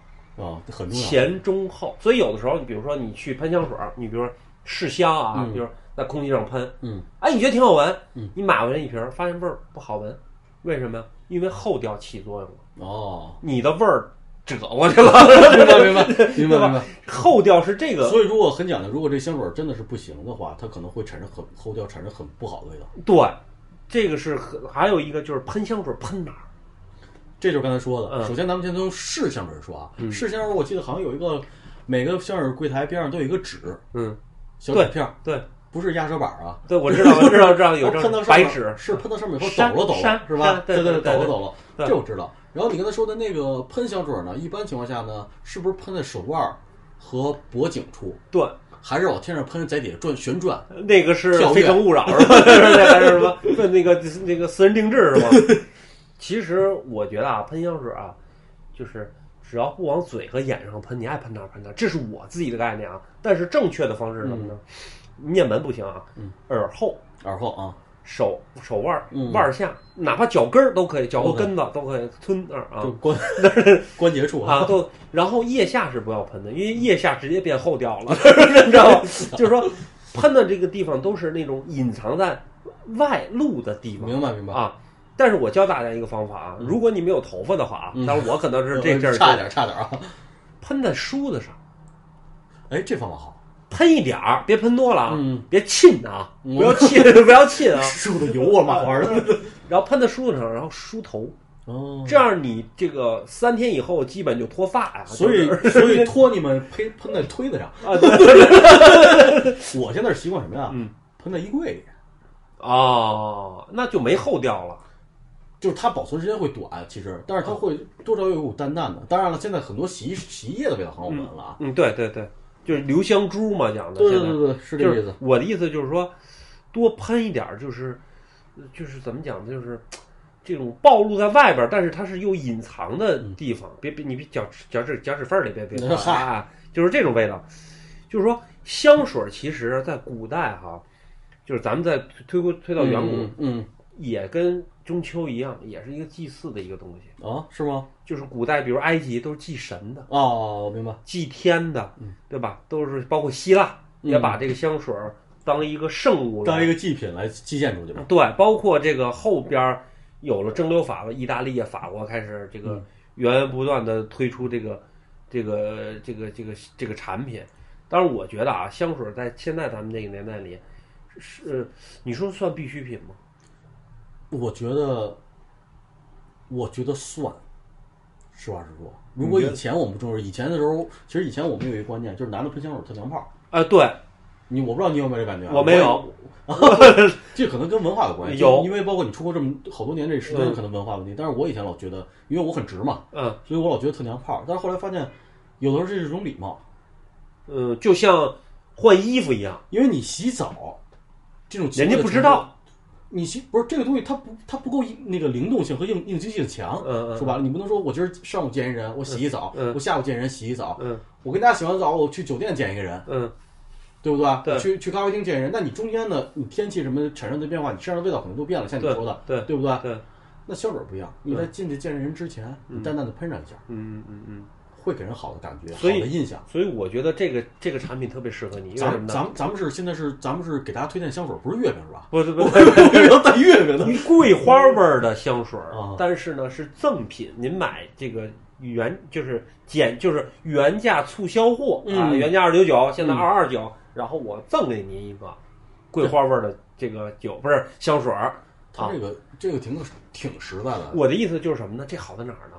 [SPEAKER 2] 啊，很重要。
[SPEAKER 1] 前中后。所以有的时候，你比如说你去喷香水儿，你比如说试香啊，比如说在空气上喷，
[SPEAKER 2] 嗯，
[SPEAKER 1] 哎，你觉得挺好闻，你买回来一瓶儿，发现味儿不好闻，为什么呀？因为后调起作用了，
[SPEAKER 2] 哦，
[SPEAKER 1] 你的味儿折过去了，
[SPEAKER 2] 明白明白明白
[SPEAKER 1] 对
[SPEAKER 2] 明
[SPEAKER 1] 吧
[SPEAKER 2] 白。？
[SPEAKER 1] 后调是这个，
[SPEAKER 2] 所以如果很讲究，如果这香水真的是不行的话，它可能会产生很后调，产生很不好的味道。
[SPEAKER 1] 对，这个是很还有一个就是喷香水儿喷哪儿。
[SPEAKER 2] 这就是刚才说的。
[SPEAKER 1] 嗯
[SPEAKER 2] 首先，咱们先从试香水说啊，试香水我记得好像有一个每个香水柜台边上都有一个纸，
[SPEAKER 1] 嗯，
[SPEAKER 2] 小纸片儿，
[SPEAKER 1] 对
[SPEAKER 2] 不是压舌板儿啊。
[SPEAKER 1] 对，我知道，我知道，知道有
[SPEAKER 2] 我
[SPEAKER 1] 这
[SPEAKER 2] 喷到
[SPEAKER 1] 种
[SPEAKER 2] 上
[SPEAKER 1] 白
[SPEAKER 2] 面
[SPEAKER 1] 纸，
[SPEAKER 2] 是喷到上面以后
[SPEAKER 1] 扇
[SPEAKER 2] 抖了抖了
[SPEAKER 1] 扇
[SPEAKER 2] 是吧
[SPEAKER 1] 扇？对
[SPEAKER 2] 对
[SPEAKER 1] 对
[SPEAKER 2] 抖
[SPEAKER 1] 对
[SPEAKER 2] 了
[SPEAKER 1] 对
[SPEAKER 2] 抖了，
[SPEAKER 1] 对
[SPEAKER 2] 这我知道。然后你刚才说的那个喷香水呢，一般情况下呢，是不是喷在手腕儿和脖颈处，
[SPEAKER 1] 对，
[SPEAKER 2] 还是往天上喷，在底下转旋转？
[SPEAKER 1] 那个是
[SPEAKER 2] 跳
[SPEAKER 1] 《
[SPEAKER 2] 跃
[SPEAKER 1] 非诚 勿扰》是吧？还是什么？那那个那个私人定制是 吗？其实我觉得啊，喷香水啊，就是只要不往嘴和眼上喷，你爱喷哪儿喷哪儿，这是我自己的概念啊。但是正确的方式是什么呢？
[SPEAKER 2] 嗯
[SPEAKER 1] 面门不行啊，耳后、
[SPEAKER 2] 耳后啊，
[SPEAKER 1] 手手腕儿、
[SPEAKER 2] 嗯
[SPEAKER 1] 腕儿下，哪怕脚跟儿都可以，脚后跟子都可以，吞那儿啊
[SPEAKER 2] 就关 关节处
[SPEAKER 1] 啊，，都，然后腋下是不要喷的，因为腋下直接变后调了， 你知道 吗？就是说，喷的这个地方都是那种隐藏在外露的地方
[SPEAKER 2] 明白明白。
[SPEAKER 1] 啊。但是我教大家一个方法啊，如果你没有头发的话啊，
[SPEAKER 2] 嗯
[SPEAKER 1] 但是我可能 是这阵儿
[SPEAKER 2] 差
[SPEAKER 1] 就
[SPEAKER 2] 点差点啊！
[SPEAKER 1] 喷在梳子上，
[SPEAKER 2] 哎，这方法好，
[SPEAKER 1] 喷一点儿，别喷多了啊，
[SPEAKER 2] 嗯
[SPEAKER 1] 别沁啊，
[SPEAKER 2] 嗯
[SPEAKER 1] 不要沁， 不要沁 啊，
[SPEAKER 2] 梳的油啊，麻花 的。
[SPEAKER 1] 然后喷在梳子上，然后梳头，
[SPEAKER 2] 哦，
[SPEAKER 1] 这样你这个三天以后基本就脱发呀。
[SPEAKER 2] 所以
[SPEAKER 1] 就是
[SPEAKER 2] 所 以托你们喷喷在推子上。
[SPEAKER 1] 啊，对
[SPEAKER 2] 我现在是习惯什么呀？
[SPEAKER 1] 嗯
[SPEAKER 2] 喷在衣柜里，
[SPEAKER 1] 哦，那就没后调了。
[SPEAKER 2] 就是它保存时间会短，其实，但是它会多少有一股淡淡的。当然了，现在很多洗衣洗衣液的味道很好闻了啊。
[SPEAKER 1] 嗯，对对对，就是留香珠嘛，讲的
[SPEAKER 2] 对
[SPEAKER 1] 现
[SPEAKER 2] 对
[SPEAKER 1] 在
[SPEAKER 2] 对对，是这
[SPEAKER 1] 就
[SPEAKER 2] 个意
[SPEAKER 1] 是
[SPEAKER 2] 思。
[SPEAKER 1] 我的意思就是说，多喷一点儿，就是就是怎么讲，就是这种暴露在外边儿，但是它是又隐藏的
[SPEAKER 2] 嗯
[SPEAKER 1] 地方，别别你别脚趾脚趾脚趾缝儿里别 别
[SPEAKER 2] 嗨
[SPEAKER 1] 啊，就是这种味道。就是说，香水儿其实在古代哈、就是咱们在推推推到远古，
[SPEAKER 2] 嗯嗯
[SPEAKER 1] 也跟中秋一样，也是一个祭祀的一个东西。
[SPEAKER 2] 嗯啊，是吗？
[SPEAKER 1] 就是古代，比如埃及都是祭神的。
[SPEAKER 2] 哦，我明白。
[SPEAKER 1] 祭天的，对吧？都是包括希腊
[SPEAKER 2] 嗯
[SPEAKER 1] 也把这个香水儿当一个圣物
[SPEAKER 2] 当
[SPEAKER 1] 来，
[SPEAKER 2] 一个祭品来祭献出去吧。
[SPEAKER 1] 对，包括这个后边儿有了蒸馏法，意大利啊、法国开始这
[SPEAKER 2] 嗯
[SPEAKER 1] 个源源不断的推出这个这个这个这个这个产品。当然，我觉得啊，香水儿在现在咱们这个年代里是呃你说算必需品吗？
[SPEAKER 2] 我觉得，我觉得算。实话实说，如果以前我们重视，以前的时候，其实以前我们有一个观念，就是男的喷香水特娘炮。
[SPEAKER 1] 啊、对，
[SPEAKER 2] 你我不知道你有没有这感觉啊？
[SPEAKER 1] 我没有，
[SPEAKER 2] 这可能跟文化有关系。
[SPEAKER 1] 有
[SPEAKER 2] 因为包括你出国这么好多年这时间，
[SPEAKER 1] 嗯
[SPEAKER 2] 可能文化问题。但是我以前老觉得，因为我很直嘛，
[SPEAKER 1] 嗯
[SPEAKER 2] 所以我老觉得特娘炮儿。但是后来发现，有的时候这是一种礼貌，
[SPEAKER 1] 嗯，就像换衣服一样，
[SPEAKER 2] 因为你洗澡这种
[SPEAKER 1] 人家不知 道，
[SPEAKER 2] 你洗不是这个东西，它不它不够硬那个灵动性和应应激性强。
[SPEAKER 1] 嗯嗯
[SPEAKER 2] 说白了，你不能说我今儿上午见一人，我洗一澡，
[SPEAKER 1] 嗯嗯
[SPEAKER 2] 我下午见人洗一澡，
[SPEAKER 1] 嗯
[SPEAKER 2] 我跟大家洗完澡，我去酒店见一个人，
[SPEAKER 1] 嗯
[SPEAKER 2] 对不对？
[SPEAKER 1] 对
[SPEAKER 2] 我去去咖啡厅见人，那你中间的你天气什么产生的变化，你身上的味道可能都变了，像你
[SPEAKER 1] 对
[SPEAKER 2] 说的，
[SPEAKER 1] 对
[SPEAKER 2] 对不对？
[SPEAKER 1] 对，
[SPEAKER 2] 那香水不一样，你在进去见人之前，你淡淡的喷上一下，
[SPEAKER 1] 嗯嗯嗯。
[SPEAKER 2] 会给人好的感觉，好
[SPEAKER 1] 所以
[SPEAKER 2] 的印象。
[SPEAKER 1] 所以我觉得这个这个产品特别适合你，因为
[SPEAKER 2] 咱
[SPEAKER 1] 什么
[SPEAKER 2] 们
[SPEAKER 1] 呢？
[SPEAKER 2] 咱们咱们是现在是咱们是给大家推荐香水，不是月饼是吧？
[SPEAKER 1] 不是不是，
[SPEAKER 2] 我们要带月饼的，
[SPEAKER 1] 桂花味儿的香水儿
[SPEAKER 2] 啊，
[SPEAKER 1] 但是呢是赠品，您买这个原就是减就是原价促销货啊，
[SPEAKER 2] 嗯
[SPEAKER 1] 原价二九九，现在
[SPEAKER 2] 嗯
[SPEAKER 1] 二二九，然后我赠给您一个桂花味儿的这个酒，不是香水儿
[SPEAKER 2] 他
[SPEAKER 1] 啊
[SPEAKER 2] 这。个这个挺挺实在的，
[SPEAKER 1] 我的意思就是什么呢？这好在哪儿呢？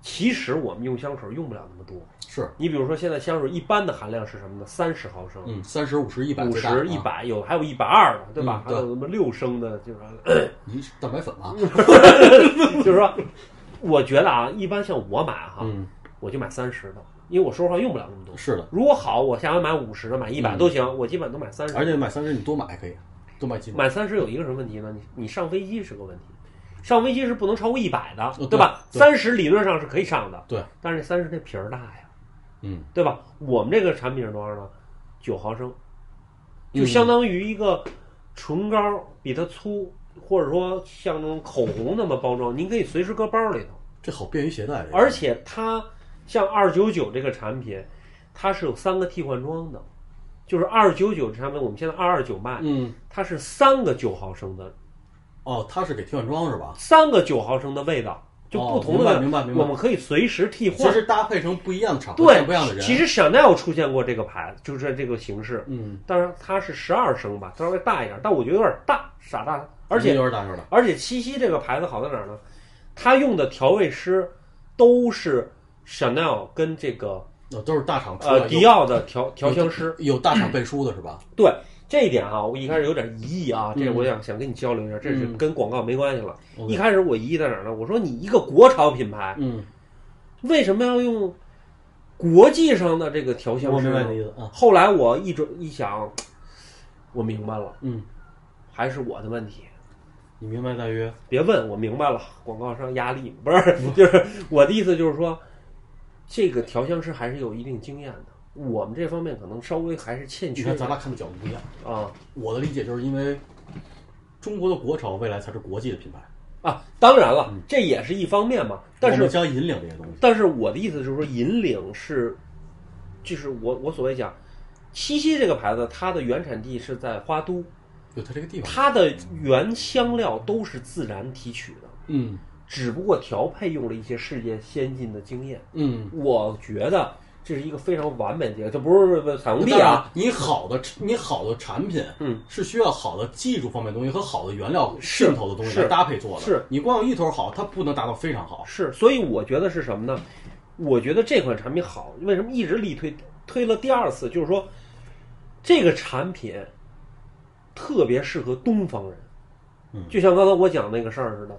[SPEAKER 1] 其实我们用香水儿用不了那么多，
[SPEAKER 2] 是
[SPEAKER 1] 你比如说现在香水一般的含量是什么呢？三十毫升。
[SPEAKER 2] 嗯，三十五十一百
[SPEAKER 1] 五
[SPEAKER 2] 最大
[SPEAKER 1] 十、一
[SPEAKER 2] 啊
[SPEAKER 1] 百有，还有一百二的，对吧？
[SPEAKER 2] 嗯对
[SPEAKER 1] 还有什么六升的，就是说
[SPEAKER 2] 你是蛋白粉啊，
[SPEAKER 1] 就是说，我觉得啊，一般像我买哈，
[SPEAKER 2] 嗯，
[SPEAKER 1] 我就买三十的，因为我说实话用不了那么多。
[SPEAKER 2] 是的，
[SPEAKER 1] 如果好，我下回买五十的，买一百
[SPEAKER 2] 嗯
[SPEAKER 1] 都行，我基本都买三十。
[SPEAKER 2] 而且买三十你多买可以，多买几百，
[SPEAKER 1] 买三十有一个什么问题呢？你你上飞机是个问题，上飞机是不能超过一百的，
[SPEAKER 2] 对
[SPEAKER 1] 吧？
[SPEAKER 2] 哦对
[SPEAKER 1] 三十理论上是可以上的，
[SPEAKER 2] 对，
[SPEAKER 1] 但是三十那瓶儿大呀，
[SPEAKER 2] 嗯，
[SPEAKER 1] 对吧？我们这个产品是多少呢？九毫升，
[SPEAKER 2] 嗯
[SPEAKER 1] 就相当于一个唇膏比它粗，或者说像那种口红那么包装，您可以随时搁包里头。
[SPEAKER 2] 这好便于携带，这个
[SPEAKER 1] 而且它像二九九这个产品，它是有三个替换装的，就是二九九这产品，我们现在二二九卖，
[SPEAKER 2] 嗯，
[SPEAKER 1] 它是三个九毫升的，
[SPEAKER 2] 哦，它是给替换装是吧？
[SPEAKER 1] 三个九毫升的味道，就
[SPEAKER 2] 哦
[SPEAKER 1] 不同
[SPEAKER 2] 明白
[SPEAKER 1] 的，
[SPEAKER 2] 明白
[SPEAKER 1] 我们可以随时替
[SPEAKER 2] 其
[SPEAKER 1] 换。
[SPEAKER 2] 实搭配成不一样的场合，
[SPEAKER 1] 对
[SPEAKER 2] 见不一样的，人，
[SPEAKER 1] 其实 Chanel 出现过这个牌，就是这个形式，
[SPEAKER 2] 嗯，
[SPEAKER 1] 当然它是十二升吧，稍微大一点，但我觉得有点大，傻大，而且
[SPEAKER 2] 有点大有点大，
[SPEAKER 1] 而且七夕这个牌子好在哪儿呢？它用的调味师都是 Chanel 跟这个
[SPEAKER 2] 那哦都是大厂出来
[SPEAKER 1] 呃
[SPEAKER 2] 有
[SPEAKER 1] 迪奥的调调香师。
[SPEAKER 2] 有大厂背书的是吧？
[SPEAKER 1] 对这一点啊，我一开始有点疑义啊，这
[SPEAKER 2] 嗯
[SPEAKER 1] 我想想跟你交流一下，这是
[SPEAKER 2] 嗯
[SPEAKER 1] 跟广告没关系了。
[SPEAKER 2] OK
[SPEAKER 1] 一开始我疑义在哪儿呢？我说你一个国潮品牌，
[SPEAKER 2] 嗯，
[SPEAKER 1] 为什么要用国际上的这个调香
[SPEAKER 2] 我
[SPEAKER 1] 师
[SPEAKER 2] 明白你
[SPEAKER 1] 呢？
[SPEAKER 2] 的意思啊，
[SPEAKER 1] 后来我一准一想，我明白了，
[SPEAKER 2] 嗯，
[SPEAKER 1] 还是我的问题。
[SPEAKER 2] 你明白大约，
[SPEAKER 1] 别问，我明白了，广告商压力不是， 就是我的意思就是说，这个调香师还是有一定经验的，我们这方面可能稍微还是欠
[SPEAKER 2] 你
[SPEAKER 1] 缺
[SPEAKER 2] 看咱俩看的角度不一样，
[SPEAKER 1] 啊
[SPEAKER 2] 我的理解就是因为中国的国潮未来才是国际的品牌，
[SPEAKER 1] 啊，当然了，这也是一方面嘛，但
[SPEAKER 2] 嗯我们
[SPEAKER 1] 是
[SPEAKER 2] 将引领这些东西，
[SPEAKER 1] 但是我的意思就是说，引领是，就是我我所谓讲，七夕这个牌子它的原产地是在花都，
[SPEAKER 2] 有它这个地方，
[SPEAKER 1] 它的原香料都是自然提取的，
[SPEAKER 2] 嗯
[SPEAKER 1] 只不过调配用了一些世界先进的经验。
[SPEAKER 2] 嗯。
[SPEAKER 1] 我觉得这是一个非常完美的结合，这不是彩虹
[SPEAKER 2] 当
[SPEAKER 1] 屁啊，
[SPEAKER 2] 然，你好的你好的产品，
[SPEAKER 1] 嗯，
[SPEAKER 2] 是需要好的技术方面的东西和好的原料
[SPEAKER 1] 是
[SPEAKER 2] 渗透的东西
[SPEAKER 1] 是
[SPEAKER 2] 来搭配做的。
[SPEAKER 1] 是
[SPEAKER 2] 你光有一头好，它不能达到非常好。
[SPEAKER 1] 是，所以我觉得是什么呢？我觉得这款产品好，为什么一直力推？推了第二次，就是说这个产品特别适合东方人，
[SPEAKER 2] 嗯
[SPEAKER 1] 就像刚才我讲那个事儿似的，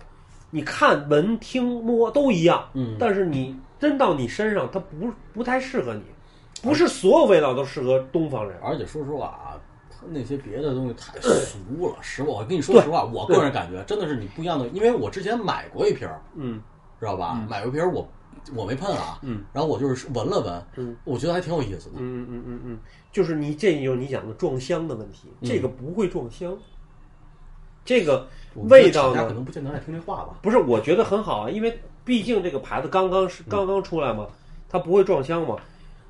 [SPEAKER 1] 你看闻听摸都一样，
[SPEAKER 2] 嗯
[SPEAKER 1] 但是你真到你身上，它不不太适合你，不是所有味道都适合东方人。
[SPEAKER 2] 而且说实话啊，它那些别的东西 太俗了。实话，我跟你说实话，我个人感觉真的是你不一样的，因为我之前买过一瓶儿，
[SPEAKER 1] 嗯
[SPEAKER 2] 知道吧？买过一瓶儿我我没喷啊，
[SPEAKER 1] 嗯，
[SPEAKER 2] 然后我就是闻了闻，
[SPEAKER 1] 嗯，
[SPEAKER 2] 我觉得还挺有意思的。
[SPEAKER 1] 嗯嗯嗯嗯，就是你这就是你讲的撞香的问题，这个不会撞香，这个
[SPEAKER 2] 嗯我觉得
[SPEAKER 1] 味道
[SPEAKER 2] 厂家可
[SPEAKER 1] 呢
[SPEAKER 2] 能不见得爱听这话吧。
[SPEAKER 1] 不是，我觉得很好啊，因为毕竟这个牌子刚刚是
[SPEAKER 2] 嗯
[SPEAKER 1] 刚刚出来嘛，它不会撞香嘛。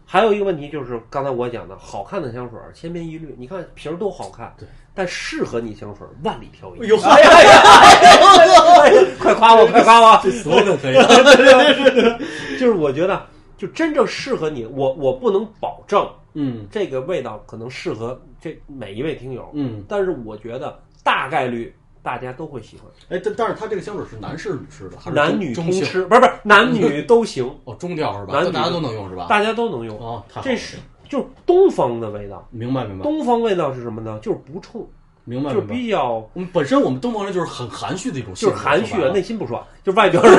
[SPEAKER 1] 还有一个问题就是刚才我讲的，好看的香水儿千篇一律，你看瓶儿都好看，
[SPEAKER 2] 对，
[SPEAKER 1] 但适合你香水儿万里挑一。
[SPEAKER 2] 哎呦
[SPEAKER 1] 哎呀哎呀哎呀哎呀快夸我，快夸 我！
[SPEAKER 2] 这所有 都可以，
[SPEAKER 1] 就是我觉得，就真正适合你，我我不能保证
[SPEAKER 2] 嗯
[SPEAKER 1] 这个味道可能适合这每一位听友，
[SPEAKER 2] 嗯，
[SPEAKER 1] 但是我觉得大概率大家都会喜欢，
[SPEAKER 2] 哎，但但是它这个香水是男士女士的，还是
[SPEAKER 1] 男
[SPEAKER 2] 中
[SPEAKER 1] 女
[SPEAKER 2] 中
[SPEAKER 1] 通
[SPEAKER 2] 性
[SPEAKER 1] 吃，不是不是，男女都行，
[SPEAKER 2] 哦，中调是吧？
[SPEAKER 1] 男女
[SPEAKER 2] 大家都能用是吧？
[SPEAKER 1] 大家都能用，
[SPEAKER 2] 哦，太好了
[SPEAKER 1] 这是就是东方的味道。
[SPEAKER 2] 明白明白
[SPEAKER 1] 东方味道是什么呢？就是不冲，
[SPEAKER 2] 明白
[SPEAKER 1] 就是
[SPEAKER 2] 明白。
[SPEAKER 1] 比较
[SPEAKER 2] 我们本身我们东方人就是很含蓄的一种
[SPEAKER 1] 就
[SPEAKER 2] 性
[SPEAKER 1] 是
[SPEAKER 2] 格，
[SPEAKER 1] 含蓄啊
[SPEAKER 2] 说白，了
[SPEAKER 1] 内心不 爽，就是外表就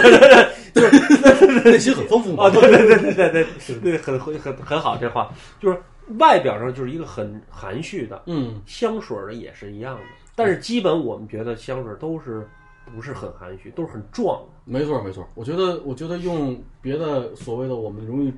[SPEAKER 1] 是
[SPEAKER 2] 内心很丰富嘛
[SPEAKER 1] 啊，。对对对对对对对，很很很很好，这话就是外表上就是一个很含蓄的，
[SPEAKER 2] 嗯，
[SPEAKER 1] 香水儿的也是一样的，但是基本我们觉得香水儿都是不是很含蓄，都是很壮的。
[SPEAKER 2] 没错没错。我觉得我觉得用别的所谓的我们容易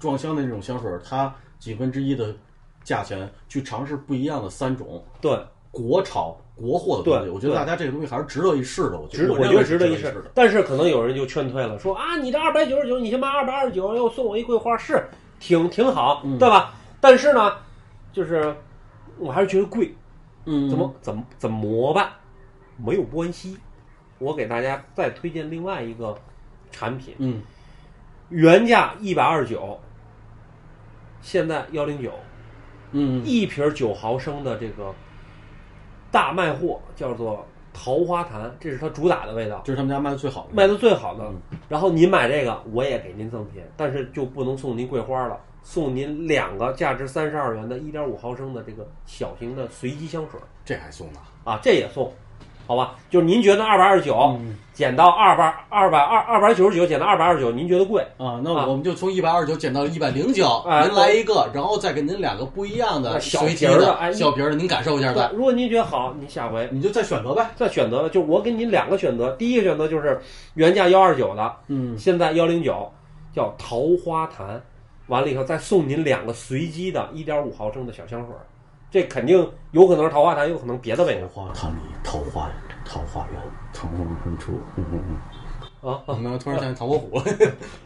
[SPEAKER 2] 撞香的这种香水，它几分之一的价钱去尝试不一样的三种
[SPEAKER 1] 对，
[SPEAKER 2] 国潮国货的东西，
[SPEAKER 1] 对
[SPEAKER 2] 我觉得大家这个东西还是值得一试的。我觉
[SPEAKER 1] 值
[SPEAKER 2] 得
[SPEAKER 1] 我觉
[SPEAKER 2] 我认
[SPEAKER 1] 得
[SPEAKER 2] 为
[SPEAKER 1] 值
[SPEAKER 2] 是
[SPEAKER 1] 得
[SPEAKER 2] 得
[SPEAKER 1] 一
[SPEAKER 2] 试
[SPEAKER 1] 试嗯
[SPEAKER 2] 的。。
[SPEAKER 1] 但是可能有人就劝退了，说啊，你这二百九十九，你先卖二百二十九，又送我一桂花，是挺挺好，
[SPEAKER 2] 嗯
[SPEAKER 1] 对吧？但是呢，就是我还是觉得贵，
[SPEAKER 2] 嗯，
[SPEAKER 1] 怎么怎么怎么磨吧，没有关系。我给大家再推荐另外一个产品，
[SPEAKER 2] 嗯
[SPEAKER 1] 原价一百二十九，现在幺零九，
[SPEAKER 2] 嗯
[SPEAKER 1] 一瓶九毫升的这个大卖货叫做桃花潭，这是它主打的味道，
[SPEAKER 2] 这是他们家卖的最好的。
[SPEAKER 1] 卖的最好的。然后您买这个，我也给您赠品，但是就不能送您桂花了，送您两个价值三十二元的一点五毫升的这个小型的随机香水
[SPEAKER 2] 这还送呢？
[SPEAKER 1] 啊，这也送。好吧，就是您觉得二百二十
[SPEAKER 2] 嗯
[SPEAKER 1] 九减到二百二百二二百九十九减到二百二十九，您觉得贵？
[SPEAKER 2] 啊，那
[SPEAKER 1] 啊
[SPEAKER 2] 我们就从一百二十九减到一百零九，
[SPEAKER 1] 哎
[SPEAKER 2] 您来一个，然后再给您两个不一样
[SPEAKER 1] 那
[SPEAKER 2] 的
[SPEAKER 1] 小
[SPEAKER 2] 随机
[SPEAKER 1] 瓶儿的哎
[SPEAKER 2] 小瓶儿的，您感受一下
[SPEAKER 1] 对
[SPEAKER 2] 呗，，
[SPEAKER 1] 如果您觉得好，您下回
[SPEAKER 2] 你就再选择呗。
[SPEAKER 1] 再选择，就我给您两个选择，第一个选择就是原价幺二九的，
[SPEAKER 2] 嗯，
[SPEAKER 1] 现在幺零九叫桃花潭，完了以后再送您两个随机的1.5毫升的小香水儿，这肯定有可能是桃花潭，有可能别的味
[SPEAKER 2] 花潭里桃花桃花源，长风深处。嗯嗯嗯。
[SPEAKER 1] 道啊。
[SPEAKER 2] 我们突然想起唐伯虎了，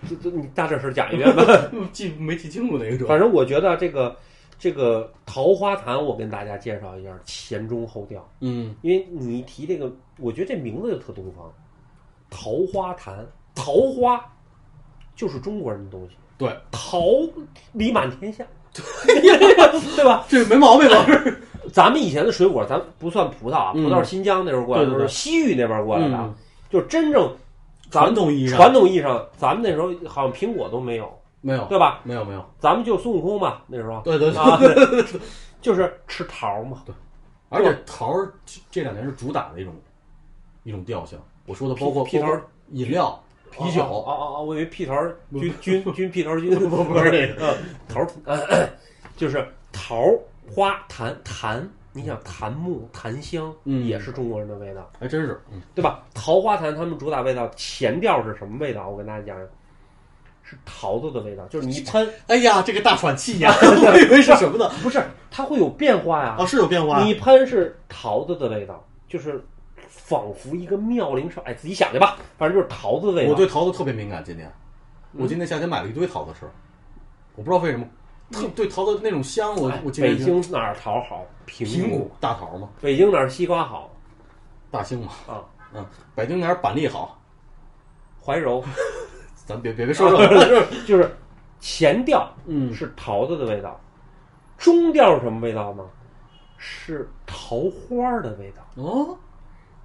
[SPEAKER 1] 这这你大致是讲一遍吧，
[SPEAKER 2] 记没记清楚哪个主要。
[SPEAKER 1] 反正我觉得这个这个桃花潭，我跟大家介绍一下前中后调，
[SPEAKER 2] 嗯，
[SPEAKER 1] 因为你一提这个，我觉得这名字就特东方，桃花潭，桃花就是中国人的东西，
[SPEAKER 2] 对，
[SPEAKER 1] 桃李满天下， 对吧？
[SPEAKER 2] 这没毛 病吧？
[SPEAKER 1] 咱们以前的水果，咱不算葡萄啊，葡
[SPEAKER 2] 嗯
[SPEAKER 1] 萄是新疆那边过来的，
[SPEAKER 2] 对对
[SPEAKER 1] 就
[SPEAKER 2] 对
[SPEAKER 1] 是西域那边过来的，啊
[SPEAKER 2] 嗯，
[SPEAKER 1] 就真正咱
[SPEAKER 2] 传
[SPEAKER 1] 们
[SPEAKER 2] 统意义上
[SPEAKER 1] 传统意义上，咱们那时候好像苹果都没有，
[SPEAKER 2] 没有，
[SPEAKER 1] 对吧？
[SPEAKER 2] 没有，没有。
[SPEAKER 1] 咱们就孙悟空嘛，那 时候
[SPEAKER 2] 对对对，
[SPEAKER 1] 啊，对就是吃桃嘛，
[SPEAKER 2] 而且桃儿这这两年是主打的一种一种调性。我说的包括
[SPEAKER 1] 啤
[SPEAKER 2] 包括
[SPEAKER 1] 啤桃
[SPEAKER 2] 饮料、啤
[SPEAKER 1] 哦
[SPEAKER 2] 酒，
[SPEAKER 1] 哦哦，我以为屁桃儿军军 军屁桃儿军，
[SPEAKER 2] 不不是这个
[SPEAKER 1] 嗯桃儿嗯就是桃儿花檀檀，你想檀木檀香，
[SPEAKER 2] 嗯
[SPEAKER 1] 也是中国人的味道。
[SPEAKER 2] 还真是。嗯
[SPEAKER 1] 对吧？桃花潭他们主打味道前调是什么味道？我跟大家讲，是桃子的味道，就是你一喷，
[SPEAKER 2] 哎呀，这个大喘气 呀！我以为是什么呢？
[SPEAKER 1] 不是它会有变化呀。
[SPEAKER 2] 啊，是有变化呀。
[SPEAKER 1] 你一喷是桃子的味道，就是仿佛一个妙龄少，哎，自己想去吧，嗯反正就是桃子的味道。
[SPEAKER 2] 我对桃子特别敏感，今年我今年夏天买了一堆桃子吃，我不知道为什么，特对桃子那种香，我
[SPEAKER 1] 嗯哎
[SPEAKER 2] 我今
[SPEAKER 1] 北
[SPEAKER 2] 年觉得
[SPEAKER 1] 京哪儿桃好？苹
[SPEAKER 2] 苹果大桃嘛，
[SPEAKER 1] 北京哪儿西瓜好
[SPEAKER 2] 大兴嘛，
[SPEAKER 1] 啊？
[SPEAKER 2] 嗯，北京哪儿板栗好，
[SPEAKER 1] 怀柔啊
[SPEAKER 2] 咱别别别 说这个，
[SPEAKER 1] 就是前调
[SPEAKER 2] 嗯，
[SPEAKER 1] 是桃子的味道，中调是什么味道呢？是桃花的味道。
[SPEAKER 2] 哦，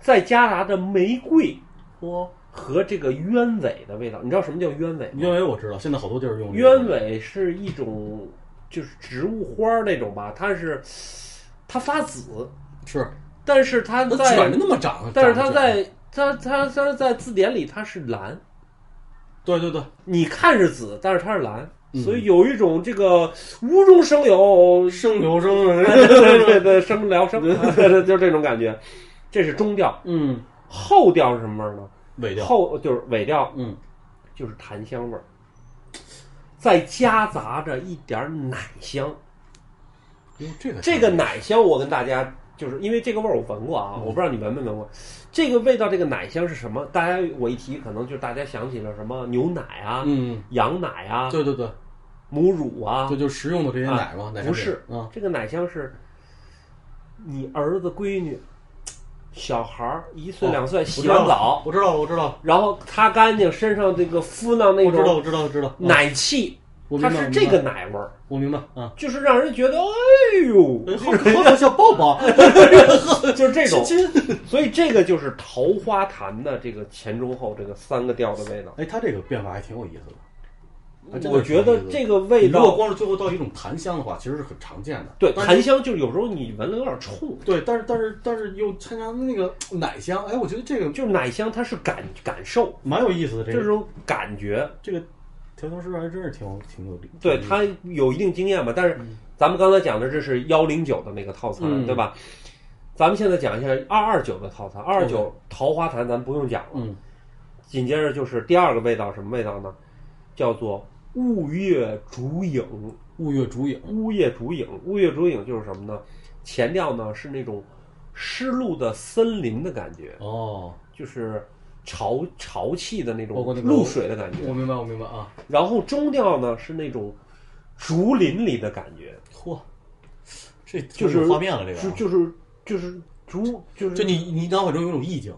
[SPEAKER 1] 再加拿的玫瑰
[SPEAKER 2] 嚯，
[SPEAKER 1] 和这个鸢尾的味道。你知道什么叫鸢尾吗？
[SPEAKER 2] 鸢尾我知道，现在好多地儿用
[SPEAKER 1] 鸢，尾是一种就是植物花儿那种吧，它是它发紫，
[SPEAKER 2] 是
[SPEAKER 1] 但是它
[SPEAKER 2] 它卷
[SPEAKER 1] 在
[SPEAKER 2] 着那么长，
[SPEAKER 1] 但是
[SPEAKER 2] 长
[SPEAKER 1] 它
[SPEAKER 2] 得卷
[SPEAKER 1] 在它它它在字典里它是蓝，
[SPEAKER 2] 对对对，
[SPEAKER 1] 你看是紫，但是它是蓝，
[SPEAKER 2] 嗯
[SPEAKER 1] 所以有一种这个无中 生 有，
[SPEAKER 2] 生流生，
[SPEAKER 1] 对对对对，生聊生，就是这种感觉。这是中 调，
[SPEAKER 2] 嗯，
[SPEAKER 1] 后调是什么味儿呢？
[SPEAKER 2] 尾调，
[SPEAKER 1] 后就是尾调，
[SPEAKER 2] 嗯，
[SPEAKER 1] 就是檀香味儿，再夹杂着一点儿奶香。
[SPEAKER 2] 哟这个
[SPEAKER 1] 这个奶香，我跟大家就是因为这个味儿我闻过啊，我不知道你闻没闻过。这个味道，这个奶香是什么？大家我一提，可能就大家想起了什么牛奶啊、
[SPEAKER 2] 嗯，
[SPEAKER 1] 羊奶啊、
[SPEAKER 2] 对对对，
[SPEAKER 1] 母乳啊
[SPEAKER 2] 这。就是食用的这些
[SPEAKER 1] 啊
[SPEAKER 2] 奶嘛，奶
[SPEAKER 1] 不是
[SPEAKER 2] 啊，
[SPEAKER 1] 这个奶香是，你儿子闺女、小孩儿一岁
[SPEAKER 2] 哦
[SPEAKER 1] 两岁
[SPEAKER 2] 我
[SPEAKER 1] 洗
[SPEAKER 2] 知道
[SPEAKER 1] 完澡，
[SPEAKER 2] 我知道了，我知道了，
[SPEAKER 1] 然后擦干净，身上这个敷到那
[SPEAKER 2] 我知道，
[SPEAKER 1] 种
[SPEAKER 2] 我知道，我知道，啊
[SPEAKER 1] 奶气，
[SPEAKER 2] 我
[SPEAKER 1] 它
[SPEAKER 2] 明白
[SPEAKER 1] 是
[SPEAKER 2] 我
[SPEAKER 1] 这
[SPEAKER 2] 明白
[SPEAKER 1] 个奶味儿。
[SPEAKER 2] 我明白啊，
[SPEAKER 1] 就是让人觉得，哎呦，
[SPEAKER 2] 好好想小抱 抱，
[SPEAKER 1] 就是这种，
[SPEAKER 2] 亲亲。
[SPEAKER 1] 所以这个就是桃花潭的这个前中后这个三个调的味道。
[SPEAKER 2] 哎，它这个变化还挺有意思的，还真的
[SPEAKER 1] 我
[SPEAKER 2] 是
[SPEAKER 1] 觉
[SPEAKER 2] 这
[SPEAKER 1] 得
[SPEAKER 2] 个意思
[SPEAKER 1] 这个味
[SPEAKER 2] 你如果
[SPEAKER 1] 道，
[SPEAKER 2] 光是最后到一种檀香的话，其实是很常见的。
[SPEAKER 1] 对
[SPEAKER 2] 但是
[SPEAKER 1] 檀香就是有时候你闻了有点冲，
[SPEAKER 2] 对，但是但是但是又掺杂那个奶香，哎，我觉得这个
[SPEAKER 1] 就是奶香它是感感受，
[SPEAKER 2] 蛮有意思的。这
[SPEAKER 1] 这
[SPEAKER 2] 个
[SPEAKER 1] 种感觉，
[SPEAKER 2] 这个调香师还真是挺有挺有理。
[SPEAKER 1] 对
[SPEAKER 2] 挺有意思
[SPEAKER 1] 它有一定经验吧。但是咱们刚才讲的这是幺零九的那个套餐，
[SPEAKER 2] 嗯
[SPEAKER 1] 对吧？咱们现在讲一下二二九的套餐，二二九桃花潭咱不用讲了，
[SPEAKER 2] 嗯，
[SPEAKER 1] 紧接着就是第二个味道，什么味道呢？叫做雾月竹影。
[SPEAKER 2] 雾月竹影，
[SPEAKER 1] 乌夜竹影，乌夜竹影就是什么呢？前调呢是那种湿漉的森林的感觉，
[SPEAKER 2] 哦，
[SPEAKER 1] 就是潮潮气的那种
[SPEAKER 2] 包括那个
[SPEAKER 1] 露水的感觉。
[SPEAKER 2] 我明白，我明白啊。
[SPEAKER 1] 然后中调呢是那种竹林里的感觉，
[SPEAKER 2] 嚯，这
[SPEAKER 1] 就是
[SPEAKER 2] 有画面了，这个
[SPEAKER 1] 就
[SPEAKER 2] 啊
[SPEAKER 1] 就是就是竹就是
[SPEAKER 2] 就你你脑海中有一种意境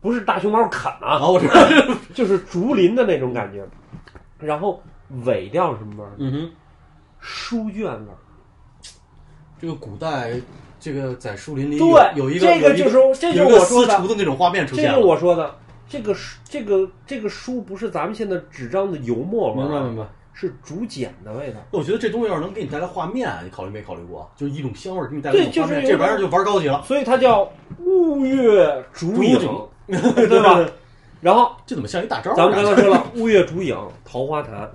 [SPEAKER 1] 不是大熊猫啃啊，
[SPEAKER 2] 啊，我知道。
[SPEAKER 1] 就是竹林的那种感觉。然后尾调是什么味儿？
[SPEAKER 2] 嗯哼，
[SPEAKER 1] 书卷味儿。
[SPEAKER 2] 这个古代这个在树林里有
[SPEAKER 1] 对，
[SPEAKER 2] 有一个
[SPEAKER 1] 这
[SPEAKER 2] 有
[SPEAKER 1] 个
[SPEAKER 2] 一个
[SPEAKER 1] 就是这就
[SPEAKER 2] 有
[SPEAKER 1] 是
[SPEAKER 2] 一个
[SPEAKER 1] 我说
[SPEAKER 2] 私
[SPEAKER 1] 的
[SPEAKER 2] 厨的那种画面出
[SPEAKER 1] 这
[SPEAKER 2] 现
[SPEAKER 1] 就是
[SPEAKER 2] 了。
[SPEAKER 1] 我说的，这个书这个这个书不是咱们现在纸张的油墨味
[SPEAKER 2] 明白
[SPEAKER 1] 儿，
[SPEAKER 2] 明白。
[SPEAKER 1] 是竹简的味道。
[SPEAKER 2] 我觉得这东西要是能给你带来画面，你考虑没考虑过？就是一种香味儿给你带来一
[SPEAKER 1] 对就
[SPEAKER 2] 种画
[SPEAKER 1] 是
[SPEAKER 2] 面，
[SPEAKER 1] 有
[SPEAKER 2] 这
[SPEAKER 1] 一
[SPEAKER 2] 玩意儿就玩高级了。
[SPEAKER 1] 所以它叫雾月竹影，
[SPEAKER 2] 竹
[SPEAKER 1] 对吧？然后
[SPEAKER 2] 这怎么像一大招儿啊？
[SPEAKER 1] 咱们刚才说 了雾月竹影、桃花潭，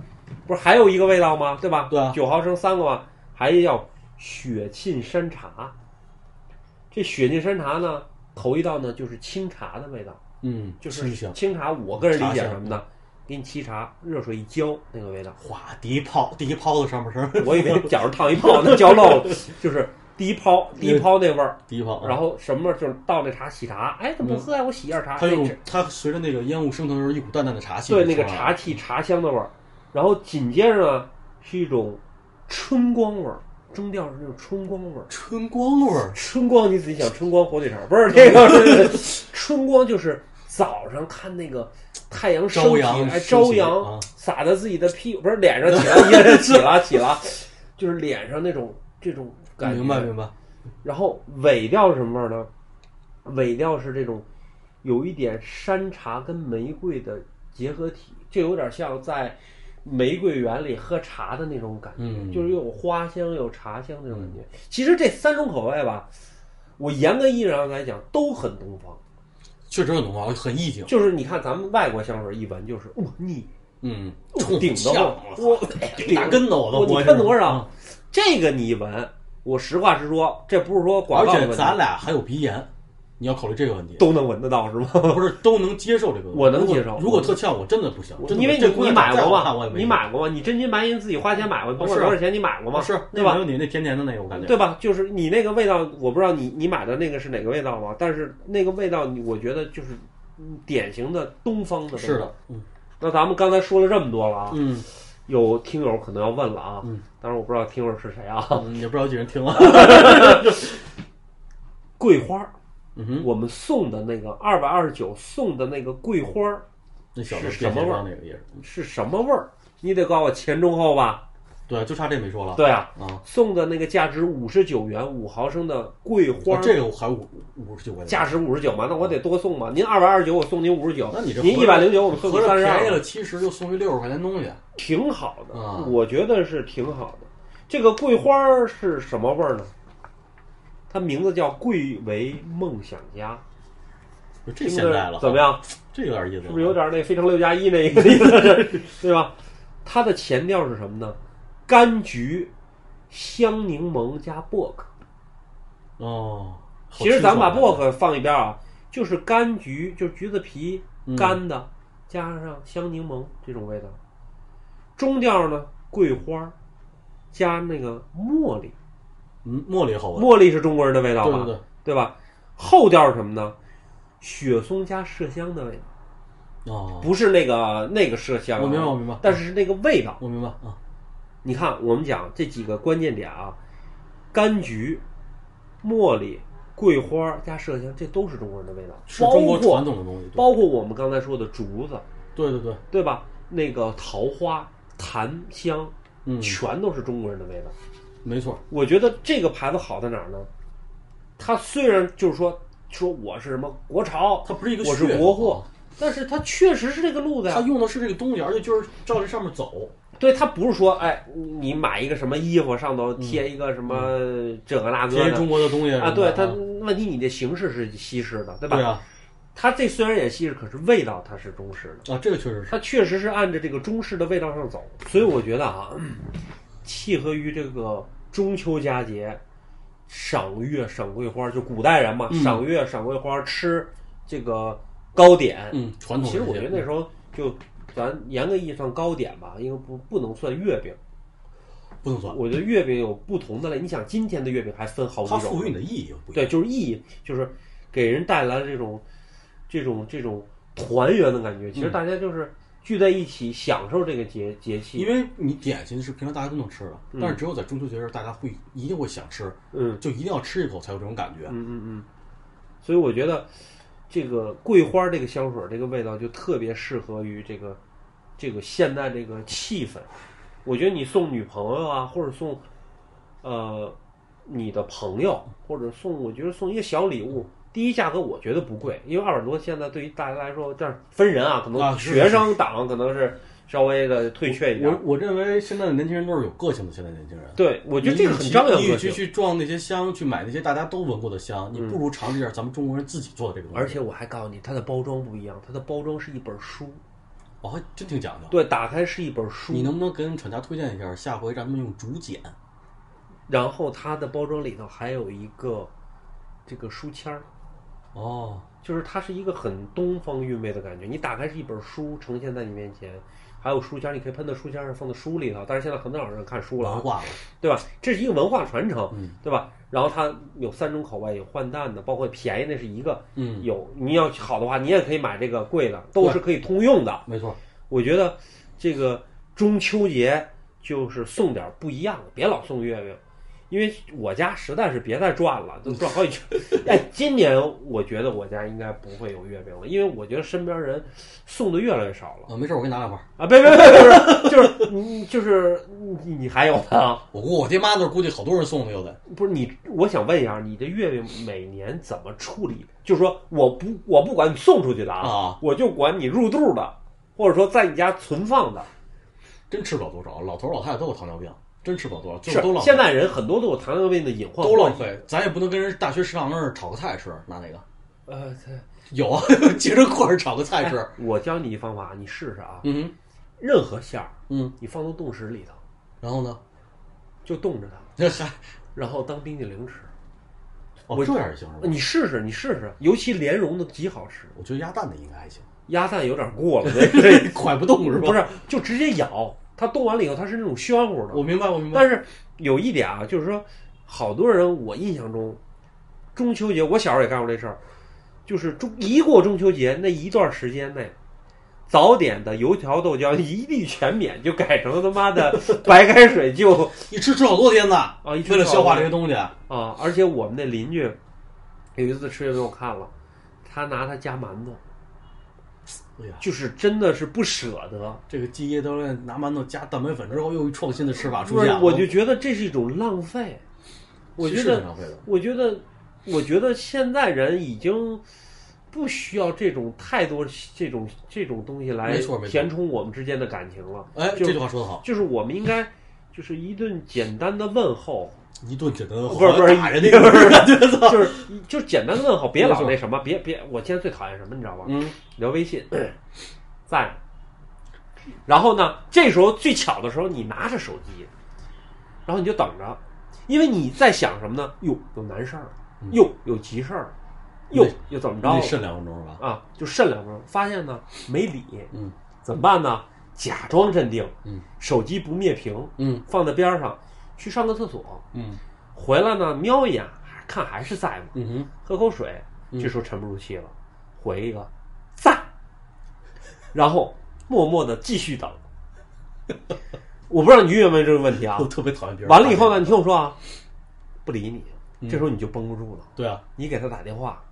[SPEAKER 1] 不是还有一个味道吗？对吧？
[SPEAKER 2] 对啊
[SPEAKER 1] 九毫升三个嘛，还叫雪沁山茶。这雪沁山茶呢，头一道呢就是清茶的味道，
[SPEAKER 2] 嗯，
[SPEAKER 1] 就是
[SPEAKER 2] 清香
[SPEAKER 1] 清茶。我个人理解
[SPEAKER 2] 茶香
[SPEAKER 1] 什么呢？给你沏茶，热水一浇，那个味道。
[SPEAKER 2] 哗，第一泡，第一泡子上半身，
[SPEAKER 1] 我以为脚上烫一泡，那浇漏了，就是第一泡，第一泡那味儿，
[SPEAKER 2] 第一泡，啊
[SPEAKER 1] 然
[SPEAKER 2] 后
[SPEAKER 1] 后什么味儿就是倒那茶洗茶，哎，怎么不喝呀？我洗一下茶，
[SPEAKER 2] 嗯它
[SPEAKER 1] 哎
[SPEAKER 2] 有
[SPEAKER 1] 这
[SPEAKER 2] 它随着那个烟雾升腾的时候，一股淡淡的茶气啊
[SPEAKER 1] 对
[SPEAKER 2] 就
[SPEAKER 1] 那
[SPEAKER 2] 出来了，
[SPEAKER 1] 个茶气、茶香的味儿，然后紧接着呢是一种春光味儿，中调是那种春光味儿。
[SPEAKER 2] 春光味儿，
[SPEAKER 1] 春光，你仔细想，春光火腿肠 不是那个，是是春光就是早上看那个太阳升
[SPEAKER 2] 朝
[SPEAKER 1] 起，
[SPEAKER 2] 阳
[SPEAKER 1] 哎，
[SPEAKER 2] 升
[SPEAKER 1] 朝
[SPEAKER 2] 起啊
[SPEAKER 1] 阳洒在自己的屁股，不是脸上 起了，一人起了起了，就是脸上那种这种感觉。
[SPEAKER 2] 明白明白，
[SPEAKER 1] 然后尾调是什么味儿呢？尾调是这种有一点山茶跟玫瑰的结合体，就有点像在玫瑰园里喝茶的那种感觉，
[SPEAKER 2] 嗯
[SPEAKER 1] 就是又有花香又有茶香那种感觉。其实这三种口味吧，我严格意义上来讲都很东方。
[SPEAKER 2] 确实很浓啊，很意境，
[SPEAKER 1] 就是你看咱们外国香水一闻就是哇腻，
[SPEAKER 2] 嗯，
[SPEAKER 1] 哦
[SPEAKER 2] 冲
[SPEAKER 1] 顶
[SPEAKER 2] 呛
[SPEAKER 1] 得慌，
[SPEAKER 2] 我
[SPEAKER 1] 我
[SPEAKER 2] 操顶大跟头，我都
[SPEAKER 1] 我
[SPEAKER 2] 我
[SPEAKER 1] 你喷多少？这个你一闻，我实话实说，这不是说广
[SPEAKER 2] 而
[SPEAKER 1] 告的
[SPEAKER 2] 且
[SPEAKER 1] 问题，
[SPEAKER 2] 咱俩还有鼻炎，你要考虑这个问题，
[SPEAKER 1] 都能闻得到是吗？
[SPEAKER 2] 不是都能接受这个问题？
[SPEAKER 1] 我能
[SPEAKER 2] 如果
[SPEAKER 1] 接受
[SPEAKER 2] 如果特呛，我真的不行，真的
[SPEAKER 1] 因为你
[SPEAKER 2] 这姑
[SPEAKER 1] 你
[SPEAKER 2] 娘
[SPEAKER 1] 买
[SPEAKER 2] 再
[SPEAKER 1] 过
[SPEAKER 2] 好看我
[SPEAKER 1] 吗
[SPEAKER 2] 也？没
[SPEAKER 1] 你买过吗？你真金白银自己花钱买过，甭管
[SPEAKER 2] 是啊
[SPEAKER 1] 多少钱你买过吗？
[SPEAKER 2] 是
[SPEAKER 1] 对
[SPEAKER 2] 那没
[SPEAKER 1] 吧？
[SPEAKER 2] 问题，那甜甜的那个我感觉，
[SPEAKER 1] 对吧？就是你那个味道，我不知道你你买的那个是哪个味道吗？但是那个味道，你我觉得就是嗯典型的东方的味道。
[SPEAKER 2] 是的，嗯
[SPEAKER 1] 那咱们刚才说了这么多了啊，
[SPEAKER 2] 嗯
[SPEAKER 1] 有听友可能要问了啊，
[SPEAKER 2] 嗯
[SPEAKER 1] 当然我不知道听友是谁啊。
[SPEAKER 2] 嗯，也不知道几人听 了，
[SPEAKER 1] 桂花儿，
[SPEAKER 2] 嗯哼，
[SPEAKER 1] 我们送的那个二百二十九送的那个桂花儿
[SPEAKER 2] 那小子
[SPEAKER 1] 是什么味儿
[SPEAKER 2] 那个也
[SPEAKER 1] 是
[SPEAKER 2] 是，
[SPEAKER 1] 什么味儿？你得告诉我前中后吧？
[SPEAKER 2] 对，啊就差这没说了。
[SPEAKER 1] 对啊，
[SPEAKER 2] 啊，
[SPEAKER 1] 送的那个价值五十九元五毫升的桂花
[SPEAKER 2] 哇
[SPEAKER 1] 儿，
[SPEAKER 2] 哦这个我还五五十九块钱，
[SPEAKER 1] 价值五十九嘛，那我得多送嘛。您二百二十九，我送您五十九，
[SPEAKER 2] 那你这
[SPEAKER 1] 您一
[SPEAKER 2] 合着
[SPEAKER 1] 百零九，我们送
[SPEAKER 2] 合
[SPEAKER 1] 您
[SPEAKER 2] 着
[SPEAKER 1] 三十
[SPEAKER 2] 便宜
[SPEAKER 1] 二，
[SPEAKER 2] 了七十，就送一六十块钱东西。
[SPEAKER 1] 挺好的，
[SPEAKER 2] 啊
[SPEAKER 1] 我觉得是挺好的。这个桂花儿是什么味儿呢？它名字叫桂为梦想家，
[SPEAKER 2] 就这
[SPEAKER 1] 听
[SPEAKER 2] 现代
[SPEAKER 1] 着
[SPEAKER 2] 了，
[SPEAKER 1] 怎么？样？
[SPEAKER 2] 这有点意思，
[SPEAKER 1] 是不是有？点那非常六加一那个意思， 对吧？它的前调是什么呢？柑橘、香柠檬加薄荷。
[SPEAKER 2] 哦，好
[SPEAKER 1] 其实咱们把
[SPEAKER 2] 清爽
[SPEAKER 1] 薄荷放一边啊，就是柑橘，就是橘子皮
[SPEAKER 2] 嗯
[SPEAKER 1] 干的，加上香柠檬这种味道。中调呢，桂花加那个茉莉，
[SPEAKER 2] 嗯，茉莉好闻，
[SPEAKER 1] 茉莉是中国人的味道
[SPEAKER 2] 对
[SPEAKER 1] 吧？
[SPEAKER 2] 对对，
[SPEAKER 1] 对吧？后调是什么呢？雪松加麝香的味道，
[SPEAKER 2] 哦，
[SPEAKER 1] 不是那个那个麝香啊、
[SPEAKER 2] 我明白我明白
[SPEAKER 1] 但是是那个味道。
[SPEAKER 2] 我明白啊，
[SPEAKER 1] 你看，我们讲这几个关键点啊，柑橘、茉莉、桂花加麝香，这都是中国人的味道，
[SPEAKER 2] 是
[SPEAKER 1] 包
[SPEAKER 2] 中国传
[SPEAKER 1] 括
[SPEAKER 2] 统的东西，对
[SPEAKER 1] 包括我们刚才说的竹子，
[SPEAKER 2] 对对对，
[SPEAKER 1] 对吧？那个桃花、檀香，
[SPEAKER 2] 嗯，
[SPEAKER 1] 全都是中国人的味道。
[SPEAKER 2] 没错，
[SPEAKER 1] 我觉得这个牌子好在哪儿呢？它虽然就是说说我是什么国潮，
[SPEAKER 2] 它不是一个
[SPEAKER 1] 我是
[SPEAKER 2] 噱头
[SPEAKER 1] 国货
[SPEAKER 2] 啊，
[SPEAKER 1] 但是它确实是这个路子呀
[SPEAKER 2] 它。用的是这个东西，而且就是照这上面走，
[SPEAKER 1] 对他不是说，哎，你买一个什么衣服上头贴一个什么这个那个
[SPEAKER 2] 嗯贴
[SPEAKER 1] 的
[SPEAKER 2] 中国的东西
[SPEAKER 1] 啊，对他
[SPEAKER 2] 他，
[SPEAKER 1] 问题你的形式是西式的，对吧？
[SPEAKER 2] 对啊，
[SPEAKER 1] 它这虽然也西式，可是味道它是中式的，
[SPEAKER 2] 啊，这个确实是，
[SPEAKER 1] 它确实是按着这个中式的味道上走，所以我觉得啊，契合于这个中秋佳节，赏月赏桂花，就古代人嘛，
[SPEAKER 2] 嗯
[SPEAKER 1] 赏月赏桂花吃这个糕点，
[SPEAKER 2] 嗯，传统
[SPEAKER 1] 其
[SPEAKER 2] 这
[SPEAKER 1] 实
[SPEAKER 2] 些。
[SPEAKER 1] 我觉得那时候就咱严格意义上糕点吧，应该不不能算月饼。
[SPEAKER 2] 不能算，
[SPEAKER 1] 我觉得月饼有不同的类，你想今天的月饼还分好
[SPEAKER 2] 它
[SPEAKER 1] 几
[SPEAKER 2] 赋予
[SPEAKER 1] 种，
[SPEAKER 2] 你的意义又不一样。
[SPEAKER 1] 对，就是意义，就是给人带来这种这种这种团圆的感觉。
[SPEAKER 2] 嗯
[SPEAKER 1] 其实大家就是聚在一起享受这个节节
[SPEAKER 2] 因
[SPEAKER 1] 气，
[SPEAKER 2] 为你点心是平常大家都能吃的，但是只有在中秋节时候，大家会一定会想吃，
[SPEAKER 1] 嗯
[SPEAKER 2] 就一定要吃一口才有这种感觉
[SPEAKER 1] 嗯。嗯嗯，所以我觉得这个桂花这个香水儿这个味道就特别适合于这个这个现代这个气氛。我觉得你送女朋友啊，或者送呃你的朋友，或者送我觉得送一个小礼物，第一价格我觉得不贵，因为二百多现在对于大家来说，这样分人啊，可
[SPEAKER 2] 啊
[SPEAKER 1] 能
[SPEAKER 2] 是
[SPEAKER 1] 学生党可能是稍微的退却一点。
[SPEAKER 2] 我我认为现在的年轻人都是有个性的，现在年轻人。
[SPEAKER 1] 对，我觉得这个很张扬
[SPEAKER 2] 你与
[SPEAKER 1] 个
[SPEAKER 2] 其
[SPEAKER 1] 性。嗯
[SPEAKER 2] 去撞那些香，去买那些大家都闻过的香，你不如尝试一下咱们中国人自己做的这个东西。
[SPEAKER 1] 而且我还告诉你，它的包装不一样，它的包装是一本书，
[SPEAKER 2] 我哦还真挺讲究。
[SPEAKER 1] 对，打开是一本书
[SPEAKER 2] 你，能不能跟厂家推荐一下，下回咱们用竹简？
[SPEAKER 1] 然后它的包装里头还有一个这个书签儿，
[SPEAKER 2] 哦，
[SPEAKER 1] 就是它是一个很东方韵味的感觉。你打开是一本书呈现在你面前，还有书签儿，你可以喷到书签儿上，放到书里头。但是现在很少人看书了
[SPEAKER 2] 文
[SPEAKER 1] 啊，
[SPEAKER 2] 化 了。
[SPEAKER 1] 对吧？这是一个文化传承，
[SPEAKER 2] 嗯
[SPEAKER 1] 对吧？然后它有三种口味，有换蛋的，包括便宜那是一个，
[SPEAKER 2] 嗯，
[SPEAKER 1] 有你要好的话，你也可以买这个贵的，都是可以通用的。
[SPEAKER 2] 没错。
[SPEAKER 1] 我觉得这个中秋节就是送点不一样的，别老送月饼，因为我家实在是别再转了，都转好几圈。哎，今年我觉得我家应该不会有月饼了，因为我觉得身边人送的越来越少了
[SPEAKER 2] 啊，没事，我给你拿两块。
[SPEAKER 1] 啊！别别别别，就是你就是你你还有呢？
[SPEAKER 2] 我估我爹妈那儿估计好多人送的，又得。
[SPEAKER 1] 不是你，我想问一下，你这月饼每年怎么处理？就是说，我不我不管你送出去的
[SPEAKER 2] 啊
[SPEAKER 1] 我就管你入肚的，或者说在你家存放的。
[SPEAKER 2] 真吃不了多少，老头老太太都有糖尿病，真吃不了多少，就是是都浪费
[SPEAKER 1] 现，在人很多都有糖尿病的隐患，
[SPEAKER 2] 都浪。费。咱也不能跟人大学食堂那儿炒个菜吃，拿哪个？
[SPEAKER 1] 呃，
[SPEAKER 2] 有啊， 接着棍儿炒个菜 吃。
[SPEAKER 1] 我教你一方法，你试试啊。
[SPEAKER 2] 嗯哼
[SPEAKER 1] 任何馅儿，
[SPEAKER 2] 嗯，
[SPEAKER 1] 你放到冻食里头，
[SPEAKER 2] 然后呢？
[SPEAKER 1] 就冻着它，
[SPEAKER 2] 那还
[SPEAKER 1] 然后当冰激凌吃。
[SPEAKER 2] 哦，
[SPEAKER 1] 我
[SPEAKER 2] 这样也行是吧？
[SPEAKER 1] 你试试，你试试，尤其莲蓉的极好吃，
[SPEAKER 2] 我觉得鸭蛋的应该还行，
[SPEAKER 1] 鸭蛋有点过了， 这这
[SPEAKER 2] 拐不动是吧？
[SPEAKER 1] 不，是就直接咬，它冻完了以后它是那种暄乎的。
[SPEAKER 2] 我明白，我明白。
[SPEAKER 1] 但是有一点啊，就是说，好多人我印象中，中秋节我小时候也干过这事儿，就是中一过中秋节那一段时间内，早点的油条豆浆一律全免，就改成他妈的 白开水就
[SPEAKER 2] 一吃吃好多天呢，
[SPEAKER 1] 啊，一吃
[SPEAKER 2] 为了消化这
[SPEAKER 1] 好
[SPEAKER 2] 些东西，
[SPEAKER 1] 多啊！而且我们那邻居有一次吃月饼我看了，他拿它夹馒头，
[SPEAKER 2] 哎呀，
[SPEAKER 1] 就是真的是不舍得。
[SPEAKER 2] 这个季夜教练拿馒头加蛋白粉之后，又一创新的吃法出
[SPEAKER 1] 不是
[SPEAKER 2] 现，了。
[SPEAKER 1] 我就觉得这是一种浪费，我
[SPEAKER 2] 其
[SPEAKER 1] 觉
[SPEAKER 2] 实
[SPEAKER 1] 得
[SPEAKER 2] 是挺浪费的。
[SPEAKER 1] 我觉得，我觉得现在人已经不需要这种太多这种这种东西来
[SPEAKER 2] 没错没错
[SPEAKER 1] 填充我们之间的感情了。
[SPEAKER 2] 哎，
[SPEAKER 1] 就
[SPEAKER 2] 这句话说得好，
[SPEAKER 1] 就是我们应该，就是一顿简单的问候，
[SPEAKER 2] 一顿简单，
[SPEAKER 1] 不是不是
[SPEAKER 2] 打人那个，
[SPEAKER 1] 不是
[SPEAKER 2] 我操
[SPEAKER 1] 就是就简单的问候，别
[SPEAKER 2] 没
[SPEAKER 1] 老
[SPEAKER 2] 错
[SPEAKER 1] 那什么，别别，我现在最讨厌什么，你知道吗？
[SPEAKER 2] 嗯，
[SPEAKER 1] 聊微信，在。然后呢，这时候最巧的时候，你拿着手机，然后你就等着，因为你在想什么呢？哟，有难事儿，哟，有急事儿，哟
[SPEAKER 2] 嗯那，
[SPEAKER 1] 又怎么着
[SPEAKER 2] 你
[SPEAKER 1] 了？
[SPEAKER 2] 得慎两分钟是吧？
[SPEAKER 1] 啊，就慎两分，发现呢没理，
[SPEAKER 2] 嗯，
[SPEAKER 1] 怎么办呢？假装镇定，
[SPEAKER 2] 嗯，
[SPEAKER 1] 手机不灭屏，
[SPEAKER 2] 嗯
[SPEAKER 1] 放在边儿上，去上个厕所，
[SPEAKER 2] 嗯
[SPEAKER 1] 回来呢瞄一眼，看还是在吗？
[SPEAKER 2] 嗯哼，
[SPEAKER 1] 喝口水，这时候沉不住气了，回一个在， 然后默默的继续等。 我不知道你遇见没这个问题啊
[SPEAKER 2] 我？特别讨厌别人。
[SPEAKER 1] 完了以后呢，你？听我说啊，不理你，这时候你就绷不住了，
[SPEAKER 2] 对啊，
[SPEAKER 1] 你给他打电话，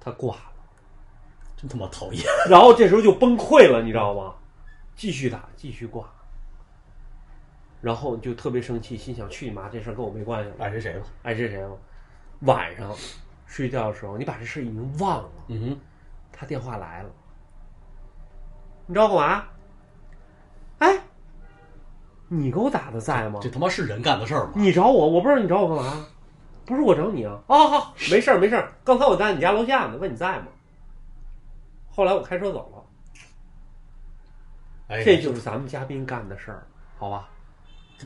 [SPEAKER 1] 他挂了。
[SPEAKER 2] 真他妈讨厌。
[SPEAKER 1] 然后这时候就崩溃了，你知道吗？继续打，继续挂，然后就特别生气，心想去你妈，这事儿跟我没关系了，
[SPEAKER 2] 爱谁谁吧。
[SPEAKER 1] 爱谁谁吧。晚上睡觉的时候，你把这事儿已经忘了，
[SPEAKER 2] 嗯哼，
[SPEAKER 1] 他电话啊来了，你知道干嘛？哎，你给我打的在吗
[SPEAKER 2] 这？他妈是人干的事儿吗？
[SPEAKER 1] 你找我，我不知道你找我干嘛，不是我找你啊。哦，好，没事儿没事儿，刚才我在你家楼下呢，问你在吗？后来我开车走了，
[SPEAKER 2] 哎，
[SPEAKER 1] 这就是咱们嘉宾干的事儿，好吧？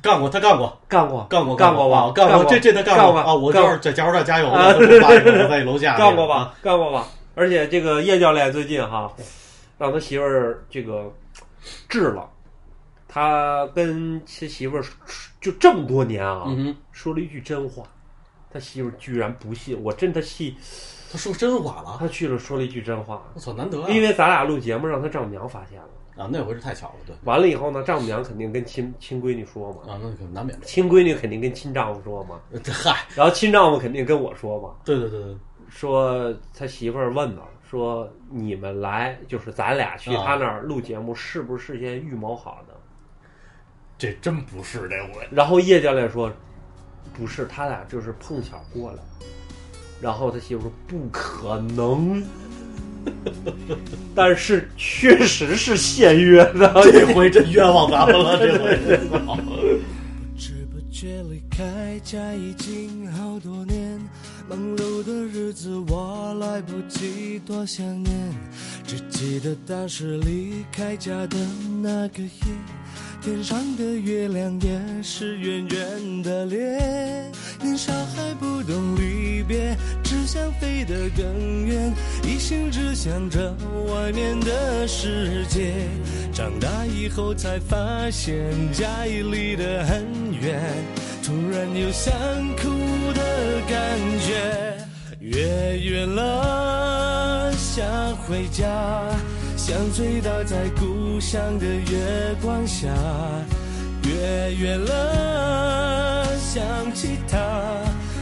[SPEAKER 2] 干过，他干过，
[SPEAKER 1] 干过
[SPEAKER 2] 干过，
[SPEAKER 1] 干
[SPEAKER 2] 过
[SPEAKER 1] 吧，
[SPEAKER 2] 啊干
[SPEAKER 1] 过
[SPEAKER 2] 这这他
[SPEAKER 1] 干
[SPEAKER 2] 过
[SPEAKER 1] 过
[SPEAKER 2] 啊！我
[SPEAKER 1] 干
[SPEAKER 2] 就是在加油站加油，
[SPEAKER 1] 啊
[SPEAKER 2] 我在楼 下我在楼下啊
[SPEAKER 1] 干过吧，干过吧。而且这个叶教练最近哈，让他媳妇儿这个治了，他跟其媳妇儿说就这么多年啊，
[SPEAKER 2] 嗯哼，
[SPEAKER 1] 说了一句真话，他媳妇儿居然不信，我真他气，
[SPEAKER 2] 他说真话了，啊
[SPEAKER 1] 他去了说了一句真话，
[SPEAKER 2] 我操，难得啊！
[SPEAKER 1] 因为咱俩录节目让他丈母娘发现了，
[SPEAKER 2] 啊，那回是太巧了，对
[SPEAKER 1] 完了以后呢，丈母娘肯定跟亲亲闺女说嘛，
[SPEAKER 2] 啊，那可难免的。
[SPEAKER 1] 亲闺女肯定跟亲丈夫说嘛，
[SPEAKER 2] 呃嗨，
[SPEAKER 1] 然后亲丈夫肯定跟我说嘛，
[SPEAKER 2] 对对对对，
[SPEAKER 1] 说他媳妇儿问呢，说你们来就是咱俩去
[SPEAKER 2] 啊
[SPEAKER 1] 他那儿录节目，是不是先预谋好的？
[SPEAKER 2] 这真不是这我
[SPEAKER 1] 然后叶教练说，不是，他俩就是碰巧过来。然后他媳妇说不可能， 但是确实是现约的。
[SPEAKER 2] 这回真冤枉咱们了，这回真的。
[SPEAKER 3] 不知不觉离开家已经好多年，忙碌的日子我来不及多想念，只记得当时离开家的那个夜，天上的月亮也是圆圆的脸。年少还不懂离别，只想飞得更远，一心只想着外面的世界。长大以后才发现家已离得很远，突然有想哭的感觉。月圆了，想回家，想醉倒在故乡的月光下。月圆了，想起她，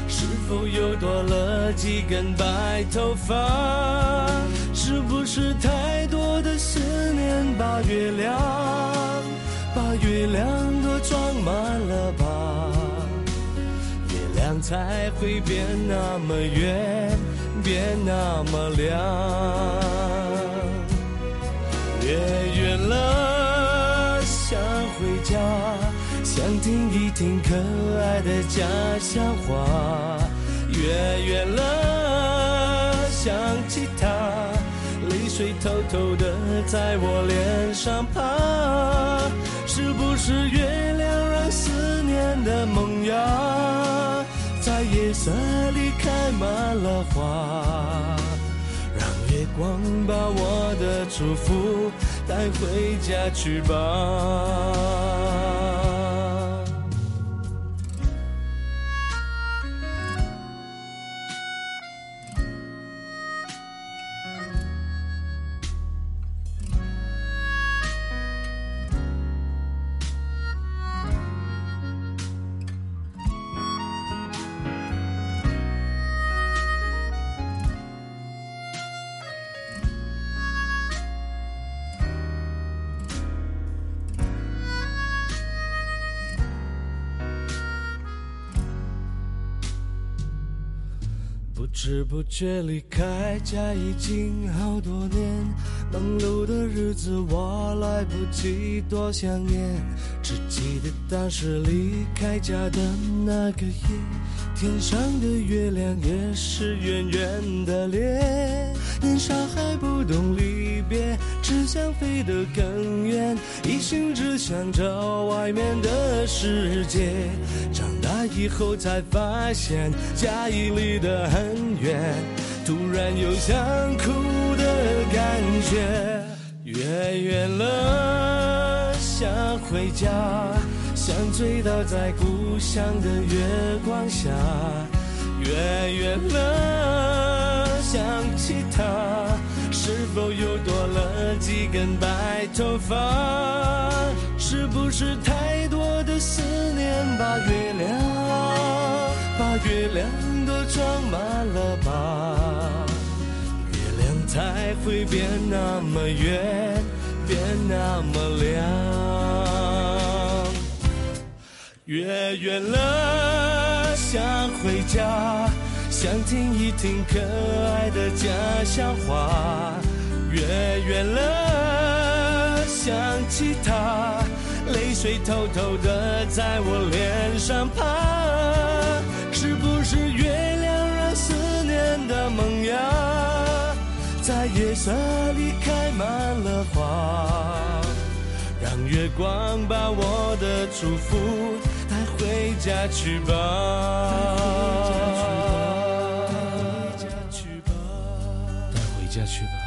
[SPEAKER 3] 是否又多了几根白头发？是不是太多的思念把月亮，把月亮都装满了吧？月亮才会变那么圆，变那么亮。月圆了，想回家，想听一听可爱的家乡话。月圆了，想起他，泪水偷偷的在我脸上爬。是不是月亮让思念的萌芽，在夜色里开满了花？让月光把我的祝福带回家去吧。不知不觉离开家已经好多年，忙碌的日子我来不及多想念，只记得当时离开家的那个夜，天上的月亮也是圆圆的脸。年少还不懂离别，只想飞得更远，一心只想着外面的世界。长大以后才发现家已离得很远，突然有想哭的感觉。月圆了，想回家，想醉倒在故乡的月光下。月圆了，想起他，是否又多了几根白头发？是不是太多的思念把月亮，把月亮都装满了吧？月亮才会变那么圆，变那么亮。月圆了，想回家，想听一听可爱的家乡话。月圆了，想起他，泪水偷偷的在我脸上爬。是不是月亮让思念的萌芽，在夜色里开满了花？让月光把我的祝福带回家去吧。带回家去吧，带回家去吧。